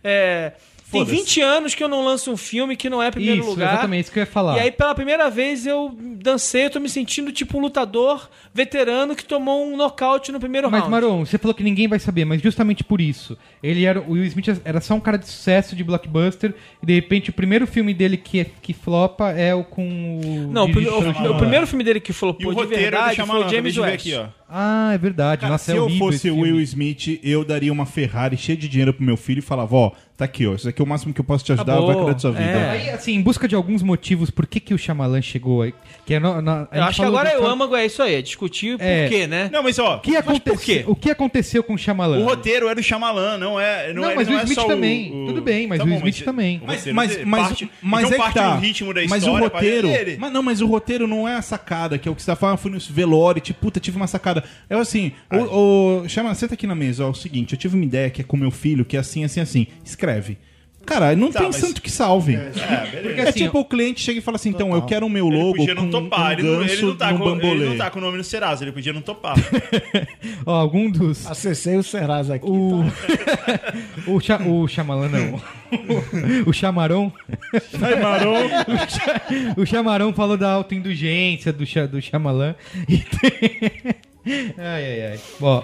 Speaker 5: é, tem
Speaker 2: Foda-se.
Speaker 5: 20 anos que eu não lanço um filme que não é primeiro
Speaker 3: Isso,
Speaker 5: lugar.
Speaker 3: exatamente, isso que eu ia falar.
Speaker 5: E aí, pela primeira vez, eu dancei, eu tô me sentindo tipo um lutador veterano que tomou um nocaute no primeiro
Speaker 3: Mas,
Speaker 5: round.
Speaker 3: Maron, você falou que ninguém vai saber, mas justamente por isso. Ele era, o Will Smith era só um cara de sucesso de blockbuster, e de repente o primeiro filme dele que, é- que flopa é o com o.
Speaker 5: Não, o,
Speaker 3: Dirty
Speaker 5: pri- o-
Speaker 3: Short
Speaker 5: o
Speaker 3: Man.
Speaker 5: primeiro filme dele que falou,
Speaker 6: E o
Speaker 5: pô, de
Speaker 6: roteiro é do
Speaker 5: verdade, foi
Speaker 6: Shyamalan.
Speaker 5: o
Speaker 6: acabei
Speaker 5: James
Speaker 6: de ver
Speaker 5: West.
Speaker 6: aqui, ó.
Speaker 3: Ah, é verdade.
Speaker 2: Cara,
Speaker 3: Nossa,
Speaker 2: se
Speaker 3: é
Speaker 2: eu
Speaker 3: horrível
Speaker 2: fosse
Speaker 3: esse
Speaker 2: o
Speaker 3: filme.
Speaker 2: Will Smith, eu daria uma Ferrari cheia de dinheiro pro meu filho e falava, ó, tá aqui, ó, isso aqui é o máximo que eu posso te ajudar,
Speaker 5: Acabou.
Speaker 2: vai cuidar da sua vida.
Speaker 5: É.
Speaker 3: Aí, assim, em busca de alguns motivos, por que, que o Shyamalan chegou aí? Que é no- na- a
Speaker 5: Eu
Speaker 3: gente
Speaker 5: acho que
Speaker 3: falou
Speaker 5: agora
Speaker 3: do-
Speaker 5: eu amo, é isso aí, é discutir o
Speaker 3: É.
Speaker 5: porquê, né?
Speaker 6: Não, mas ó,
Speaker 3: O
Speaker 2: é
Speaker 3: que, aconteceu,
Speaker 5: quê?
Speaker 3: o que aconteceu com o Shyamalan?
Speaker 6: o roteiro é do Shyamalan, não é. Não,
Speaker 3: Não,
Speaker 6: é,
Speaker 3: mas
Speaker 6: não
Speaker 3: o
Speaker 6: é
Speaker 3: Smith
Speaker 6: só Tá
Speaker 3: também. Tudo bem, mas o
Speaker 6: bom,
Speaker 3: Smith também.
Speaker 6: o
Speaker 2: Mas,
Speaker 6: roteiro
Speaker 2: mas,
Speaker 6: dele
Speaker 2: mas,
Speaker 6: parte-
Speaker 2: mas
Speaker 6: então
Speaker 2: é que
Speaker 6: parte
Speaker 2: tá.
Speaker 6: do ritmo da
Speaker 2: mas
Speaker 6: história,
Speaker 2: o roteiro.
Speaker 6: parte dele.
Speaker 2: Mas não, mas o roteiro não é a sacada, que é o que você tá falando. Eu fui no velório, tipo, puta, tive uma sacada. É assim, o, o- chama, senta aqui na mesa, ó, é o seguinte, eu tive uma ideia que é com meu filho, que é assim, assim, assim. Escreve. Cara, não
Speaker 6: Tá,
Speaker 2: tem
Speaker 6: mas-
Speaker 2: santo que salve.
Speaker 6: É, beleza.
Speaker 2: É
Speaker 3: assim,
Speaker 2: tipo, o cliente chega e fala assim, então, eu quero o meu
Speaker 6: Ele
Speaker 2: logo
Speaker 6: podia
Speaker 2: com
Speaker 6: não topar, ele,
Speaker 2: um
Speaker 6: não, ele, não
Speaker 2: ganso
Speaker 6: tá
Speaker 2: num
Speaker 6: com, ele não
Speaker 2: bambolê.
Speaker 6: tá com o nome no Serasa, ele podia não
Speaker 3: *laughs*
Speaker 6: topar.
Speaker 3: Ó, algum
Speaker 5: *laughs*
Speaker 3: dos.
Speaker 4: Acessei o Serasa aqui.
Speaker 3: O. *laughs* o, Cha... o Shyamalan, não. *laughs* o Chamaron. É O Chamarão falou da autoindulgência do, Cha- do Chamalã. *laughs* E tem- ai, ai, ai. Ó,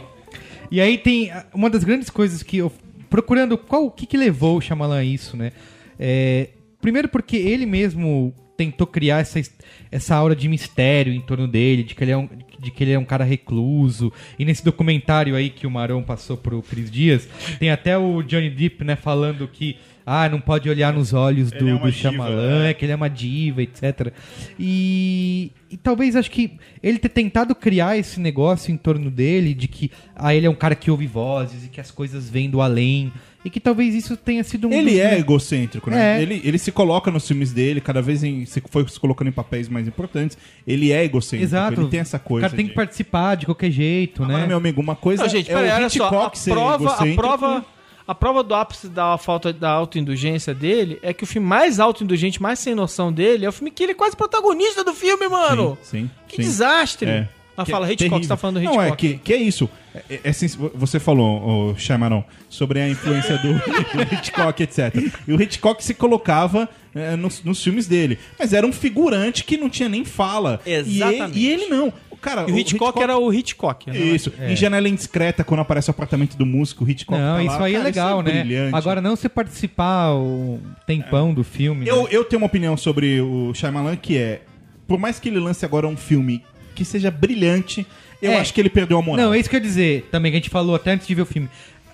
Speaker 3: e aí tem ah, uma das grandes coisas que eu. Procurando qual o que, que levou o Chamalã a isso, né? É, primeiro porque ele mesmo tentou criar essa, es- essa aura de mistério em torno dele, de que, ele é um, de que ele é um cara recluso. E nesse documentário aí que o Marão passou pro Cris Dias, tem até o Johnny Depp, né, falando que Ah, não pode olhar nos olhos
Speaker 6: Ele é
Speaker 3: do,
Speaker 6: uma
Speaker 3: do
Speaker 6: diva,
Speaker 3: Shyamalan,
Speaker 6: né?
Speaker 3: é que ele é uma diva, etc. E, e talvez acho que ele ter tentado criar esse negócio em torno dele, de que ah, ele é um cara que ouve vozes e que as coisas vêm do além, e que talvez isso tenha sido um.
Speaker 2: Ele
Speaker 3: dos-
Speaker 2: é egocêntrico, né?
Speaker 3: É.
Speaker 2: Ele, ele se coloca nos filmes dele, cada vez em, se foi se colocando em papéis mais importantes. Ele é egocêntrico.
Speaker 3: Exato.
Speaker 2: Ele tem essa coisa.
Speaker 3: O cara tem que
Speaker 2: de-
Speaker 3: participar de qualquer jeito,
Speaker 2: Agora,
Speaker 3: né?
Speaker 2: meu amigo, uma coisa
Speaker 5: Não, gente,
Speaker 2: é
Speaker 5: peraí,
Speaker 2: o
Speaker 5: olha só.
Speaker 2: Hitchcock
Speaker 5: A
Speaker 2: ser
Speaker 5: prova, a
Speaker 2: egocêntrico.
Speaker 5: prova, a prova do ápice da falta da autoindulgência dele é que o filme mais autoindulgente, mais sem noção dele, é o filme que ele é quase protagonista do filme, mano.
Speaker 2: Sim, sim,
Speaker 5: que
Speaker 2: sim.
Speaker 5: desastre.
Speaker 2: É.
Speaker 5: Ah,
Speaker 2: Que
Speaker 5: fala,
Speaker 2: é
Speaker 5: Hitchcock,
Speaker 2: terrível.
Speaker 5: você tá falando do
Speaker 2: Não,
Speaker 5: Hitchcock.
Speaker 2: é que, que é isso. É- é- é sens- você falou, oh, Chamaron, sobre a influência
Speaker 5: *laughs*
Speaker 2: do, do Hitchcock, etc. E o Hitchcock se colocava eh, nos, nos filmes dele. Mas era um figurante que não tinha nem fala. E ele-
Speaker 5: Exatamente.
Speaker 2: E ele, não. Cara,
Speaker 5: E o Hitchcock, era o Hitchcock. né?
Speaker 2: Isso. Em Janela Indiscreta, quando aparece o apartamento do músico, o Hitchcock
Speaker 3: é. Não,
Speaker 2: tá lá.
Speaker 3: isso aí é
Speaker 2: Cara,
Speaker 3: legal, né?
Speaker 2: brilhante.
Speaker 3: Agora, não se participar um tempão do filme.
Speaker 2: Eu,
Speaker 3: né?
Speaker 2: eu tenho uma opinião sobre o Shyamalan que é, por mais que ele lance agora um filme que seja brilhante, eu
Speaker 3: É.
Speaker 2: acho que ele perdeu a moral.
Speaker 3: Não, é isso que eu ia dizer também, que a gente falou até antes de ver o filme.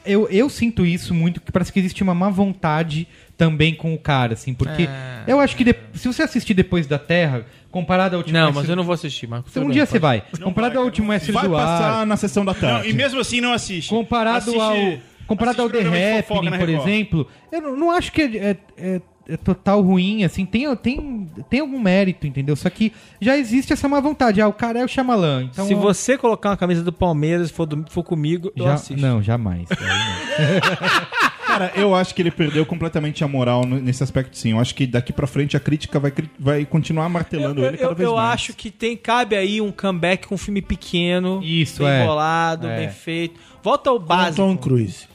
Speaker 3: Eu, eu sinto isso muito, que parece que existe uma má vontade também com o cara, assim, porque
Speaker 5: É.
Speaker 3: eu acho que de- se você assistir depois da Terra, comparado ao último.
Speaker 5: Não, mas eu não vou assistir, Marco.
Speaker 3: Um dia você vai.
Speaker 6: Não
Speaker 3: comparado
Speaker 6: vai,
Speaker 3: ao último mestre
Speaker 2: Vai
Speaker 3: é do ar,
Speaker 2: passar na sessão da
Speaker 6: Não,
Speaker 2: tarde.
Speaker 6: e mesmo assim não assiste.
Speaker 3: comparado
Speaker 6: Assiste-
Speaker 3: ao. Comparado
Speaker 6: assiste
Speaker 3: ao The
Speaker 6: programa de fofoca né,
Speaker 3: Happening,
Speaker 6: na
Speaker 3: por
Speaker 6: Record.
Speaker 3: exemplo, eu não, não acho que é, é- é- é total ruim, assim, tem, tem, tem algum mérito, entendeu? Só que já existe essa má vontade. Ah, o cara é o Xamalã, então...
Speaker 5: Se você colocar uma camisa do Palmeiras e for, do- for comigo, eu
Speaker 3: Já-
Speaker 5: assisto.
Speaker 3: Não, jamais. É. Aí não.
Speaker 2: Cara, eu acho que ele perdeu completamente a moral no- nesse aspecto, sim. Eu acho que daqui pra frente a crítica vai, cri- vai continuar martelando
Speaker 5: Eu,
Speaker 2: ele cada
Speaker 5: eu-
Speaker 2: vez
Speaker 5: eu
Speaker 2: mais.
Speaker 5: acho que tem cabe aí um comeback com um filme pequeno,
Speaker 3: Isso,
Speaker 5: bem
Speaker 3: é.
Speaker 5: bolado,
Speaker 3: É. um
Speaker 5: bem feito. Volta ao
Speaker 4: Com
Speaker 5: básico.
Speaker 4: Tom Cruise.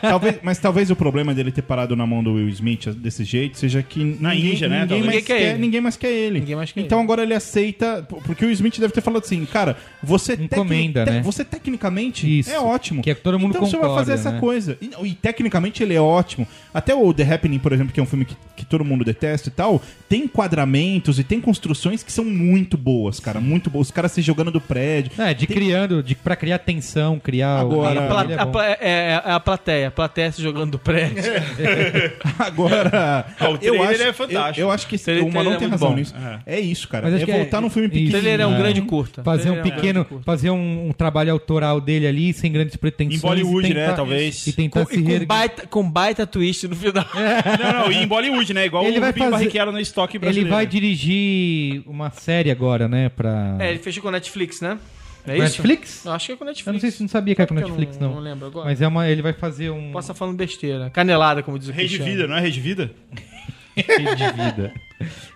Speaker 2: Talvez, mas talvez o problema dele ter parado na mão do Will Smith desse jeito seja que
Speaker 6: Na
Speaker 2: ninguém,
Speaker 6: Índia, né, talvez.
Speaker 2: ninguém, mais
Speaker 5: Ninguém quer
Speaker 2: quer,
Speaker 5: ele.
Speaker 2: ninguém mais quer ele.
Speaker 5: Ninguém mais quer
Speaker 2: então
Speaker 5: ele.
Speaker 2: agora ele aceita, p- porque o Will Smith deve ter falado assim, cara, você, tecni-
Speaker 3: Encomenda,
Speaker 2: te-
Speaker 3: né?
Speaker 2: você tecnicamente
Speaker 3: Isso,
Speaker 2: é ótimo.
Speaker 3: que é que todo mundo
Speaker 2: então você vai
Speaker 3: concorda,
Speaker 2: fazer essa
Speaker 3: né?
Speaker 2: coisa. E, e tecnicamente ele é ótimo. Até o The Happening, por exemplo, que é um filme que, que todo mundo detesta e tal, tem enquadramentos e tem construções que são muito boas, cara, muito boas. Os caras se jogando do prédio.
Speaker 3: É, de criando, de, pra criar tensão, criar o-
Speaker 2: Agora-
Speaker 5: A,
Speaker 3: a
Speaker 5: pla-
Speaker 3: família é
Speaker 5: a
Speaker 3: bom.
Speaker 5: pla- é, é a plateia, a plateia se jogando do prédio.
Speaker 3: É.
Speaker 5: *laughs*
Speaker 2: Agora,
Speaker 6: Ah, o
Speaker 2: eu
Speaker 6: trailer
Speaker 2: acho,
Speaker 6: é fantástico.
Speaker 2: Eu, eu acho que
Speaker 5: trailer-
Speaker 2: o Manon
Speaker 5: trailer é
Speaker 2: tem
Speaker 5: muito
Speaker 2: razão
Speaker 5: bom.
Speaker 2: nisso. É isso, cara.
Speaker 3: Mas acho
Speaker 2: É
Speaker 3: que é-
Speaker 2: voltar num filme
Speaker 3: isso.
Speaker 5: O
Speaker 2: pequeno.
Speaker 5: trailer é um
Speaker 3: É.
Speaker 5: grande curta.
Speaker 3: Fazer um
Speaker 5: Trailer é
Speaker 3: pequeno,
Speaker 5: grande curta.
Speaker 3: fazer um, um trabalho autoral dele ali, sem grandes pretensões.
Speaker 6: Em Bollywood,
Speaker 3: e
Speaker 6: né, talvez.
Speaker 3: E tentar
Speaker 5: Com-
Speaker 3: tá se
Speaker 5: e com
Speaker 3: reerguer.
Speaker 5: baita, com baita twist no final.
Speaker 6: Não, não, e em Bollywood, né? Igual
Speaker 3: Ele
Speaker 6: o
Speaker 3: vai
Speaker 6: Rubinho
Speaker 3: fazer-
Speaker 6: Barrichello no estoque
Speaker 3: Ele
Speaker 6: brasileiro.
Speaker 3: vai dirigir uma série agora, né, pra
Speaker 5: É, ele fechou com a Netflix, né? É isso?
Speaker 3: Netflix?
Speaker 5: Eu acho que é com a Netflix.
Speaker 3: Eu não sei se não sabia que era com
Speaker 5: Porque eu
Speaker 3: Netflix, não.
Speaker 5: Não lembro agora.
Speaker 3: Mas é uma, ele vai fazer um...
Speaker 5: Posso estar falando besteira. Canelada, como diz o
Speaker 6: Rede
Speaker 5: Cristiano.
Speaker 6: Vida, não é Rede Vida?
Speaker 5: *laughs*
Speaker 3: de vida.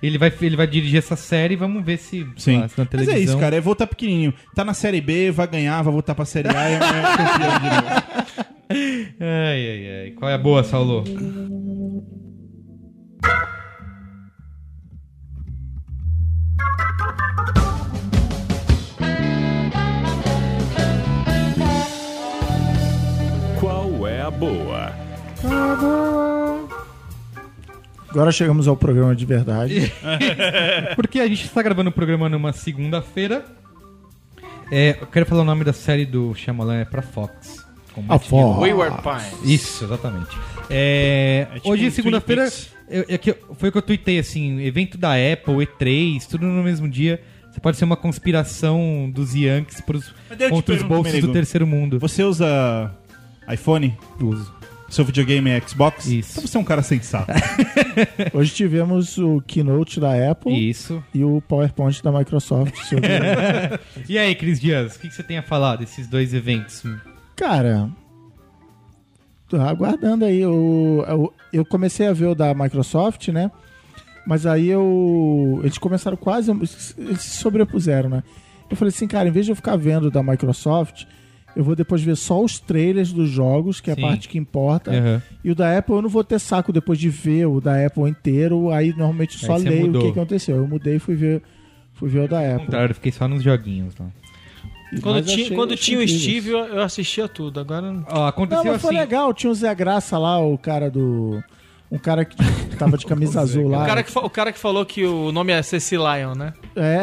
Speaker 3: ele, vai, ele vai dirigir essa série, vamos ver se, sei
Speaker 2: Sim.
Speaker 3: lá, se na
Speaker 2: Mas
Speaker 3: televisão...
Speaker 2: é isso, cara. É voltar pequenininho. Tá na Série B, vai ganhar, vai voltar pra Série A. e amanhã é campeão de novo.
Speaker 3: Ai, ai, ai. Qual é a boa, Saulo?
Speaker 8: Qual é a boa?
Speaker 4: Agora chegamos ao programa de verdade.
Speaker 3: Porque a gente está gravando o programa numa segunda-feira. É, eu quero falar o nome da série do Shyamalan, é pra Fox. Como
Speaker 4: A
Speaker 3: eu tinha-
Speaker 4: Fox.
Speaker 5: Wayward Pines.
Speaker 3: Isso, exatamente. É,
Speaker 6: É tipo
Speaker 3: hoje,
Speaker 6: um
Speaker 3: segunda-feira,
Speaker 6: Twin Peaks.
Speaker 3: eu- é que eu- foi o que eu tuitei, assim, evento da Apple, E3, tudo no mesmo dia. Você pode ser uma conspiração dos Yankees pros,
Speaker 2: Mas daí eu te
Speaker 3: contra os
Speaker 2: pergunto,
Speaker 3: bolsos
Speaker 2: Merigo.
Speaker 3: do terceiro mundo.
Speaker 2: Você usa iPhone?
Speaker 3: Uso.
Speaker 2: Seu videogame é Xbox?
Speaker 3: Isso.
Speaker 2: Então você é um cara sensato.
Speaker 4: Hoje tivemos o keynote da Apple
Speaker 3: Isso.
Speaker 4: e o PowerPoint da Microsoft. sobre-
Speaker 3: *laughs* E aí, Cris Dias, o que, que você tem a falar desses dois eventos?
Speaker 4: Cara, tô aguardando aí. Eu, eu, eu comecei a ver o da Microsoft, né? Mas aí eu. Eles começaram quase. Eles se sobrepuseram, né? Eu falei assim, cara, em vez de eu ficar vendo o da Microsoft, eu vou depois ver só os trailers dos jogos, que é
Speaker 3: Sim.
Speaker 4: a parte que importa.
Speaker 3: Aham.
Speaker 4: E o da Apple eu não vou ter saco depois de ver o da Apple inteiro. Aí normalmente eu só
Speaker 3: Aí você
Speaker 4: leio
Speaker 3: mudou.
Speaker 4: o que aconteceu. Eu mudei e fui ver, fui ver o da
Speaker 3: Ao
Speaker 4: Apple.
Speaker 3: contrário, eu fiquei só nos joguinhos lá.
Speaker 5: Quando,
Speaker 4: Mas
Speaker 5: tinha,
Speaker 4: achei-
Speaker 5: quando
Speaker 4: achei
Speaker 5: tinha o
Speaker 4: incrível.
Speaker 5: Steve, eu, eu assistia tudo. Agora.
Speaker 3: Ó,
Speaker 4: Não,
Speaker 3: aconteceu
Speaker 4: mas foi
Speaker 3: assim.
Speaker 4: legal. Tinha o Zé Graça lá, o cara do. Um cara que.
Speaker 3: *laughs*
Speaker 4: tava de camisa azul lá.
Speaker 5: O cara, que, fa- o cara que falou que o nome é Ceci Lion, né?
Speaker 4: É,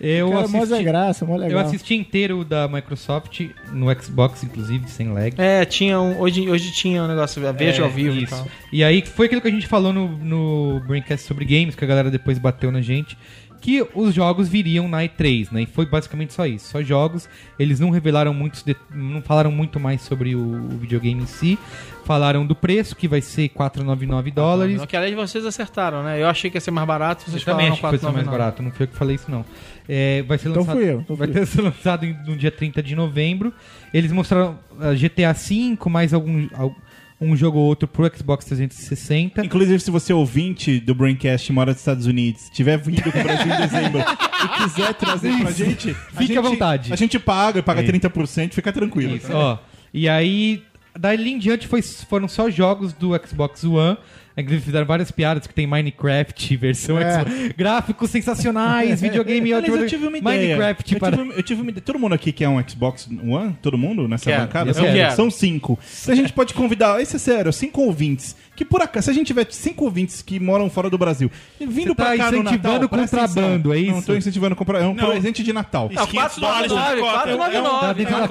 Speaker 3: Eu
Speaker 4: cara, é mó sem
Speaker 3: assisti,
Speaker 4: graça, mó
Speaker 3: eu
Speaker 4: legal.
Speaker 3: assisti inteiro da Microsoft, no Xbox, inclusive, sem lag.
Speaker 5: É, tinha um. Hoje, hoje tinha um negócio, a Veja
Speaker 3: É,
Speaker 5: ao vivo e
Speaker 3: isso.
Speaker 5: tal.
Speaker 3: E aí foi aquilo que a gente falou no, no Braincast sobre games, que a galera depois bateu na gente, que os jogos viriam na E3, né? E foi basicamente só isso, só jogos. Eles não revelaram muitos, de- não falaram muito mais sobre o, o videogame em si. Falaram do preço, que vai ser 499 dólares.
Speaker 5: Não, Que aliás vocês acertaram, né? Eu achei que ia ser mais barato, vocês
Speaker 3: Eu também
Speaker 5: falaram
Speaker 3: acho que foi ser mais
Speaker 5: 499.
Speaker 3: barato, não foi eu que falei isso não. É, vai ser
Speaker 4: Então
Speaker 3: lançado,
Speaker 4: fui eu, então
Speaker 3: vai
Speaker 4: fui
Speaker 3: ter *laughs* ser lançado em- no dia 30 de novembro. Eles mostraram ah, GTA V, mais algum, al- um jogo ou outro pro Xbox 360.
Speaker 2: Inclusive, se você é ouvinte do Braincast e mora nos Estados Unidos, tiver vindo pro Brasil em dezembro e quiser trazer pra gente, a
Speaker 3: Fique à
Speaker 2: gente-
Speaker 3: vontade.
Speaker 2: A gente paga, paga 30%, fica tranquilo. É
Speaker 3: Isso, ó. E aí, dali em diante foi, foram só jogos do Xbox One. Inclusive fizeram várias piadas que tem Minecraft, *laughs* versão Xbox. Gráficos sensacionais, videogame
Speaker 2: É. *laughs* Aliás,
Speaker 3: ótimo.
Speaker 2: eu tive uma ideia.
Speaker 3: Minecraft
Speaker 2: eu,
Speaker 3: para...
Speaker 2: tive, eu tive uma ideia. Todo mundo aqui quer um Xbox One? Todo mundo nessa
Speaker 5: Quero,
Speaker 2: bancada?
Speaker 5: eu
Speaker 2: São-
Speaker 5: quero.
Speaker 2: São cinco. Então a gente pode convidar, isso é sério, cinco ouvintes. Que por acaso, se a gente tiver cinco ouvintes que moram fora do Brasil, e vindo
Speaker 3: Você tá
Speaker 2: pra cá no
Speaker 3: incentivando
Speaker 2: Natal... presta atenção.
Speaker 3: contrabando, é isso?
Speaker 2: Não, tô incentivando comprar. É um
Speaker 6: Não.
Speaker 2: presente de Natal.
Speaker 5: Não,
Speaker 6: 500 dólares na
Speaker 5: 499,
Speaker 6: cota.
Speaker 5: 499.
Speaker 3: Dentro da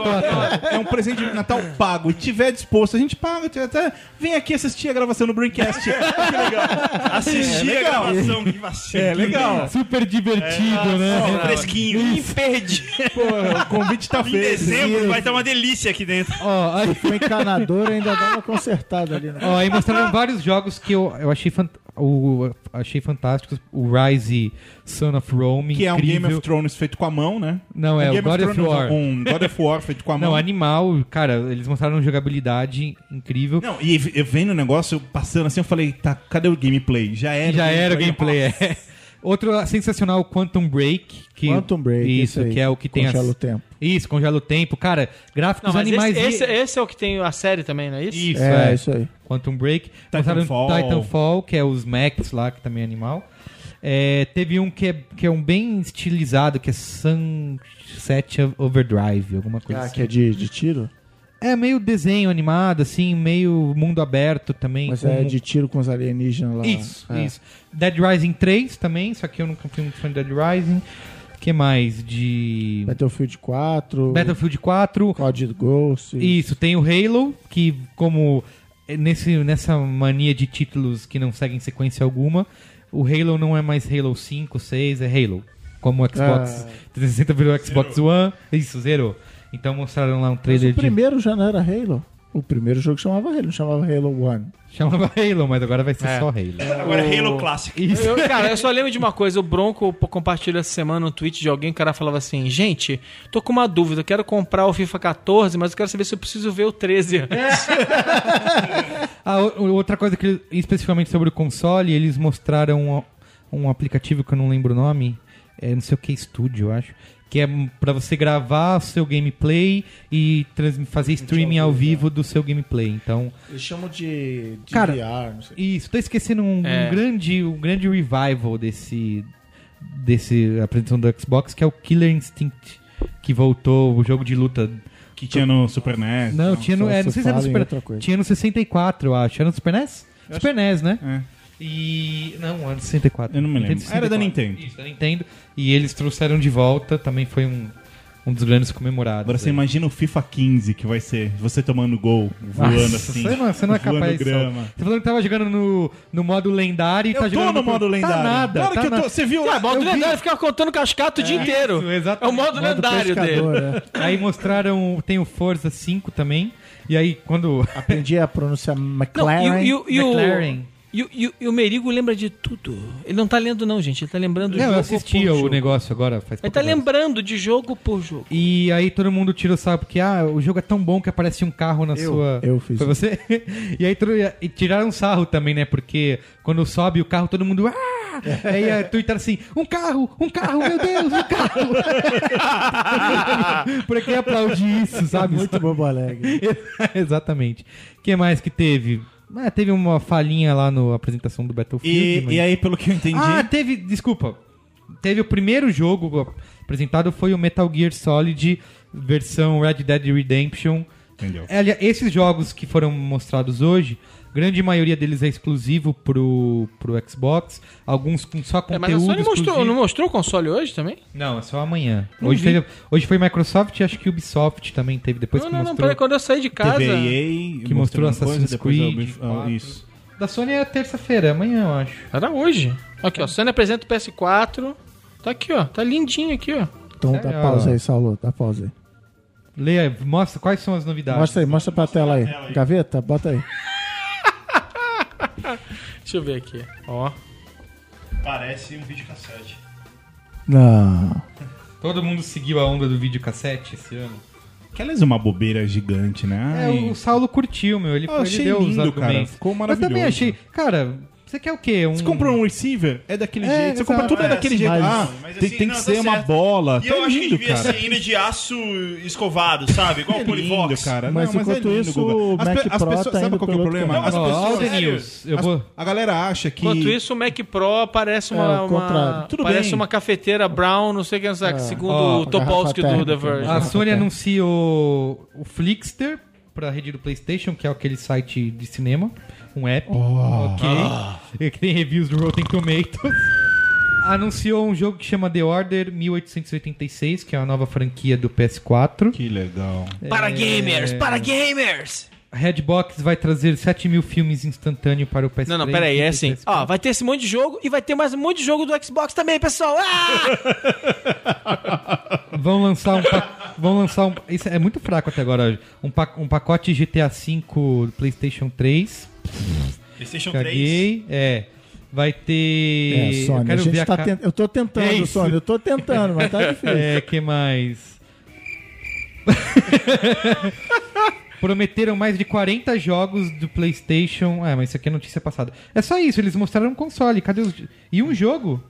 Speaker 3: cota.
Speaker 2: É um presente de Natal pago. E tiver disposto, a gente paga. Até vem aqui assistir a gravação
Speaker 3: *laughs*
Speaker 2: no Braincast. que legal.
Speaker 3: É
Speaker 6: Assistir a
Speaker 2: legal.
Speaker 6: gravação, que vacina.
Speaker 2: É
Speaker 3: *laughs*
Speaker 2: legal.
Speaker 3: Super
Speaker 2: É,
Speaker 3: divertido, né?
Speaker 6: Ó, Fresquinho.
Speaker 2: Porra, o convite tá
Speaker 6: Em
Speaker 2: feito.
Speaker 6: dezembro vai estar uma delícia aqui dentro.
Speaker 3: Ó, aí,
Speaker 4: O encanador ainda dá uma consertada ali. Né?
Speaker 3: ó, aí mostraram vários jogos que eu, eu achei, fant... o, achei fantásticos. O Rise Son of Rome.
Speaker 2: Que é um
Speaker 3: incrível.
Speaker 2: Game of Thrones feito com a mão, né?
Speaker 3: Não, é,
Speaker 2: um
Speaker 3: o God of
Speaker 2: Thrones,
Speaker 3: War.
Speaker 2: Um God of War feito com a mão.
Speaker 3: Não, animal, cara, eles mostraram jogabilidade incrível.
Speaker 2: Não, e eu vendo o negócio, eu passando assim, eu falei, tá, cadê o gameplay? Já era.
Speaker 3: Já era o gameplay, é. Outro sensacional, Quantum Break. *laughs* Que,
Speaker 4: Quantum Break,
Speaker 3: Isso,
Speaker 4: isso aí.
Speaker 3: que é o que tem...
Speaker 4: Congela o tempo.
Speaker 3: Isso, congela o tempo. Cara,
Speaker 5: Não,
Speaker 3: gráficos
Speaker 5: mas
Speaker 3: animais...
Speaker 5: esse,
Speaker 3: e-
Speaker 5: esse- esse é o que tem a série também, não é isso?
Speaker 3: Isso,
Speaker 4: É,
Speaker 3: é.
Speaker 4: isso aí.
Speaker 3: Quantum Break.
Speaker 2: Titanfall.
Speaker 3: Mostraram Titanfall, que é os mechs lá, que também é animal. É, teve um que é, que é um bem estilizado, que é Sunset Overdrive, alguma coisa
Speaker 4: Ah,
Speaker 3: assim.
Speaker 4: que é de, de tiro?
Speaker 3: É meio desenho animado, assim, meio mundo aberto também.
Speaker 4: Mas
Speaker 3: com- um
Speaker 4: é de tiro com os alienígenas lá.
Speaker 3: Isso,
Speaker 4: É.
Speaker 3: isso. Dead Rising 3 também, só que eu nunca fui muito fã de Dead Rising. que mais? De.
Speaker 4: Battlefield 4,
Speaker 3: Battlefield 4.
Speaker 4: Code Ghost.
Speaker 3: Isso, tem o Halo, que como é, nesse, nessa mania de títulos que não seguem sequência alguma, o Halo não é mais Halo 5, 6, é Halo. Como o Xbox
Speaker 4: Ah.
Speaker 3: 360 virou Xbox One. Isso, zerou. Então mostraram lá um
Speaker 4: Mas
Speaker 3: trailer *laughs*
Speaker 4: o primeiro já não era Halo. O primeiro jogo chamava Halo, não chamava Halo One.
Speaker 3: de... Chamava Halo, mas agora vai ser
Speaker 5: É.
Speaker 3: só Halo.
Speaker 6: Agora, Halo Classic.
Speaker 3: Isso.
Speaker 5: Eu- cara, eu só lembro de uma coisa. O Bronco pô, compartilhou essa semana um tweet de alguém. O cara falava assim: Gente, tô com uma dúvida. eu Quero comprar o FIFA 14, mas eu quero saber se eu preciso ver o 13
Speaker 3: É,
Speaker 5: antes.
Speaker 3: Ah, o- o- outra coisa que eles- especificamente sobre o console, eles mostraram um, um aplicativo que eu não lembro o nome, é não sei o que Studio, eu acho, que é hum, pra você gravar o seu gameplay e trans- fazer streaming ao vivo é. do seu gameplay. Então,
Speaker 4: Eles chamam de DVR,
Speaker 3: Cara,
Speaker 4: não sei.
Speaker 3: isso, tô esquecendo um, um
Speaker 5: É.
Speaker 3: grande, um grande revival desse desse apresentação do Xbox, que é o Killer Instinct, que voltou o jogo de luta.
Speaker 2: Que tinha no Super NES.
Speaker 3: Não, tinha no,
Speaker 4: só
Speaker 3: é,
Speaker 4: você
Speaker 3: não sei se era no
Speaker 4: fala em
Speaker 3: Super,
Speaker 4: outra coisa.
Speaker 3: tinha no 64, eu acho. Era no Super NES? Super NES, né?
Speaker 2: É.
Speaker 3: E. Não, ano 64.
Speaker 2: Eu não me lembro.
Speaker 3: Nintendo
Speaker 2: Era da
Speaker 3: 64.
Speaker 2: Nintendo.
Speaker 3: Isso, da Nintendo. E eles trouxeram de volta, também foi um, um dos grandes comemorados.
Speaker 2: Agora você
Speaker 3: aí.
Speaker 2: imagina o FIFA 15 que vai ser você tomando gol, voando
Speaker 3: Nossa,
Speaker 2: assim.
Speaker 3: Você não, você não é
Speaker 2: voando
Speaker 3: capaz disso.
Speaker 2: grama.
Speaker 3: Você falou que tava jogando no, no modo lendário e tá
Speaker 2: Eu tô
Speaker 3: jogando.
Speaker 2: no modo lendário.
Speaker 3: Tá nada.
Speaker 2: Claro
Speaker 3: tá
Speaker 2: que eu tô.
Speaker 3: nada.
Speaker 2: Você viu lá?
Speaker 5: Cara, é, modo
Speaker 3: eu vi.
Speaker 5: lendário, ficava contando cascata o dia inteiro.
Speaker 3: isso,
Speaker 5: é o
Speaker 3: exatamente.
Speaker 5: modo,
Speaker 4: Modo
Speaker 5: lendário
Speaker 4: pescador,
Speaker 5: dele.
Speaker 3: *laughs*
Speaker 4: é.
Speaker 3: Aí mostraram. Tem o Forza 5 também. E aí quando.
Speaker 4: Aprendi a pronunciar
Speaker 5: Não,
Speaker 4: McLaren.
Speaker 5: e, o- e o- e
Speaker 3: McLaren.
Speaker 5: o. E, o- e o- e o Merigo lembra de tudo. Ele não tá lendo, não, gente. Ele tá lembrando
Speaker 3: Não, eu
Speaker 5: jogo por
Speaker 3: assisti o
Speaker 5: jogo.
Speaker 3: negócio agora faz
Speaker 5: Ele
Speaker 3: pouco
Speaker 5: tá
Speaker 3: tempo.
Speaker 5: lembrando de jogo por jogo.
Speaker 3: E aí todo mundo tira o sarro porque ah, o jogo é tão bom que aparece um carro na sua.
Speaker 4: eu fiz
Speaker 3: Foi você? *laughs* e aí tro- e tiraram sarro também, né? Porque quando sobe o carro, todo mundo. Ah! aí é, twitter assim, um carro, um carro, meu Deus, um carro! *laughs* Por que aplaudir isso, sabe?
Speaker 4: É Muito bobo alegre.
Speaker 3: *laughs* Exatamente. O que mais que teve? Ah, teve uma falhinha lá na apresentação do Battlefield.
Speaker 2: E,
Speaker 3: mas-
Speaker 2: e aí, pelo que eu entendi.
Speaker 3: ah, teve, desculpa. Teve o primeiro jogo apresentado foi o Metal Gear Solid versão Red Dead Redemption
Speaker 2: Entendeu?
Speaker 3: É, aliás, esses jogos que foram mostrados hoje, grande maioria deles é exclusivo pro, pro Xbox, alguns com só
Speaker 5: É,
Speaker 3: conteúdo
Speaker 5: mas a Sony mostrou,
Speaker 3: exclusivo.
Speaker 5: não mostrou o console hoje também?
Speaker 3: Não, é só amanhã.
Speaker 5: Não
Speaker 3: Hoje,
Speaker 5: vi.
Speaker 3: teve- hoje foi Microsoft e acho que Ubisoft também teve, depois
Speaker 5: não,
Speaker 3: que
Speaker 5: não, não,
Speaker 3: mostrou.
Speaker 5: peraí, quando eu saí de casa.
Speaker 2: Teve a EA,
Speaker 3: que mostrou
Speaker 2: mostrando coisa,
Speaker 3: Assassin's
Speaker 2: depois a
Speaker 3: Creed,
Speaker 2: Ubif- ah,
Speaker 3: quatro.
Speaker 2: isso.
Speaker 3: Da Sony é terça-feira, é amanhã, eu acho.
Speaker 5: Era hoje. Aqui, ó. Sony apresenta o PS4. Tá aqui, ó. Tá lindinho aqui, ó.
Speaker 4: Então
Speaker 3: Sério?
Speaker 4: dá pausa aí, Saulo, dá pausa aí.
Speaker 3: Leia, mostra quais são as novidades.
Speaker 4: Mostra aí, mostra pra tela aí. Gaveta, bota aí.
Speaker 5: Deixa eu ver aqui. Ó.
Speaker 6: Parece um vídeo cassete.
Speaker 4: Não.
Speaker 3: Todo mundo seguiu a onda do videocassete esse ano.
Speaker 2: Aquelas é uma bobeira gigante, né?
Speaker 3: É,
Speaker 2: Ai.
Speaker 3: o Saulo curtiu, meu. Ele,
Speaker 2: Eu
Speaker 3: foi, ele
Speaker 2: achei
Speaker 3: deu os
Speaker 2: lindo, cara.
Speaker 3: argumentos.
Speaker 2: Ficou
Speaker 3: Eu também
Speaker 2: maravilhoso.
Speaker 3: achei. Cara, você quer o quê? Um...
Speaker 2: Você compra um receiver, é daquele
Speaker 4: É,
Speaker 2: jeito. Você compra
Speaker 4: exato.
Speaker 2: tudo é daquele jeito.
Speaker 4: Mas-
Speaker 2: Ah,
Speaker 6: mas
Speaker 2: tem,
Speaker 6: assim,
Speaker 2: tem
Speaker 6: não,
Speaker 2: que
Speaker 6: tá
Speaker 2: ser uma
Speaker 6: certo.
Speaker 2: bola.
Speaker 6: E
Speaker 2: tá
Speaker 6: eu acho que
Speaker 2: lindo,
Speaker 6: devia
Speaker 2: cara.
Speaker 6: ser ainda de aço escovado, sabe? Igual o
Speaker 2: É lindo,
Speaker 6: Polivox.
Speaker 2: cara. é
Speaker 4: Mas enquanto isso,
Speaker 2: Guga.
Speaker 4: o
Speaker 2: As pe-
Speaker 4: Mac
Speaker 2: as
Speaker 4: Pro
Speaker 2: pessoas-
Speaker 4: tá
Speaker 2: sabe
Speaker 4: indo
Speaker 2: qual que é o
Speaker 4: pelo
Speaker 2: problema?
Speaker 4: outro
Speaker 2: As
Speaker 3: Ó, ó, o
Speaker 2: pessoas,
Speaker 3: The
Speaker 2: sério,
Speaker 3: News. Eu
Speaker 2: as-
Speaker 3: vou...
Speaker 2: a galera acha que
Speaker 5: Enquanto isso, o Mac Pro parece uma.
Speaker 4: É, o
Speaker 5: uma-
Speaker 4: contrário.
Speaker 2: Tudo
Speaker 5: parece
Speaker 2: bem.
Speaker 5: uma cafeteira Brown, não sei o que, é, segundo
Speaker 3: Ó,
Speaker 5: o Topolsky do
Speaker 4: garrafa
Speaker 5: The
Speaker 4: térmica.
Speaker 5: Verge.
Speaker 3: A
Speaker 4: Ah,
Speaker 3: Sony
Speaker 4: tá.
Speaker 3: anuncia o, o Flixster pra rede do PlayStation, que é aquele site de cinema, um app, ok,
Speaker 2: Ah.
Speaker 3: E que tem reviews do Rotten Tomatoes. Anunciou um jogo que chama The Order 1886, que é uma nova franquia do PS4.
Speaker 2: que legal.
Speaker 4: É,
Speaker 5: Para gamers! Para gamers!
Speaker 3: A Redbox vai trazer 7 mil filmes instantâneos para o PS3.
Speaker 5: Não, não, peraí, é
Speaker 3: e
Speaker 5: assim.
Speaker 3: PS4.
Speaker 5: Ó, vai ter esse monte de jogo e vai ter mais um monte de jogo do Xbox também, pessoal. Ah!
Speaker 3: Vão lançar um. pa- Vão lançar um. Isso é muito fraco até agora. Um, pa- um pacote GTA V do PlayStation 3.
Speaker 6: Playstation 3.
Speaker 3: Caguei. É. Vai ter.
Speaker 4: É, Sony,
Speaker 3: eu quero
Speaker 4: a gente
Speaker 3: ver
Speaker 4: tá
Speaker 3: a ca...
Speaker 4: tentando. Eu tô tentando,
Speaker 3: É isso.
Speaker 4: Sony, eu tô tentando, mas tá difícil.
Speaker 3: É, que mais? *laughs* Prometeram mais de 40 jogos do PlayStation. É, mas isso aqui é notícia passada. É só isso, eles mostraram um console. Cadê os. E um jogo?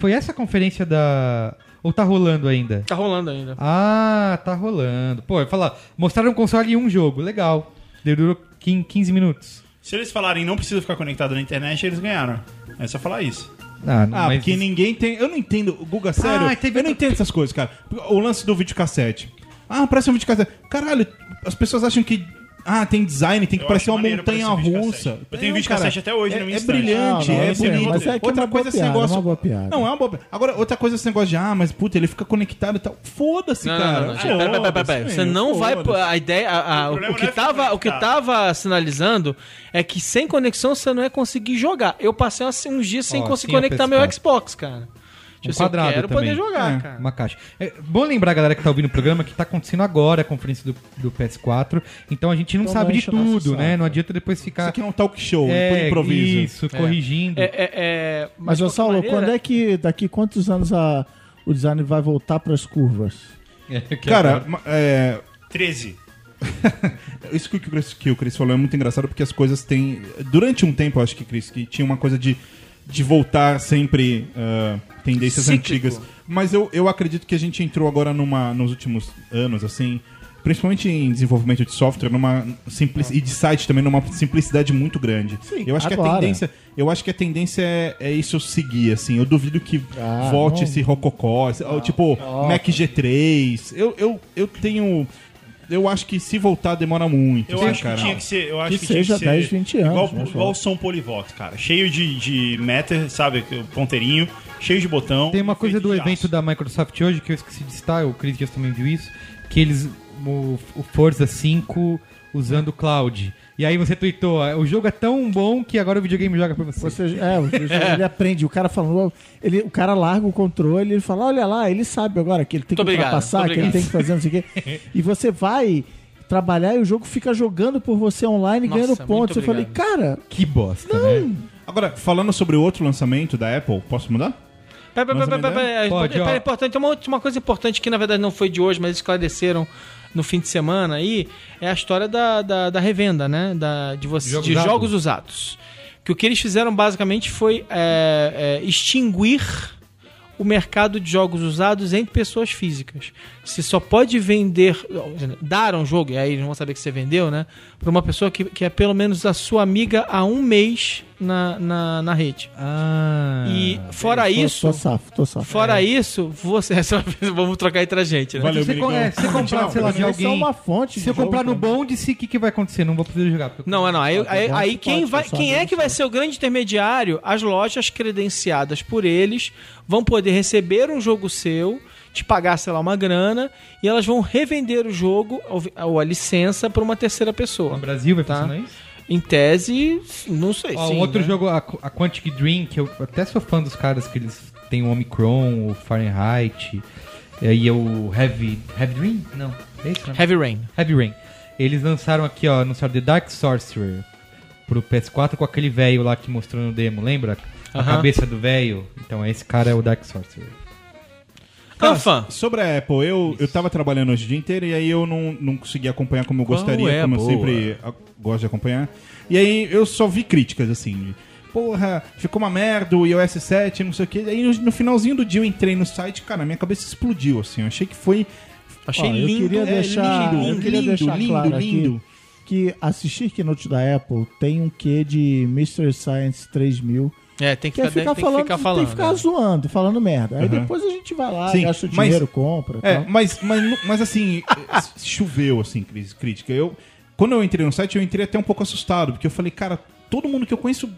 Speaker 3: Foi essa a conferência da. Ou tá rolando ainda?
Speaker 5: Tá rolando ainda.
Speaker 3: Ah, tá rolando. Pô, eu ia falar, mostraram um console e um jogo. Legal. Durou 15 minutos.
Speaker 6: Se eles falarem não precisa ficar conectado na internet, eles ganharam. É só falar isso.
Speaker 3: Ah, não,
Speaker 2: Ah,
Speaker 3: mas
Speaker 2: porque ninguém tem. Eu não entendo, Guga, sério.
Speaker 3: Ah, teve
Speaker 2: eu não
Speaker 3: outra-
Speaker 2: entendo essas coisas, cara. O lance do videocassete. Ah, parece um videocassete. Caralho, as pessoas acham que. Ah, tem design, tem que
Speaker 6: Eu acho
Speaker 2: parecer uma
Speaker 6: maneiro
Speaker 2: montanha
Speaker 6: parecer um videocassete.
Speaker 2: russa.
Speaker 6: Eu tenho
Speaker 2: Não,
Speaker 6: videocassete
Speaker 2: cara,
Speaker 6: até hoje
Speaker 2: é,
Speaker 6: na minha
Speaker 2: É
Speaker 6: estante.
Speaker 2: brilhante,
Speaker 4: Ah, não,
Speaker 2: é,
Speaker 4: é bonito,
Speaker 2: bonito.
Speaker 4: mas é que é
Speaker 2: outra
Speaker 4: uma
Speaker 2: coisa
Speaker 4: boa
Speaker 2: é esse
Speaker 4: piada,
Speaker 2: negócio.
Speaker 4: é uma boa piada.
Speaker 2: Não, é uma boa piada. Agora, outra coisa é esse negócio de, ah, mas puta, ele fica conectado e tal.
Speaker 6: Ah,
Speaker 2: Foda-se,
Speaker 5: Não,
Speaker 2: cara. Ah,
Speaker 5: não, não, não. Peraí, peraí, peraí, peraí. Você não vai. pô, A ideia. a- a-
Speaker 6: O
Speaker 5: o,
Speaker 6: problema
Speaker 5: que
Speaker 6: não é ficar
Speaker 5: tava, o que
Speaker 6: conectado.
Speaker 5: tava sinalizando é que sem conexão você não ia conseguir jogar. Eu passei assim, uns dias sem
Speaker 3: Ó,
Speaker 5: conseguir
Speaker 3: sim, é
Speaker 5: conectar meu
Speaker 3: PS4.
Speaker 5: Xbox, cara. Tipo
Speaker 3: Um
Speaker 5: assim, eu
Speaker 3: quadrado
Speaker 5: quero
Speaker 3: também.
Speaker 5: poder jogar,
Speaker 2: É,
Speaker 5: cara.
Speaker 3: Uma caixa. É bom lembrar, galera, que tá ouvindo o programa, que tá acontecendo agora a conferência do, do PS4. Então a gente não
Speaker 4: Então
Speaker 3: sabe de
Speaker 4: enche o nosso
Speaker 3: tudo,
Speaker 4: saco.
Speaker 3: né? Não adianta depois
Speaker 2: Isso
Speaker 3: ficar.
Speaker 2: aqui é um talk show, por
Speaker 3: é,
Speaker 2: improviso.
Speaker 3: Isso, corrigindo.
Speaker 5: É, é, é,
Speaker 4: Mas,
Speaker 5: de
Speaker 4: ô
Speaker 5: qualquer
Speaker 4: Saulo,
Speaker 5: maneira-
Speaker 4: quando é que daqui quantos anos a- o design vai voltar pras curvas?
Speaker 3: É, que
Speaker 2: Cara,
Speaker 3: agora-
Speaker 2: ma- é,
Speaker 6: 13.
Speaker 2: Isso que o Chris, que o Chris falou é muito engraçado porque as coisas têm. Durante um tempo, eu acho que, Chris, que tinha uma coisa de, de voltar sempre ah, tendências
Speaker 5: Cíclico.
Speaker 2: antigas. Mas eu, eu acredito que a gente entrou agora numa, nos últimos anos, assim, principalmente em desenvolvimento de software, numa simpli- e de site também, numa simplicidade muito grande. eu acho que a
Speaker 4: agora.
Speaker 2: tendência, eu acho que a tendência é, é isso seguir, assim. Eu duvido que
Speaker 4: Ah,
Speaker 2: volte
Speaker 4: não. Ah,
Speaker 2: esse rococó, esse- tipo Mac G3. Eu, eu, eu tenho eu acho que se voltar demora muito.
Speaker 6: Eu
Speaker 2: assim,
Speaker 6: acho que tinha que ser. Eu acho que,
Speaker 4: Que
Speaker 6: tinha
Speaker 4: seja
Speaker 6: que ser
Speaker 4: 10, 20 anos,
Speaker 6: Igual, igual
Speaker 4: mas
Speaker 6: o
Speaker 4: volta.
Speaker 6: som Polivox, cara. Cheio de, de meta, sabe? O Ponteirinho, cheio de botão.
Speaker 3: Tem uma coisa
Speaker 6: feito
Speaker 3: do
Speaker 6: de
Speaker 3: evento
Speaker 6: aço.
Speaker 3: da Microsoft hoje que eu esqueci de citar, o Chris Dias também viu isso, que eles. O, o Forza 5 usando o cloud. E aí você tweetou, "Ah, o jogo é tão bom que agora o videogame joga pra você.
Speaker 4: Você, é, o- o-
Speaker 5: *laughs*
Speaker 4: ele aprende, o cara falou, ele, o cara larga o controle, ele fala, olha lá, ele sabe agora que ele tem que
Speaker 5: Muito obrigado,
Speaker 4: ultrapassar,
Speaker 5: muito
Speaker 4: que ele
Speaker 5: obrigado.
Speaker 4: tem que fazer não sei o quê. E você vai trabalhar e o jogo fica jogando por você online,
Speaker 5: Nossa,
Speaker 4: ganhando
Speaker 5: muito
Speaker 4: pontos. Eu falei,
Speaker 5: obrigado.
Speaker 4: cara,
Speaker 3: Que bosta, né?
Speaker 2: Agora, falando sobre o outro lançamento da Apple, posso mudar?
Speaker 5: Pera, pera,
Speaker 2: Nossa,
Speaker 5: pera, pera,
Speaker 2: mas
Speaker 5: pera,
Speaker 3: Pode,
Speaker 5: pera,
Speaker 3: ó.
Speaker 5: pera, importante, tem uma, uma coisa importante que na verdade não foi de hoje, mas esclareceram no fim de semana aí, é a história da, da, da revenda, né? Da, de você,
Speaker 3: Jogo
Speaker 5: de
Speaker 3: usado.
Speaker 5: jogos usados. Que o que eles fizeram basicamente foi é, é, extinguir o mercado de jogos usados entre pessoas físicas. Se só pode vender, dar um jogo, e aí eles vão saber que você vendeu, né? Para uma pessoa que, que é pelo menos a sua amiga há um mês na, na, na rede.
Speaker 3: Ah.
Speaker 5: E fora isso,
Speaker 4: Tô, tô safo, tô safo.
Speaker 5: fora isso, você. *laughs* é Vamos trocar entre a gente, né?
Speaker 2: Valeu,
Speaker 3: se, você
Speaker 2: Mirigão.
Speaker 3: co- é, se você comprar, sei lá, de
Speaker 4: Vocês são
Speaker 3: alguém.
Speaker 4: uma fonte
Speaker 3: Se eu comprar no Bondice, o que, que vai acontecer? Não vou poder jogar. porque eu-
Speaker 5: Não, é não. Aí, aí,
Speaker 4: bom,
Speaker 5: aí
Speaker 4: você
Speaker 5: quem,
Speaker 4: pode
Speaker 5: vai,
Speaker 4: pensar
Speaker 5: quem é
Speaker 4: nisso,
Speaker 5: que vai
Speaker 4: né?
Speaker 5: ser o grande intermediário? As lojas credenciadas por eles vão poder receber um jogo seu, te pagar, sei lá, uma grana, e elas vão revender o jogo ou- ou a licença para uma terceira
Speaker 3: No
Speaker 5: pessoa.
Speaker 3: Brasil vai
Speaker 5: Tá.
Speaker 3: funcionar isso?
Speaker 5: Em tese, não sei.
Speaker 3: Ó,
Speaker 5: sim,
Speaker 3: um outro
Speaker 5: né?
Speaker 3: jogo, a, Qu- a Quantic Dream, que eu até sou fã dos caras que eles têm o Omicron, o Fahrenheit, e aí é o Heavy. Heavy Dream? Não. É isso, né?
Speaker 5: Heavy Rain.
Speaker 3: Heavy Rain. Eles lançaram aqui, ó, anunciaram The Dark Sorcerer pro PS4 com aquele velho lá que mostrou no demo, lembra? A
Speaker 5: Aham.
Speaker 3: cabeça do velho. Então, esse cara é o Dark Sorcerer.
Speaker 5: Anfã.
Speaker 2: Sobre a Apple, eu, eu tava trabalhando hoje o dia inteiro e aí eu não, não consegui acompanhar como eu
Speaker 5: Qual
Speaker 2: gostaria,
Speaker 5: é a
Speaker 2: como eu
Speaker 5: boa?
Speaker 2: sempre a- gosto de acompanhar. E aí eu só vi críticas, assim, de, porra, ficou uma merda o iOS 7, não sei o quê. Aí no finalzinho do dia eu entrei no site, cara, minha cabeça explodiu, assim. Eu achei que foi...
Speaker 5: Achei
Speaker 4: eu
Speaker 5: lindo.
Speaker 4: queria
Speaker 5: é,
Speaker 4: deixar-
Speaker 5: lindo,
Speaker 4: eu queria
Speaker 2: lindo,
Speaker 4: deixar
Speaker 2: lindo,
Speaker 4: claro aqui-
Speaker 2: lindo.
Speaker 4: Que assistir Keynote da Apple tem um quê de Mr. Science 3000.
Speaker 5: É, tem que,
Speaker 4: Que é
Speaker 5: ficar,
Speaker 4: ficar
Speaker 5: tem
Speaker 4: falando,
Speaker 5: que ficar falando.
Speaker 4: tem que ficar
Speaker 5: né?
Speaker 4: zoando, falando merda. Aí
Speaker 2: Uhum.
Speaker 4: depois a gente vai lá,
Speaker 2: Sim,
Speaker 4: gasta o
Speaker 2: mas-
Speaker 4: dinheiro, compra.
Speaker 2: É,
Speaker 4: tal.
Speaker 2: mas, mas, nu- mas assim, *laughs* eh, choveu, assim, cris- crítica. Eu, quando eu entrei no site, eu entrei até um pouco assustado, porque eu falei, cara, todo mundo que eu conheço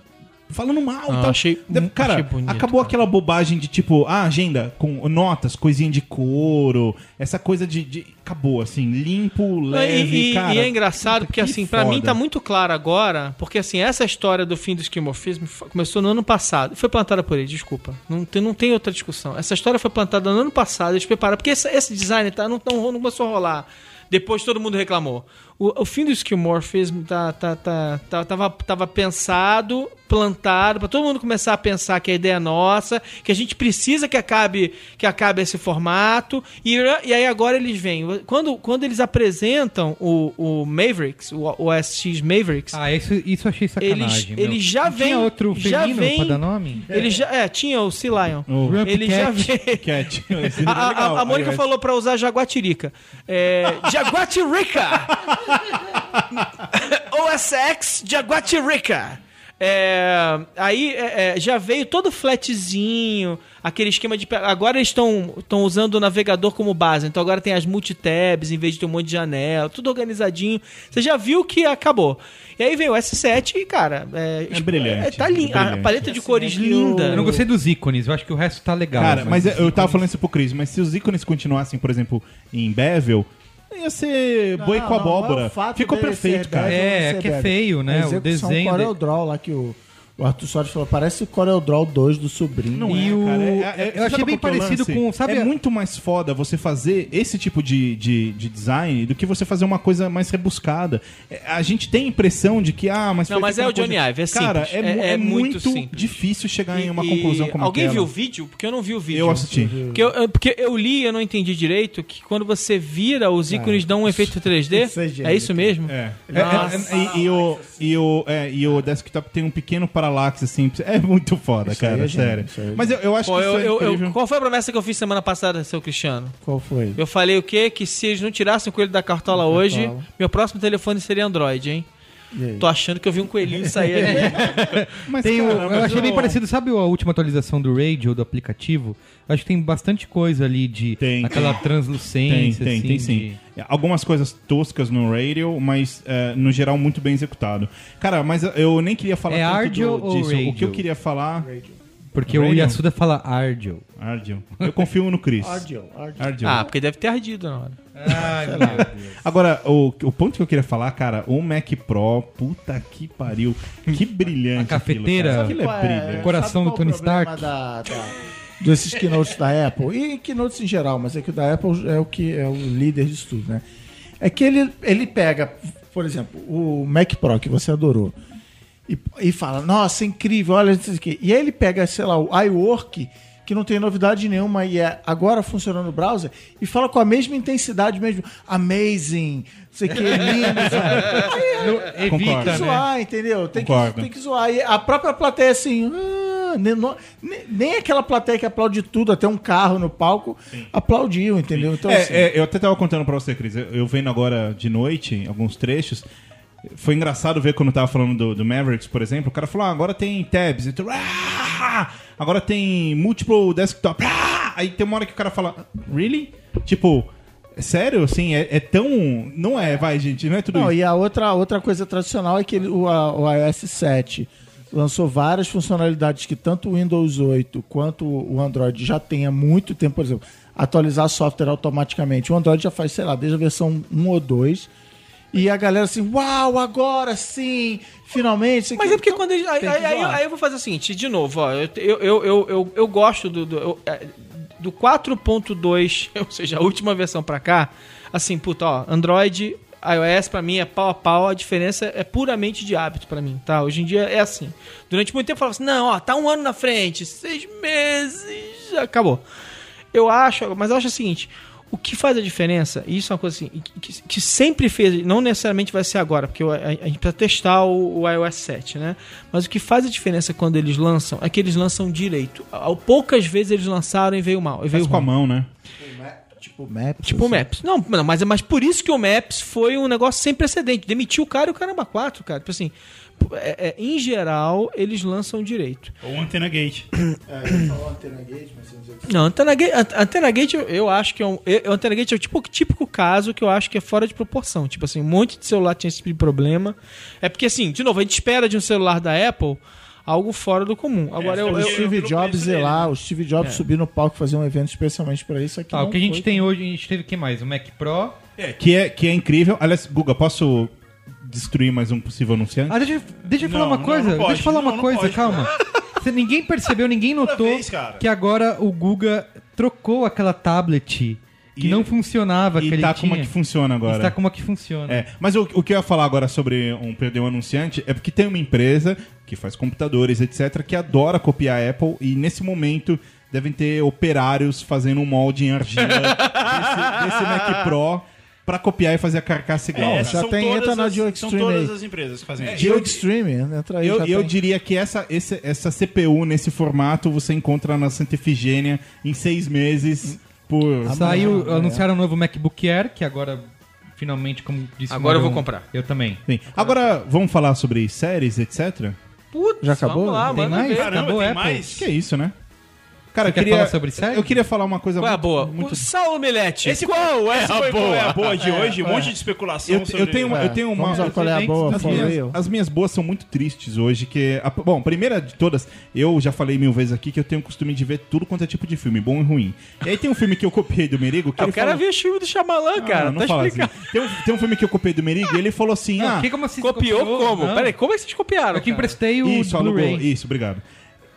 Speaker 2: falando mal.
Speaker 5: Ah,
Speaker 2: tal.
Speaker 5: achei-
Speaker 2: De- cara,
Speaker 5: achei bonito,
Speaker 2: acabou
Speaker 5: cara.
Speaker 2: aquela bobagem de tipo, ah, agenda com notas, coisinha de couro, essa coisa de. de- acabou, assim, limpo,
Speaker 5: Não, e-
Speaker 2: leve,
Speaker 5: e,
Speaker 2: cara.
Speaker 5: e é engraçado
Speaker 2: puta,
Speaker 5: porque,
Speaker 2: que
Speaker 5: assim, pra mim
Speaker 2: foda.
Speaker 5: tá muito claro agora, porque, assim, essa história do fim do esquimorfismo fo- começou no ano passado. Foi plantada por ele, desculpa. Não tem, não tem outra discussão. Essa história foi plantada no ano passado, eles prepararam, porque esse, esse design tá, não, não, não começou a rolar. Depois todo mundo reclamou. O, o fim do esquimorfismo tá, tá, tá, tá- tava, tava pensado, plantado, pra todo mundo começar a pensar que a ideia é nossa, que a gente precisa que acabe, que acabe esse formato. E, e aí agora eles vêm. Quando, quando eles apresentam o, o Mavericks, o OSX Mavericks,
Speaker 3: Ah, isso, isso eu achei sacanagem.
Speaker 5: Eles-
Speaker 3: meu.
Speaker 5: eles já
Speaker 3: Não
Speaker 5: vêm-
Speaker 3: Tinha outro
Speaker 5: já
Speaker 3: felino
Speaker 5: vêm-
Speaker 3: pra dar nome?
Speaker 5: ele já. É, tinha o Sea Lion.
Speaker 2: O
Speaker 5: Ele já vem.
Speaker 2: Cat. *laughs* é
Speaker 5: A, a- a Mônica falou pra usar jaguatirica. É,
Speaker 2: *laughs*
Speaker 5: jaguatirica! OSX Jaguatirica! É, aí é, é, já veio todo flatzinho, aquele esquema de. pe- Agora eles estão estão usando o navegador como base, então agora tem as multitabs em vez de ter um monte de janela, tudo organizadinho. Você já viu que acabou. E aí veio o S7 e, cara, é,
Speaker 2: É brilhante,
Speaker 5: tá lindo.
Speaker 2: é
Speaker 5: A
Speaker 2: brilhante.
Speaker 5: paleta de cores
Speaker 4: é que
Speaker 5: linda.
Speaker 4: o-
Speaker 3: assim, né? Eu não gostei dos ícones, eu acho que o resto tá legal.
Speaker 2: Cara, mas, é- eu tava falando isso pro Cris, mas se os ícones continuassem, por exemplo, em Bevel, ia ser boi
Speaker 4: Não,
Speaker 2: com
Speaker 4: não, não é
Speaker 2: abóbora.
Speaker 4: o fato
Speaker 2: Ficou
Speaker 4: dele
Speaker 2: perfeito,
Speaker 4: ser
Speaker 2: cara.
Speaker 4: bege
Speaker 3: É,
Speaker 4: ou não
Speaker 3: é
Speaker 4: ser
Speaker 3: que é
Speaker 4: bege.
Speaker 3: feio, né?
Speaker 4: A
Speaker 3: O
Speaker 4: execução
Speaker 3: desenho
Speaker 4: Corel
Speaker 3: de-
Speaker 4: Draw lá que o, o Arthur Soares falou, parece o Corel Draw 2 do sobrinho.
Speaker 2: Não
Speaker 3: E
Speaker 2: é,
Speaker 3: o-
Speaker 2: cara. É- é-
Speaker 3: eu
Speaker 2: sabe
Speaker 3: achei bem
Speaker 2: qual que é o
Speaker 3: parecido
Speaker 2: lance?
Speaker 3: com, sabe,
Speaker 2: É
Speaker 3: a-
Speaker 2: muito mais foda você fazer esse tipo de, de, de design do que você fazer uma coisa mais rebuscada. É, A gente tem a impressão de que, ah, mas.
Speaker 5: Não,
Speaker 2: foi
Speaker 5: mas
Speaker 2: aquela
Speaker 5: é o Johnny Ive, é
Speaker 2: Cara,
Speaker 5: simples.
Speaker 2: é, mu-
Speaker 5: É-
Speaker 2: é
Speaker 5: é muito
Speaker 2: muito,
Speaker 5: simples.
Speaker 2: difícil chegar em uma
Speaker 5: E-
Speaker 2: conclusão como
Speaker 5: Alguém
Speaker 2: aquela.
Speaker 5: viu o vídeo? Porque eu não vi o vídeo.
Speaker 2: Eu assisti.
Speaker 5: Porque eu, eu- porque eu li e eu não entendi direito que quando você vira, os ícones dão um
Speaker 2: *laughs*
Speaker 5: efeito 3D.
Speaker 4: isso é gênio,
Speaker 5: é isso
Speaker 4: cara.
Speaker 5: mesmo?
Speaker 2: É. É,
Speaker 5: Nossa.
Speaker 2: é, é, e, e o, e, o, é, e o desktop tem um pequeno paralaxe, assim. É muito foda,
Speaker 4: Isso aí
Speaker 2: cara,
Speaker 4: é gênio,
Speaker 2: sério.
Speaker 4: isso aí é
Speaker 2: Mas eu, eu acho
Speaker 5: Pô,
Speaker 2: que isso
Speaker 5: eu-
Speaker 2: é
Speaker 5: eu- eu-
Speaker 2: incrível.
Speaker 5: qual foi a promessa que eu fiz semana passada, seu Cristiano?
Speaker 4: Qual foi?
Speaker 5: Eu falei o quê? Que se eles não tirassem o coelho da cartola hoje,
Speaker 4: cartola.
Speaker 5: meu próximo telefone seria Android, hein?
Speaker 4: E aí?
Speaker 5: Tô achando que eu vi um coelhinho sair
Speaker 2: *laughs*
Speaker 5: ali.
Speaker 2: Mas,
Speaker 3: Tem o-
Speaker 2: cara,
Speaker 3: eu
Speaker 2: mas
Speaker 3: achei bem
Speaker 2: o-
Speaker 3: parecido, sabe a última atualização do Radio, do aplicativo? Acho que tem bastante coisa ali de
Speaker 2: Tem,
Speaker 3: aquela
Speaker 2: Tem,
Speaker 3: translucência.
Speaker 2: tem,
Speaker 3: assim,
Speaker 2: tem sim.
Speaker 3: de-
Speaker 2: Algumas coisas toscas no radio, mas eh, no geral muito bem executado. Cara, mas eu nem queria falar
Speaker 3: É
Speaker 2: tanto
Speaker 3: Ardio ou
Speaker 2: O que
Speaker 3: Radio?
Speaker 2: eu queria falar.
Speaker 3: Porque o
Speaker 2: Radio?
Speaker 3: Yasuda fala Ardio.
Speaker 2: Ardio. Eu confio no Chris.
Speaker 4: Ardio, Ardio.
Speaker 2: Ardio.
Speaker 5: ah, porque deve ter ardido na hora.
Speaker 3: Ai, meu
Speaker 2: *laughs*
Speaker 3: Deus.
Speaker 2: Agora, o, o ponto que eu queria falar, cara, o Mac Pro, puta que pariu. Que brilhante.
Speaker 3: A cafeteira.
Speaker 2: Aquilo, cara. aquilo é brilhante.
Speaker 3: O coração
Speaker 4: Sabe
Speaker 3: do
Speaker 4: qual
Speaker 3: Tony
Speaker 4: o problema
Speaker 3: Stark.
Speaker 4: Da, da, desses keynotes da Apple. E keynotes em geral, mas é que o da Apple é o que é o líder disso tudo, né? É que ele, ele pega, por exemplo, o Mac Pro, que você adorou, e, e fala, nossa, é incrível, olha isso aqui. E aí ele pega, sei lá, o iWork, que não tem novidade nenhuma e é agora funcionando no browser, e fala com a mesma intensidade mesmo, amazing, não sei o
Speaker 2: *laughs*
Speaker 4: que, lindo, sabe?
Speaker 3: Não, evita,
Speaker 4: Tem
Speaker 2: Concordo.
Speaker 4: que
Speaker 3: né?
Speaker 4: zoar, entendeu? Tem que,
Speaker 2: Concordo.
Speaker 4: tem que zoar. E a própria plateia assim. "Ah", Ah, nem, no- nem- nem aquela plateia que aplaude tudo, até um carro no palco, aplaudiu, entendeu? Então,
Speaker 2: É,
Speaker 4: assim,
Speaker 2: é, eu até tava contando pra você, Cris. Eu, eu vendo agora de noite alguns trechos. Foi engraçado ver quando eu tava falando do, do Mavericks, por exemplo. O cara falou: ah, agora tem tabs. Eu tô, "Ah! agora tem múltiplo desktop. Ah! Aí tem uma hora que o cara fala: really? Tipo, é sério? Assim, é, é tão. Não é, vai, gente, não é tudo
Speaker 4: Não,
Speaker 2: isso.
Speaker 4: e a outra, outra coisa tradicional é que ele- o, a- o iOS 7 lançou várias funcionalidades que tanto o Windows 8 quanto o Android já tem há muito tempo, por exemplo, atualizar software automaticamente. O Android já faz, sei lá, desde a versão 1 ou 2. E a galera assim, uau, agora sim, finalmente.
Speaker 5: Mas é porque quando. Aí,
Speaker 4: Então, que
Speaker 5: aí- aí-
Speaker 4: zoar.
Speaker 5: aí eu vou fazer o seguinte, de novo, ó. Eu, eu, eu, eu, eu- eu gosto do. do, eu- é, do 4.2, *laughs* ou seja, a última versão pra cá, assim, puta, ó, Android, iOS pra mim é pau a pau, a diferença é puramente de hábito pra mim, tá? Hoje em dia é assim. Durante muito tempo eu falava assim, não, ó, tá um ano na frente, seis meses, acabou. Eu acho, mas eu acho o seguinte: o que faz a diferença, e isso é uma coisa assim, que- que, que sempre fez, não necessariamente vai ser agora, porque o- a, a gente precisa testar o, o iOS 7, né? Mas o que faz a diferença quando eles lançam é que eles lançam direito. Ao- Poucas vezes eles lançaram e veio mal. E veio
Speaker 2: Faz com a
Speaker 5: ruim.
Speaker 2: mão, assim. né?
Speaker 4: Tipo o Maps.
Speaker 5: Tipo o Maps. Não, não, mas é mas por isso que o Maps foi um negócio sem precedente. Demitiu o cara e o caramba, quatro, cara. Tipo assim, p- é- é, em geral, eles lançam direito.
Speaker 6: Ou antena gate.
Speaker 5: Não, Antena Gate, Ant- Antena Gate eu, eu acho que é um. Eu, Antena Gate é o tipo, típico caso que eu acho que é fora de proporção. Tipo assim, um monte de celular tinha esse tipo de problema. É porque, assim, de novo, a gente espera de um celular da Apple algo fora do comum. Agora eu.
Speaker 4: O
Speaker 5: eu-
Speaker 4: Steve
Speaker 6: eu- eu-
Speaker 4: Jobs
Speaker 6: eu-
Speaker 4: ir lá, o Steve Jobs subir no palco e fazer um evento especialmente pra isso aqui.
Speaker 3: Tá, o
Speaker 4: não
Speaker 3: que a gente
Speaker 4: foi.
Speaker 3: tem hoje, a gente teve o que mais? O Mac Pro.
Speaker 2: É, que, é, que é incrível. Aliás, Guga, posso destruir mais um possível anunciante?
Speaker 3: Ah, deixa, eu- deixa eu falar
Speaker 6: Não,
Speaker 3: uma
Speaker 6: não,
Speaker 3: coisa.
Speaker 6: não pode.
Speaker 3: deixa eu falar
Speaker 6: Não,
Speaker 3: uma
Speaker 6: não
Speaker 3: coisa,
Speaker 6: pode.
Speaker 2: *laughs*
Speaker 3: calma. Você- ninguém percebeu, ninguém notou
Speaker 6: vez, cara.
Speaker 3: que agora o Guga trocou aquela tablet que
Speaker 2: E-
Speaker 3: não funcionava, que
Speaker 2: e
Speaker 3: ele
Speaker 2: tá
Speaker 3: tinha.
Speaker 2: como é que funciona agora.
Speaker 3: Está como a que funciona.
Speaker 2: É, mas o, o que eu ia falar agora sobre um perder um anunciante é porque tem uma empresa que faz computadores, etc., que adora copiar a Apple e nesse momento devem ter operários fazendo um molde em argila
Speaker 4: *laughs*
Speaker 2: desse, desse Mac Pro pra copiar e fazer a carcaça igual. né?
Speaker 6: É,
Speaker 2: cara.
Speaker 4: já
Speaker 6: são
Speaker 4: tem,
Speaker 6: todas
Speaker 4: entra na
Speaker 6: as-
Speaker 4: Geo
Speaker 6: São
Speaker 4: Extreme
Speaker 6: todas
Speaker 4: aí. É,
Speaker 6: as empresas que fazem isso.
Speaker 4: Geo Extreme, né? entra aí.
Speaker 2: Eu,
Speaker 4: já
Speaker 2: eu
Speaker 4: tem.
Speaker 2: diria que essa, esse- essa CPU nesse formato você encontra na Santa Efigênia em seis meses por.
Speaker 3: Saiu,
Speaker 4: Amanhã,
Speaker 3: anunciaram o novo MacBook Air, que agora, finalmente, como disse o
Speaker 5: Agora eu vou
Speaker 3: Marão,
Speaker 5: comprar.
Speaker 3: Eu também.
Speaker 2: Sim. Agora, vamos falar sobre séries, etc?
Speaker 5: Putz,
Speaker 4: Já acabou?
Speaker 5: Vamos lá,
Speaker 4: Tem
Speaker 5: manda
Speaker 3: mais?
Speaker 5: ver.
Speaker 3: Caramba,
Speaker 6: Caramba,
Speaker 3: Acabou a
Speaker 6: tem
Speaker 3: Apple.
Speaker 6: mais?
Speaker 2: Que é isso, né? Cara, eu
Speaker 3: Você quer
Speaker 2: queria.
Speaker 3: falar sobre série?
Speaker 2: Eu queria falar uma coisa
Speaker 5: Qual é a boa?
Speaker 2: muito
Speaker 5: O Saulo Milete. qual é
Speaker 6: Essa
Speaker 5: a
Speaker 6: foi qual é
Speaker 5: boa?
Speaker 6: a boa de hoje, um monte de especulação
Speaker 2: Eu,
Speaker 6: sobre...
Speaker 2: eu tenho uma. Eu tenho uma
Speaker 4: Vamos lá, qual é a boa?
Speaker 2: as,
Speaker 4: Fala aí,
Speaker 2: minhas,
Speaker 4: ó.
Speaker 2: as minhas boas são muito tristes hoje. Que a- bom, primeira de todas, eu já falei mil vezes aqui que eu tenho o costume de ver tudo quanto é tipo de filme, bom e ruim. E aí tem um filme que eu copiei do Merigo que
Speaker 5: Eu
Speaker 2: ele
Speaker 5: quero
Speaker 2: falou-
Speaker 5: ver É, o filme do Xamalã,
Speaker 2: Ah,
Speaker 5: cara.
Speaker 2: não
Speaker 5: tá
Speaker 2: fala
Speaker 5: explicado.
Speaker 2: assim. Tem, um, tem um filme que eu copiei do Merigo e ele falou assim:
Speaker 3: Não,
Speaker 2: ah,
Speaker 3: que como assim você
Speaker 5: Copiou como?
Speaker 3: Não.
Speaker 5: Peraí, como é que vocês
Speaker 3: Eu
Speaker 5: copiaram?
Speaker 3: que
Speaker 5: cara?
Speaker 3: emprestei o
Speaker 2: Isso, alugou.
Speaker 3: Blu-ray.
Speaker 2: Isso, obrigado.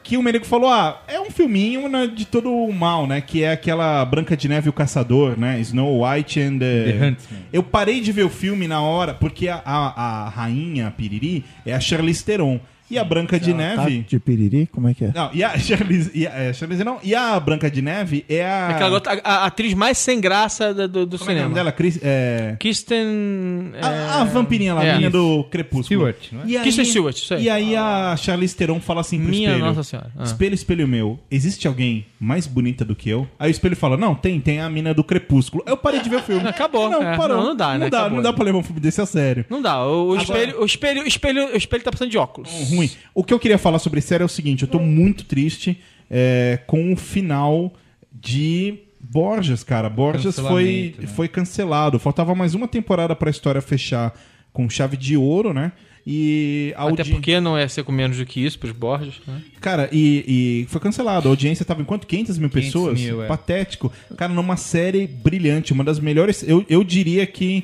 Speaker 2: Que o Merigo falou, ah, é um filminho né, de todo o mal, né? Que é aquela Branca de Neve e o Caçador, né? Snow White and the...
Speaker 3: The Huntsman.
Speaker 2: Eu parei de ver o filme na hora, porque a, a, a rainha a Piriri é a Charlize Theron. E a Branca de
Speaker 4: Tá
Speaker 2: Neve...
Speaker 4: de piriri? Como é que é?
Speaker 2: Não, e a *laughs* Charlize... E a, é, Charlize não. E a Branca de Neve é a...
Speaker 5: Aquela gota- a, a atriz mais sem graça da- do, do
Speaker 2: Como é que é o
Speaker 5: cinema.
Speaker 2: nome dela? Chris, é...
Speaker 5: Kristen. é,
Speaker 2: A, a vampirinha lá,
Speaker 5: é.
Speaker 2: a menina do Crepúsculo.
Speaker 3: Stewart, não é?
Speaker 2: E aí-
Speaker 5: Kristen Stewart, isso aí.
Speaker 2: E aí a Charlize Theron fala assim pro
Speaker 5: Minha
Speaker 2: espelho.
Speaker 5: Nossa Senhora. Ah.
Speaker 2: Espelho, espelho meu, existe alguém mais bonita do que eu? Aí o espelho fala, não, tem, tem a mina do Crepúsculo. Eu parei de ver o filme.
Speaker 5: Acabou,
Speaker 2: Não,
Speaker 5: é.
Speaker 2: parou.
Speaker 5: Não, não dá,
Speaker 2: não
Speaker 5: né?
Speaker 2: Dá,
Speaker 5: Acabou.
Speaker 2: não dá pra levar um filme desse a sério.
Speaker 5: Não dá. O, o espelho, o, espelho, o, espelho, o espelho tá precisando de óculos.
Speaker 2: Hum, Ruim. O que eu queria falar sobre série é o seguinte, eu tô muito triste é, com o final de... Borges, cara, Borges foi,
Speaker 3: Cancelamento, né?
Speaker 2: foi cancelado. Faltava mais uma temporada pra história fechar com chave de ouro, né? E a
Speaker 5: Até
Speaker 2: audi-
Speaker 5: porque não é ser com menos do que isso pros Borges. Né?
Speaker 2: Cara, e, e foi cancelado. A audiência tava em quanto? 500 mil
Speaker 3: 500
Speaker 2: pessoas?
Speaker 3: mil, é.
Speaker 2: Patético. Cara, numa série brilhante, uma das melhores. Eu, eu diria que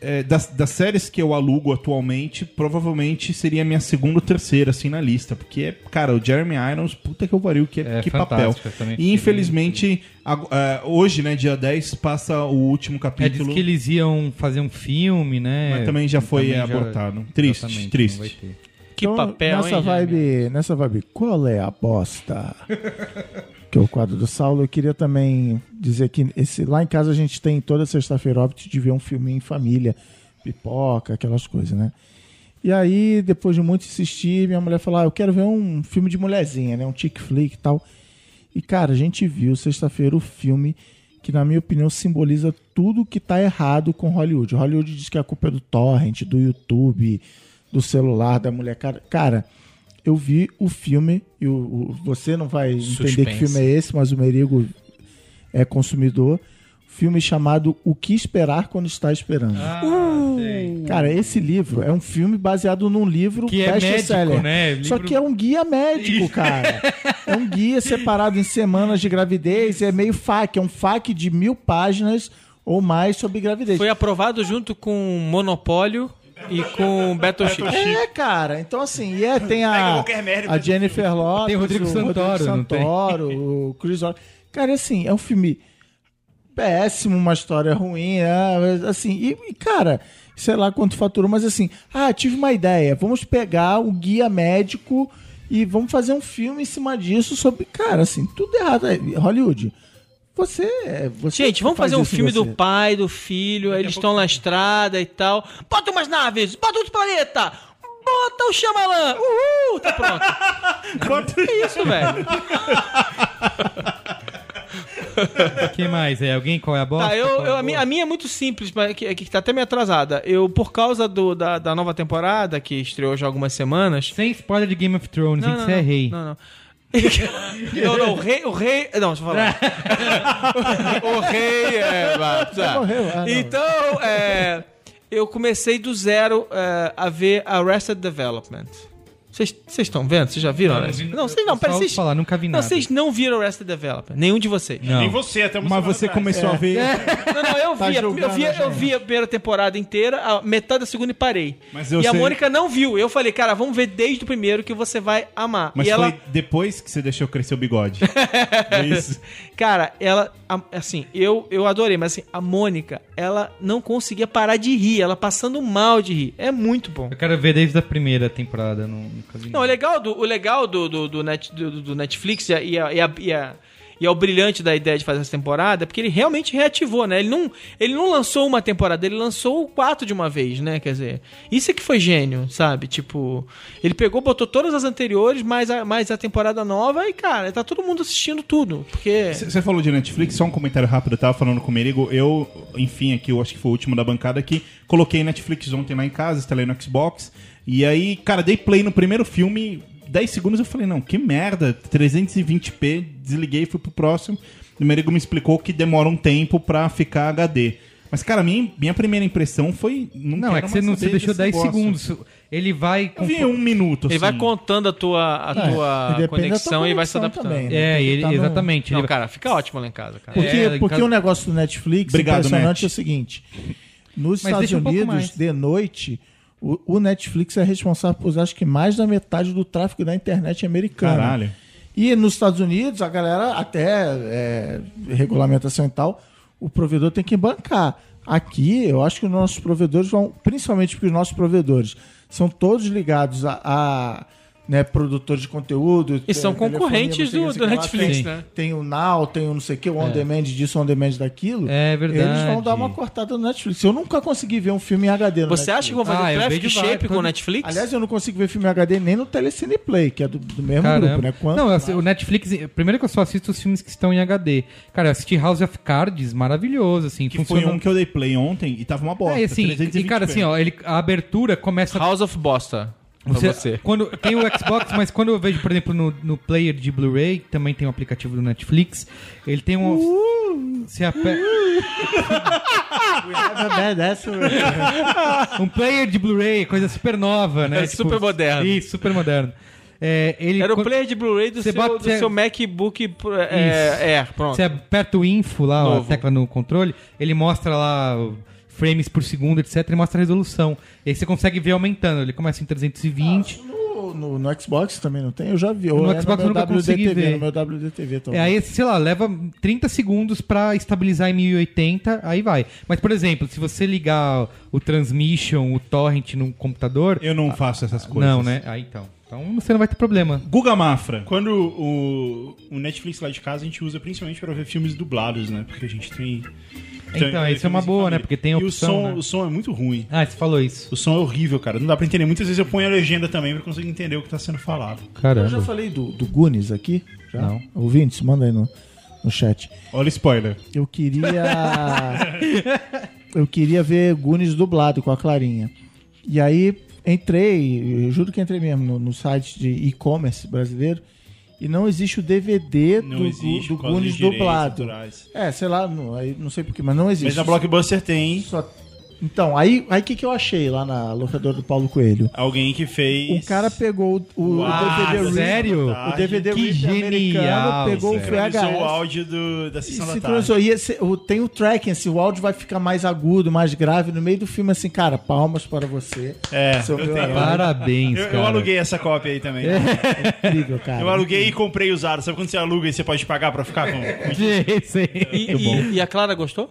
Speaker 2: é, das, das séries que eu alugo atualmente, provavelmente seria a minha segunda ou terceira, assim, na lista. Porque, é, cara, o Jeremy Irons, puta que eu pariu, que,
Speaker 3: É,
Speaker 2: que papel.
Speaker 3: fantástico, eu também
Speaker 2: E
Speaker 3: fiquei
Speaker 2: infelizmente, ago- é, hoje, né, dia 10, passa o último
Speaker 3: É, diz
Speaker 2: capítulo.
Speaker 3: que eles iam fazer um filme, né?
Speaker 2: Mas também já foi abortado. Triste,
Speaker 3: Exatamente,
Speaker 2: triste.
Speaker 3: não vai ter.
Speaker 5: Que
Speaker 4: Então,
Speaker 5: papel,
Speaker 4: nessa
Speaker 5: hein?
Speaker 4: vibe,
Speaker 5: Jaime?
Speaker 4: Nessa vibe, qual é a bosta? que é o quadro do Saulo. Eu queria também dizer que esse, lá em casa a gente tem toda sexta-feira o hábito de ver um filminho em família. Pipoca, aquelas coisas, né? E aí, depois de muito insistir, minha mulher falou: ah, eu quero ver um filme de mulherzinha, né? Um chick flick e tal. E, cara, a gente viu sexta-feira o filme que, na minha opinião, simboliza tudo que tá errado com Hollywood. Hollywood diz que a culpa é do torrent, do YouTube, do celular, da mulher. Cara, cara eu vi o filme, e o, o- você não vai entender que
Speaker 5: Suspense.
Speaker 4: filme é esse, mas o Merigo é consumidor. Filme chamado O que Esperar Quando Está Esperando.
Speaker 2: Uh,
Speaker 3: Ah, é.
Speaker 4: Cara, esse livro é um filme baseado num livro
Speaker 3: Que é médico,
Speaker 4: best-seller.
Speaker 3: né? Livro-
Speaker 4: Só que é um guia médico, cara. é um guia separado em semanas de gravidez. É meio FAQ. É um FAQ de mil páginas ou mais sobre gravidez.
Speaker 5: Foi aprovado junto com Monopólio e com Battleship.
Speaker 4: É, cara. Então, assim, e é,
Speaker 6: *laughs*
Speaker 4: tem a,
Speaker 6: qualquer merda.
Speaker 4: a Jennifer Lopez,
Speaker 3: Tem o Rodrigo Santoro, não tem?
Speaker 4: Santoro, o Chris Rock. Cara, assim, é um filme péssimo, uma história ruim, é, assim, e, e, cara, sei lá quanto faturou, mas assim, ah, tive uma ideia, vamos pegar o guia médico e vamos fazer um filme em cima disso sobre, cara, assim, tudo errado, aí, Hollywood. Você, é, você
Speaker 5: Gente, vamos
Speaker 4: faz
Speaker 5: fazer um
Speaker 4: isso em
Speaker 5: filme do
Speaker 4: você.
Speaker 5: pai, do filho, aí eles estão na estrada e tal. Bota umas naves, bota outro planeta, bota o Xamalã, uhul, tá pronto. Que isso, velho?
Speaker 3: Quem mais? É alguém? Qual é a bosta?
Speaker 5: Tá, eu,
Speaker 3: Qual é
Speaker 5: eu- a, minha, a minha é muito simples, mas que, que tá até meio atrasada. Eu, por causa do, da, da nova temporada, que estreou já há algumas semanas.
Speaker 3: Sem spoiler de Game of Thrones,
Speaker 5: Não,
Speaker 3: hein?
Speaker 5: não,
Speaker 3: Você é
Speaker 5: não,
Speaker 3: rei.
Speaker 5: Não, *laughs* não. não, não, o rei, o rei. Não, deixa
Speaker 3: *laughs*
Speaker 5: eu falar. o rei é. vá, tá.
Speaker 4: morreu, ah, não.
Speaker 5: então, é, eu comecei do zero é, a ver Arrested Development. Vocês vocês estão vendo? Vocês já viram?
Speaker 3: Não,
Speaker 5: Arrested?
Speaker 3: vi-
Speaker 5: Não, vocês não,
Speaker 3: só
Speaker 5: parece
Speaker 3: ouvi
Speaker 5: vocês-
Speaker 3: falar, nunca vi
Speaker 5: Não,
Speaker 3: nada.
Speaker 5: vocês não viram Arrested Development, nenhum de vocês.
Speaker 3: Não.
Speaker 6: Nem você, até uma
Speaker 2: Mas
Speaker 6: semana
Speaker 2: você
Speaker 3: tá
Speaker 6: atrás.
Speaker 3: É.
Speaker 2: começou a
Speaker 3: *laughs*
Speaker 2: ver.
Speaker 5: Não, não, eu
Speaker 4: Tá
Speaker 5: vi, eu
Speaker 4: julgando
Speaker 5: vi,
Speaker 4: a
Speaker 5: eu
Speaker 4: gente.
Speaker 5: vi a primeira temporada inteira, a metade da segunda e parei.
Speaker 2: Mas eu
Speaker 5: e a
Speaker 2: sei-
Speaker 5: Mônica não viu. Eu falei, cara, vamos ver desde o primeiro que você vai amar.
Speaker 2: Mas
Speaker 5: e
Speaker 2: foi
Speaker 5: ela,
Speaker 2: depois que você deixou crescer
Speaker 3: *laughs*
Speaker 2: o bigode. É isso.
Speaker 5: *laughs* cara, ela, a- assim, eu, eu adorei, mas assim, a Mônica, ela não conseguia parar de rir, ela passando mal de rir. É muito bom.
Speaker 3: Eu quero ver desde a primeira temporada, não, nunca vi
Speaker 5: Não,
Speaker 3: nada.
Speaker 5: o legal do, o legal do, do, do net- do- do Netflix e, a- e, a- e, a- e a- e é o brilhante da ideia de fazer essa temporada, é porque ele realmente reativou, né? Ele não, ele não lançou uma temporada, ele lançou quatro de uma vez, né? Quer dizer, isso é que foi gênio, sabe? Tipo, ele pegou, botou todas as anteriores, mais a, mais a temporada nova e, cara, tá todo mundo assistindo tudo. Porque.
Speaker 2: C- Você falou de Netflix, só um comentário rápido, eu tava falando com o Merigo. Eu, enfim, aqui eu acho que foi o último da bancada que coloquei Netflix ontem lá em casa, instalei no Xbox. E aí, cara, dei play no primeiro filme, 10 segundos eu falei, não, que merda, 320p, desliguei e fui pro próximo. O Merigo me explicou que demora um tempo pra ficar HD. Mas, cara, minha, minha primeira impressão foi.
Speaker 3: Não, é
Speaker 2: quero
Speaker 3: que você
Speaker 2: mais
Speaker 3: não você
Speaker 2: saber
Speaker 3: deixou
Speaker 2: desse
Speaker 3: 10
Speaker 2: negócio.
Speaker 3: segundos. Ele vai.
Speaker 2: Eu vi um minuto.
Speaker 5: Ele vai
Speaker 2: assim.
Speaker 5: contando a tua, a
Speaker 4: É,
Speaker 5: tua
Speaker 4: depende da tua
Speaker 5: conexão e vai se
Speaker 4: conexão
Speaker 5: adaptando.
Speaker 4: também, né?
Speaker 3: É,
Speaker 4: Tem que
Speaker 3: ele,
Speaker 4: tá no-
Speaker 3: exatamente.
Speaker 5: Não,
Speaker 3: ele-
Speaker 5: cara, fica ótimo lá em casa, cara.
Speaker 4: Porque,
Speaker 3: É, em
Speaker 4: porque
Speaker 3: casa-
Speaker 4: o negócio do Netflix,
Speaker 2: Obrigado,
Speaker 4: impressionante, é o seguinte: nos
Speaker 3: Mas
Speaker 4: Estados
Speaker 3: deixa um pouco
Speaker 4: Unidos,
Speaker 3: mais.
Speaker 4: de noite, o, o Netflix é responsável por acho que mais da metade do tráfego da internet americana.
Speaker 2: Caralho.
Speaker 4: E nos Estados Unidos, a galera, até é, regulamentação e tal, o provedor tem que bancar. Aqui, eu acho que os nossos provedores vão, principalmente porque os nossos provedores são todos ligados a, a, né, produtores de conteúdo.
Speaker 5: E são
Speaker 4: te- telefonia,
Speaker 5: concorrentes
Speaker 4: não sei o que,
Speaker 5: do-
Speaker 4: não sei
Speaker 5: do
Speaker 4: o que lá,
Speaker 5: Netflix,
Speaker 4: tem-
Speaker 5: né? É.
Speaker 4: Tem o Now, tem o não sei o que, o on demand disso, on demand daquilo.
Speaker 3: É verdade.
Speaker 4: Eles vão dar uma cortada no Netflix. Eu nunca consegui ver um filme em HD no
Speaker 5: Você
Speaker 4: Netflix.
Speaker 5: acha que vão fazer
Speaker 3: Ah, eu
Speaker 5: traffic
Speaker 3: vejo
Speaker 5: shape
Speaker 3: vários,
Speaker 5: com o
Speaker 3: quando-
Speaker 5: Netflix?
Speaker 4: Aliás, eu não consigo ver filme em HD nem no Telecine Play, que é do, do mesmo
Speaker 3: Caramba.
Speaker 4: grupo, né? Quanto-
Speaker 3: não, assim, o Netflix, primeiro que eu só assisto os filmes que estão em HD. Cara, eu assisti House of Cards, maravilhoso, assim.
Speaker 2: Que foi um que eu dei play ontem e tava uma bosta.
Speaker 3: É, assim, e
Speaker 2: 320p.
Speaker 3: cara, assim, ó, ele, a abertura começa
Speaker 5: House of Bosta. pra
Speaker 3: Você-
Speaker 5: você.
Speaker 3: Quando, tem o Xbox, mas quando eu vejo, por exemplo, no, no player de Blu-ray, que também tem um aplicativo do Netflix, ele tem um.
Speaker 4: Uh!
Speaker 3: Você ape-
Speaker 5: é
Speaker 3: um player de Blu-ray, coisa super nova, né?
Speaker 5: É *laughs* super moderno.
Speaker 3: Isso, super moderno. É, ele,
Speaker 5: Era o
Speaker 3: quando-
Speaker 5: player de Blu-ray do,
Speaker 3: Você
Speaker 5: seu,
Speaker 3: bota-
Speaker 5: do
Speaker 3: você-
Speaker 5: seu MacBook Pro- é, Air, pronto.
Speaker 3: Você aperta o info lá, ó, a
Speaker 5: Novo.
Speaker 3: tecla no controle, ele mostra lá o frames por segundo, etc, e mostra a resolução. E aí você consegue ver aumentando. Ele começa em 320.
Speaker 4: No, no- no Xbox também não tem? Eu já vi. Ou
Speaker 3: No
Speaker 4: é
Speaker 3: Xbox eu
Speaker 4: meu
Speaker 3: nunca consegui
Speaker 4: WDTV,
Speaker 3: ver.
Speaker 4: No meu WDTV
Speaker 3: É,
Speaker 4: também.
Speaker 3: aí, sei lá, leva 30 segundos pra estabilizar em 1080, aí vai. Mas, por exemplo, se você ligar o transmission, o torrent no computador.
Speaker 2: Eu não faço essas coisas.
Speaker 3: Não, né? Ah, então. Então você não vai ter problema.
Speaker 2: Guga Mafra.
Speaker 6: Quando o, o Netflix lá de casa a gente usa principalmente pra ver filmes dublados, né? Porque a gente tem
Speaker 3: Então, isso é uma boa, né? Porque tem a
Speaker 6: E o
Speaker 3: opção,
Speaker 6: som,
Speaker 3: né?
Speaker 6: o som é muito ruim.
Speaker 3: Ah, você falou isso.
Speaker 6: O som é horrível, cara. Não dá pra entender. Muitas vezes eu ponho a legenda também pra conseguir entender o que tá sendo falado.
Speaker 4: Eu já
Speaker 3: Caramba.
Speaker 4: falei do, do Goonies aqui? Já?
Speaker 3: Não.
Speaker 4: Ouvintes, manda aí no, no chat.
Speaker 2: Olha o spoiler.
Speaker 3: *laughs*
Speaker 4: Eu queria. eu queria ver Goonies dublado com a Clarinha. E aí entrei, eu juro que entrei mesmo, no, no site de e-commerce brasileiro. E não existe o DVD
Speaker 6: Não
Speaker 4: do,
Speaker 6: existe.
Speaker 4: do
Speaker 6: por causa dos
Speaker 4: Goonies
Speaker 6: direitos
Speaker 4: dublado.
Speaker 6: autorais.
Speaker 4: É, sei lá, não, aí não sei porquê, mas não existe.
Speaker 6: Mas na Blockbuster tem
Speaker 4: Só- Então, aí o aí que, que eu achei lá na locadora do Paulo Coelho?
Speaker 6: alguém que fez.
Speaker 4: O cara pegou o, o
Speaker 6: Uau,
Speaker 4: DVD original-
Speaker 3: Ah, sério?
Speaker 4: O DVD
Speaker 3: Que
Speaker 4: original
Speaker 3: genial,
Speaker 4: americano pegou o
Speaker 3: Zé.
Speaker 6: Sincronizou o
Speaker 4: VHS.
Speaker 6: áudio do- da sessão da tarde.
Speaker 4: Sincronizou. E esse- o- tem o tracking, assim, o áudio vai ficar mais agudo, mais grave. No meio do filme, assim, cara, palmas para você.
Speaker 6: É,
Speaker 4: Seu
Speaker 6: eu
Speaker 4: meu
Speaker 6: tenho.
Speaker 4: herói.
Speaker 3: Parabéns,
Speaker 6: Eu, eu
Speaker 3: cara.
Speaker 6: aluguei essa cópia aí também.
Speaker 4: Incrível, cara.
Speaker 6: Eu aluguei e comprei usado. Sabe quando você aluga e você pode pagar pra ficar com.
Speaker 3: Sim, sim.
Speaker 5: E, e- e a Clara gostou?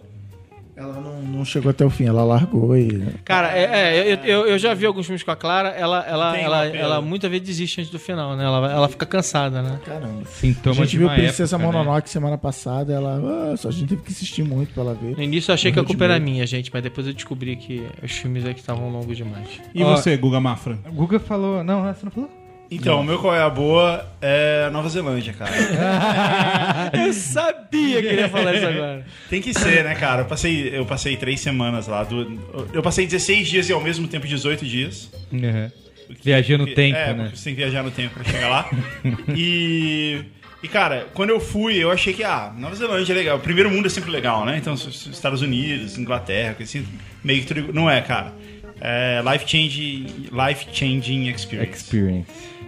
Speaker 4: Ela não, não chegou até o fim, ela largou e.
Speaker 5: Cara, é, é, eu, eu- eu já vi alguns filmes com a Clara, ela, ela,
Speaker 6: Tem
Speaker 5: ela,
Speaker 6: uma pena.
Speaker 5: ela muitas vezes desiste antes do final, né? Ela, ela fica cansada, né?
Speaker 4: Caramba. A
Speaker 3: Sintomas
Speaker 4: gente
Speaker 3: de
Speaker 4: viu
Speaker 3: uma
Speaker 4: Princesa
Speaker 3: época, né?
Speaker 4: Mononoke semana passada, ela. "Ah, só a gente teve que insistir muito pra ela ver.
Speaker 5: No início eu achei que a culpa era minha, gente, mas depois eu descobri que os filmes aqui estavam longos demais.
Speaker 2: E
Speaker 3: Ó,
Speaker 2: você, Guga Mafra?
Speaker 3: O Guga falou... Não, você não falou?
Speaker 6: Então, o meu qual é a boa é Nova Zelândia, cara.
Speaker 5: *laughs* Eu sabia que ele ia falar isso agora.
Speaker 6: Tem que ser, né, cara? Eu passei, eu passei três semanas lá. du- eu passei 16 dias e ao mesmo tempo 18 dias.
Speaker 3: Uhum. Viajando no tempo,
Speaker 6: é,
Speaker 3: né?
Speaker 6: Você tem que viajar no tempo pra chegar lá. e. E, cara, quando eu fui, eu achei que, ah, Nova Zelândia é legal. O primeiro mundo é sempre legal, né? Então, os- os Estados Unidos, Inglaterra, coisa assim, meio que tudo. Não é, cara. É life changing, life changing experience.
Speaker 3: Experience.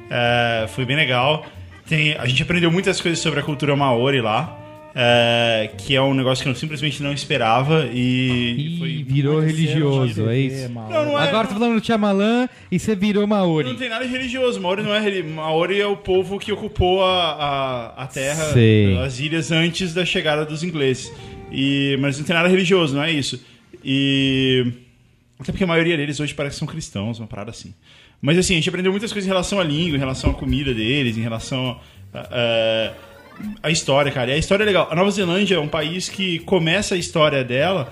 Speaker 6: É, foi bem legal. Tem, a gente aprendeu muitas coisas sobre a cultura maori lá, é, que é um negócio que eu simplesmente não esperava e,
Speaker 3: Ih,
Speaker 6: e foi.
Speaker 3: virou religioso, é
Speaker 4: É,
Speaker 3: isso.
Speaker 4: mal.
Speaker 6: Não, não é.
Speaker 3: Agora você tá falando do Tchamalã e você virou
Speaker 6: Não
Speaker 3: Maori.
Speaker 6: tem nada de religioso. Maori não é reli- Maori é o povo que ocupou a, a, a terra,
Speaker 3: Sei.
Speaker 6: as ilhas antes da chegada dos ingleses. E, mas não tem nada religioso, não é isso. E. Até porque a maioria deles hoje parece que são cristãos, uma parada assim. Mas assim, a gente aprendeu muitas coisas em relação à língua, em relação à comida deles, em relação a. a- a história, cara. E a história é legal. A Nova Zelândia é um país que começa a história dela.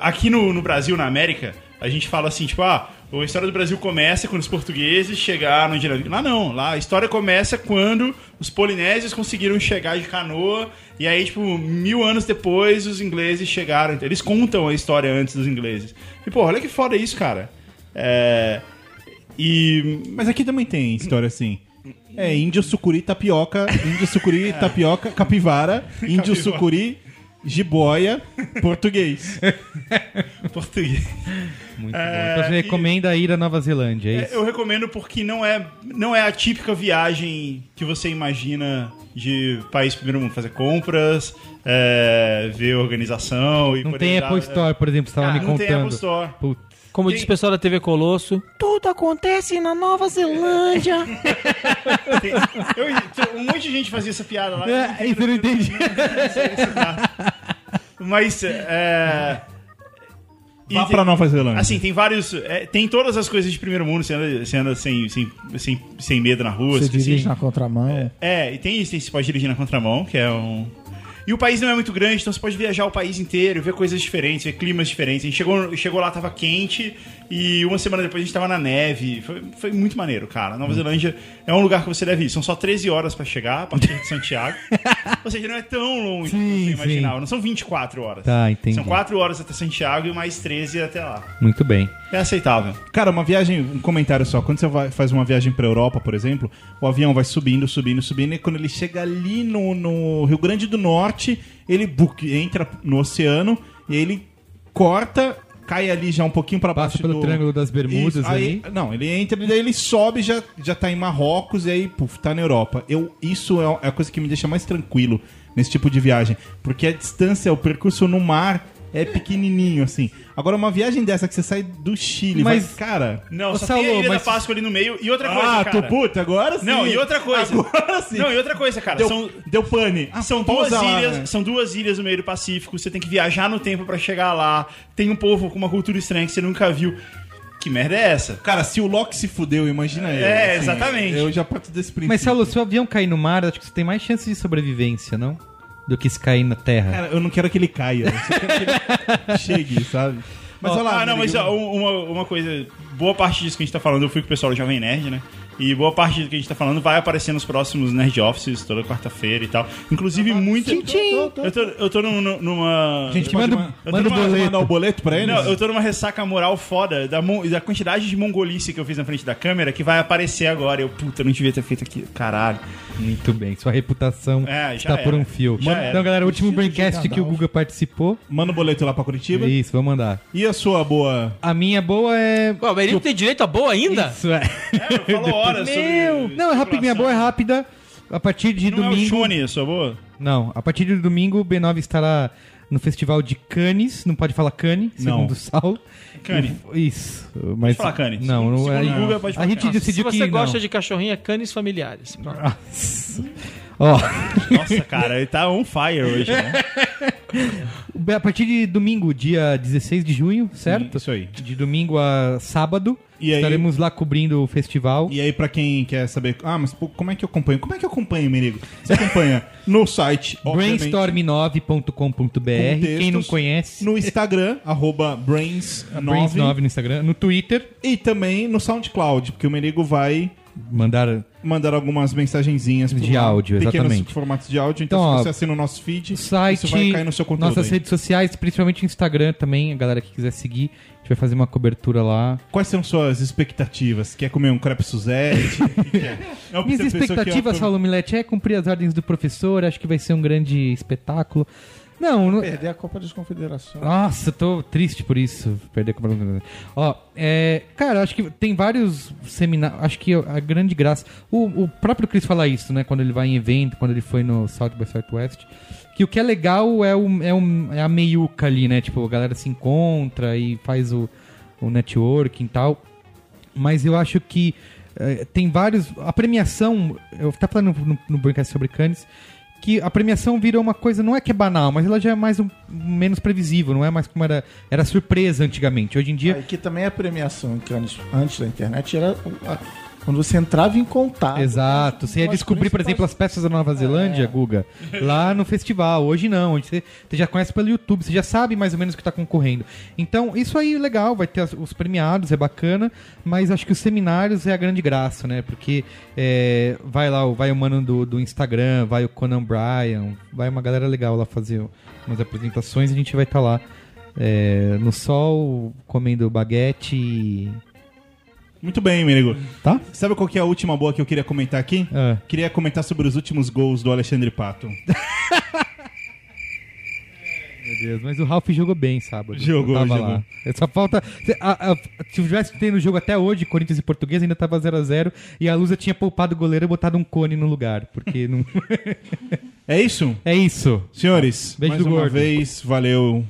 Speaker 6: Aqui no, no Brasil, na América, a gente fala assim, tipo, ah, a história do Brasil começa quando os portugueses chegaram... De... Lá não, lá a história começa quando os polinésios conseguiram chegar de canoa e aí, tipo, mil anos depois os ingleses chegaram. Eles contam a história antes dos ingleses. E, pô, olha que foda isso, cara. É... E... *laughs*
Speaker 2: Mas aqui também tem história assim. É índio sucuri tapioca, índio sucuri tapioca, capivara, índio sucuri jiboia, português.
Speaker 6: Português.
Speaker 3: Muito bom. Então você recomenda ir à Nova Zelândia, é
Speaker 6: É,
Speaker 3: isso?
Speaker 6: eu recomendo porque não é, não é a típica viagem que você imagina de país primeiro mundo. Fazer compras, é, ver organização e
Speaker 3: Não
Speaker 6: poder
Speaker 3: tem
Speaker 6: dar-
Speaker 3: Apple Store, por exemplo, você tava
Speaker 6: Ah,
Speaker 3: me
Speaker 6: não
Speaker 3: contando.
Speaker 6: tem Apple Store.
Speaker 3: Putz.
Speaker 5: Como
Speaker 6: Quem-
Speaker 5: disse o pessoal da TV Colosso, tudo acontece na Nova Zelândia.
Speaker 6: Tem- eu- um monte de gente fazia essa piada lá.
Speaker 3: É, isso eu não entendi.
Speaker 6: *laughs* Mas é, e
Speaker 2: Vá
Speaker 6: tem-
Speaker 2: pra Nova Zelândia.
Speaker 6: Assim, tem vários. é, tem todas as coisas de primeiro mundo, você anda, você anda sem, sem, sem, sem medo na rua.
Speaker 4: Você
Speaker 6: esqueci.
Speaker 4: dirige na contramão.
Speaker 6: É, e tem isso, tem, você pode dirigir na contramão, que é um. E o país não é muito grande, então você pode viajar o país inteiro, ver coisas diferentes, ver climas diferentes. A gente chegou, chegou lá, tava quente, e uma semana depois a gente tava na neve. Foi, foi muito maneiro, cara. Nova Zelândia é um lugar que você deve ir. São só 13 horas pra chegar, a partir de Santiago. Ou seja, não é tão longe
Speaker 3: Sim,
Speaker 6: quanto você
Speaker 3: sim.
Speaker 6: imaginava. Não são 24 horas.
Speaker 3: Tá, entendi.
Speaker 6: São 4 horas até Santiago e mais 13 até lá.
Speaker 3: Muito bem.
Speaker 6: É aceitável.
Speaker 2: Cara, uma viagem, um comentário só. Quando você vai- faz uma viagem pra Europa, por exemplo, o avião vai subindo, subindo, subindo, e quando ele chega ali no, no Rio Grande do Norte, ele buc, entra no oceano e ele corta, cai ali já um pouquinho pra
Speaker 3: Passa
Speaker 2: baixo
Speaker 3: pelo
Speaker 2: do...
Speaker 3: Triângulo das Bermudas
Speaker 2: Isso, aí, Não, ele entra e daí ele sobe, já, já tá em Marrocos e aí, puf, tá na Europa. Eu, isso é é a coisa que me deixa mais tranquilo nesse tipo de viagem. Porque a distância, o percurso no mar é pequenininho, assim. Agora, uma viagem dessa que você sai do Chile,
Speaker 3: Mas-
Speaker 2: mas, cara...
Speaker 6: Não,
Speaker 3: Ô,
Speaker 6: só
Speaker 3: Saulo,
Speaker 6: tem a Ilha
Speaker 3: mas-
Speaker 6: da Páscoa ali no meio. E outra coisa,
Speaker 2: Ah,
Speaker 6: cara.
Speaker 2: tu puta, agora sim.
Speaker 6: Não, e outra coisa.
Speaker 2: Agora sim.
Speaker 6: Não, e outra coisa, cara.
Speaker 2: deu,
Speaker 6: São,
Speaker 2: deu pane. Ah,
Speaker 6: São duas,
Speaker 2: pousa lá,
Speaker 6: ilhas,
Speaker 2: né?
Speaker 6: são duas ilhas no meio do Pacífico, você tem que viajar no tempo pra chegar lá. Tem um povo com uma cultura estranha que você nunca viu. Que merda é essa?
Speaker 2: Cara, se o Loki se fudeu, imagina ele. assim.
Speaker 6: É, exatamente.
Speaker 2: Eu já parto desse princípio.
Speaker 3: Mas, Saulo, se o avião cair no mar, acho que você tem mais chance de sobrevivência, não? do que se cair na terra.
Speaker 2: Cara, eu não quero que ele caia. Eu só quero que
Speaker 3: *laughs*
Speaker 2: ele chegue, sabe? Mas
Speaker 6: Ó,
Speaker 2: olha lá.
Speaker 6: Ah, não, mas
Speaker 2: Rodrigo.
Speaker 6: ó, uma, uma coisa. Boa parte disso que a gente tá falando, eu fui com o pessoal do Jovem Nerd, né? E boa parte do que a gente tá falando vai aparecer nos próximos Nerd Offices, toda quarta-feira e tal. Inclusive, muito. Eu tô, eu tô num- num- numa.
Speaker 2: A gente
Speaker 3: Manda-
Speaker 2: pode ma-
Speaker 3: manda
Speaker 2: eu tenho
Speaker 3: o
Speaker 2: uma-
Speaker 3: boleto.
Speaker 2: mandar o boleto pra eles?
Speaker 6: Não, eu tô numa ressaca moral foda da, mon- da quantidade de mongolice que eu fiz na frente da câmera que vai aparecer agora. Eu, puta, eu não devia ter feito aqui. Caralho.
Speaker 3: Muito bem, sua reputação
Speaker 6: É, já
Speaker 3: está por
Speaker 6: era.
Speaker 3: um fio.
Speaker 6: Já era.
Speaker 3: Então, galera, o último
Speaker 4: Preciso de
Speaker 3: Braincast que o
Speaker 4: Gandalf.
Speaker 3: Guga participou.
Speaker 2: Manda o boleto lá pra Curitiba.
Speaker 3: Isso, vou mandar.
Speaker 2: E a sua boa.
Speaker 3: A minha boa é.
Speaker 5: Pô, mas ele não tem direito a boa ainda?
Speaker 3: Isso é.
Speaker 6: Eu falo horas
Speaker 3: Meu!
Speaker 6: sobre.
Speaker 3: Não, é rápido, minha boa é rápida. A partir de
Speaker 6: Não é o
Speaker 3: domingo.
Speaker 6: Shone, sua boa?
Speaker 3: Não, a partir de domingo o B9 estará no festival de Cannes, não pode falar Cannes,
Speaker 2: Não.
Speaker 3: segundo o Sal.
Speaker 6: Cane.
Speaker 3: Isso, mas
Speaker 6: falar Cannes.
Speaker 3: Não, não é.
Speaker 6: Segundo o Google, pode
Speaker 3: a
Speaker 6: falar
Speaker 3: gente
Speaker 6: Cannes.
Speaker 3: decidiu
Speaker 5: Se
Speaker 3: que
Speaker 5: você gosta
Speaker 3: não.
Speaker 5: de cachorrinho, é canes familiares. Pronto.
Speaker 3: Ó,
Speaker 6: Nossa, cara, ele tá on fire hoje, né?
Speaker 3: a partir de domingo, dia 16 de junho, certo?
Speaker 2: Isso aí.
Speaker 3: De domingo a sábado,
Speaker 2: E aí-
Speaker 3: estaremos lá cobrindo o festival.
Speaker 2: *laughs* E aí, pra quem quer saber, ah, mas pô, como é que eu acompanho? Como é que eu acompanho, Merigo? Você acompanha no site, obviamente, com
Speaker 3: brainstorm9.com.br, quem não
Speaker 2: textos,
Speaker 3: conhece,
Speaker 2: No Instagram, arroba brains9.
Speaker 3: Brains9 no Instagram, no Twitter,
Speaker 2: E também no SoundCloud, porque o Merigo vai
Speaker 3: mandar
Speaker 2: mandar algumas mensagenzinhas por
Speaker 3: De
Speaker 2: lá,
Speaker 3: áudio,
Speaker 2: pequenos
Speaker 3: exatamente.
Speaker 2: formatos de áudio. Então,
Speaker 3: Então,
Speaker 2: se
Speaker 3: ó,
Speaker 2: você assina o nosso feed,
Speaker 3: site,
Speaker 2: isso vai cair no seu conteúdo.
Speaker 3: nossas
Speaker 2: aí.
Speaker 3: redes sociais, principalmente Instagram também, a galera que quiser seguir, a gente vai fazer uma cobertura lá.
Speaker 2: Quais são suas expectativas? Quer comer um
Speaker 3: *laughs*
Speaker 2: crepe Suzette? O que que é? É uma
Speaker 3: Minhas
Speaker 2: pessoa que, ó,
Speaker 3: expectativas,
Speaker 2: foi-
Speaker 3: Saulo Milete, é cumprir as ordens do professor, acho que vai ser um grande espetáculo. Não, não...
Speaker 4: Perder a Copa das Confederações.
Speaker 3: Nossa, eu tô triste por isso. Perder a Copa do Mundo. Ó, é, cara, acho que tem vários seminários. Acho que a grande graça. O, o próprio Chris fala isso, né? Quando ele vai em evento, quando ele foi no South by Southwest. Que o que é legal é, o, é, o, é a meiuca ali, né? Tipo, a galera se encontra e faz o, o networking e tal. Mas eu acho que eh, tem vários. A premiação. Eu estava falando no, no, no Braincast sobre Cannes que a premiação virou uma coisa, não é que é banal, mas ela já é mais um, menos previsível, não é mais como era. Era surpresa antigamente. Hoje em dia.
Speaker 4: Aí que também é a premiação em Cannes antes da internet era a- quando você entrava em contato.
Speaker 3: Exato. Você ia
Speaker 4: As
Speaker 3: descobrir, por
Speaker 4: principais-
Speaker 3: exemplo, as peças da Nova Zelândia, Guga, lá no festival. Hoje não. Hoje você, você já conhece pelo YouTube, você já sabe mais ou menos o que está concorrendo. Então, isso aí é legal, vai ter as- os premiados, é bacana, mas acho que os seminários é a grande graça, né? Porque é, vai lá, o- vai o mano do, do Instagram, vai o Conan Bryan, vai uma galera legal lá fazer umas apresentações e a gente vai estar lá. é, no sol, comendo baguete e.
Speaker 2: Muito bem, Merigo.
Speaker 3: Tá?
Speaker 2: Sabe qual que é a última boa que eu queria comentar aqui?
Speaker 3: Ah.
Speaker 2: Queria comentar sobre os últimos gols do Alexandre Pato.
Speaker 3: Meu Deus, mas o Ralf jogou bem sábado.
Speaker 2: Jogou,
Speaker 3: Eu tava
Speaker 2: jogou.
Speaker 3: lá. É Só falta. se- a- a- Se tivesse tendo o jogo até hoje, Corinthians e Português, ainda tava 0x0 e a Lusa tinha poupado o goleiro e botado um cone no lugar. Porque não. *laughs*
Speaker 2: É isso?
Speaker 3: é isso.
Speaker 2: Senhores,
Speaker 3: Tá. Beijo
Speaker 2: mais
Speaker 3: do
Speaker 2: uma
Speaker 3: gordo.
Speaker 2: vez, valeu.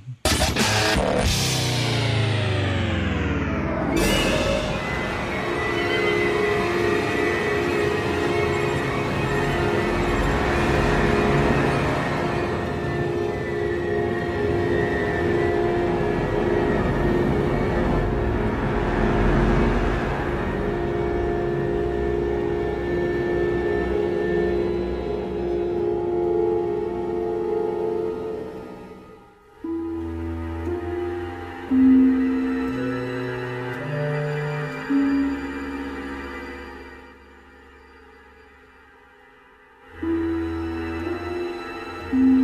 Speaker 9: Thank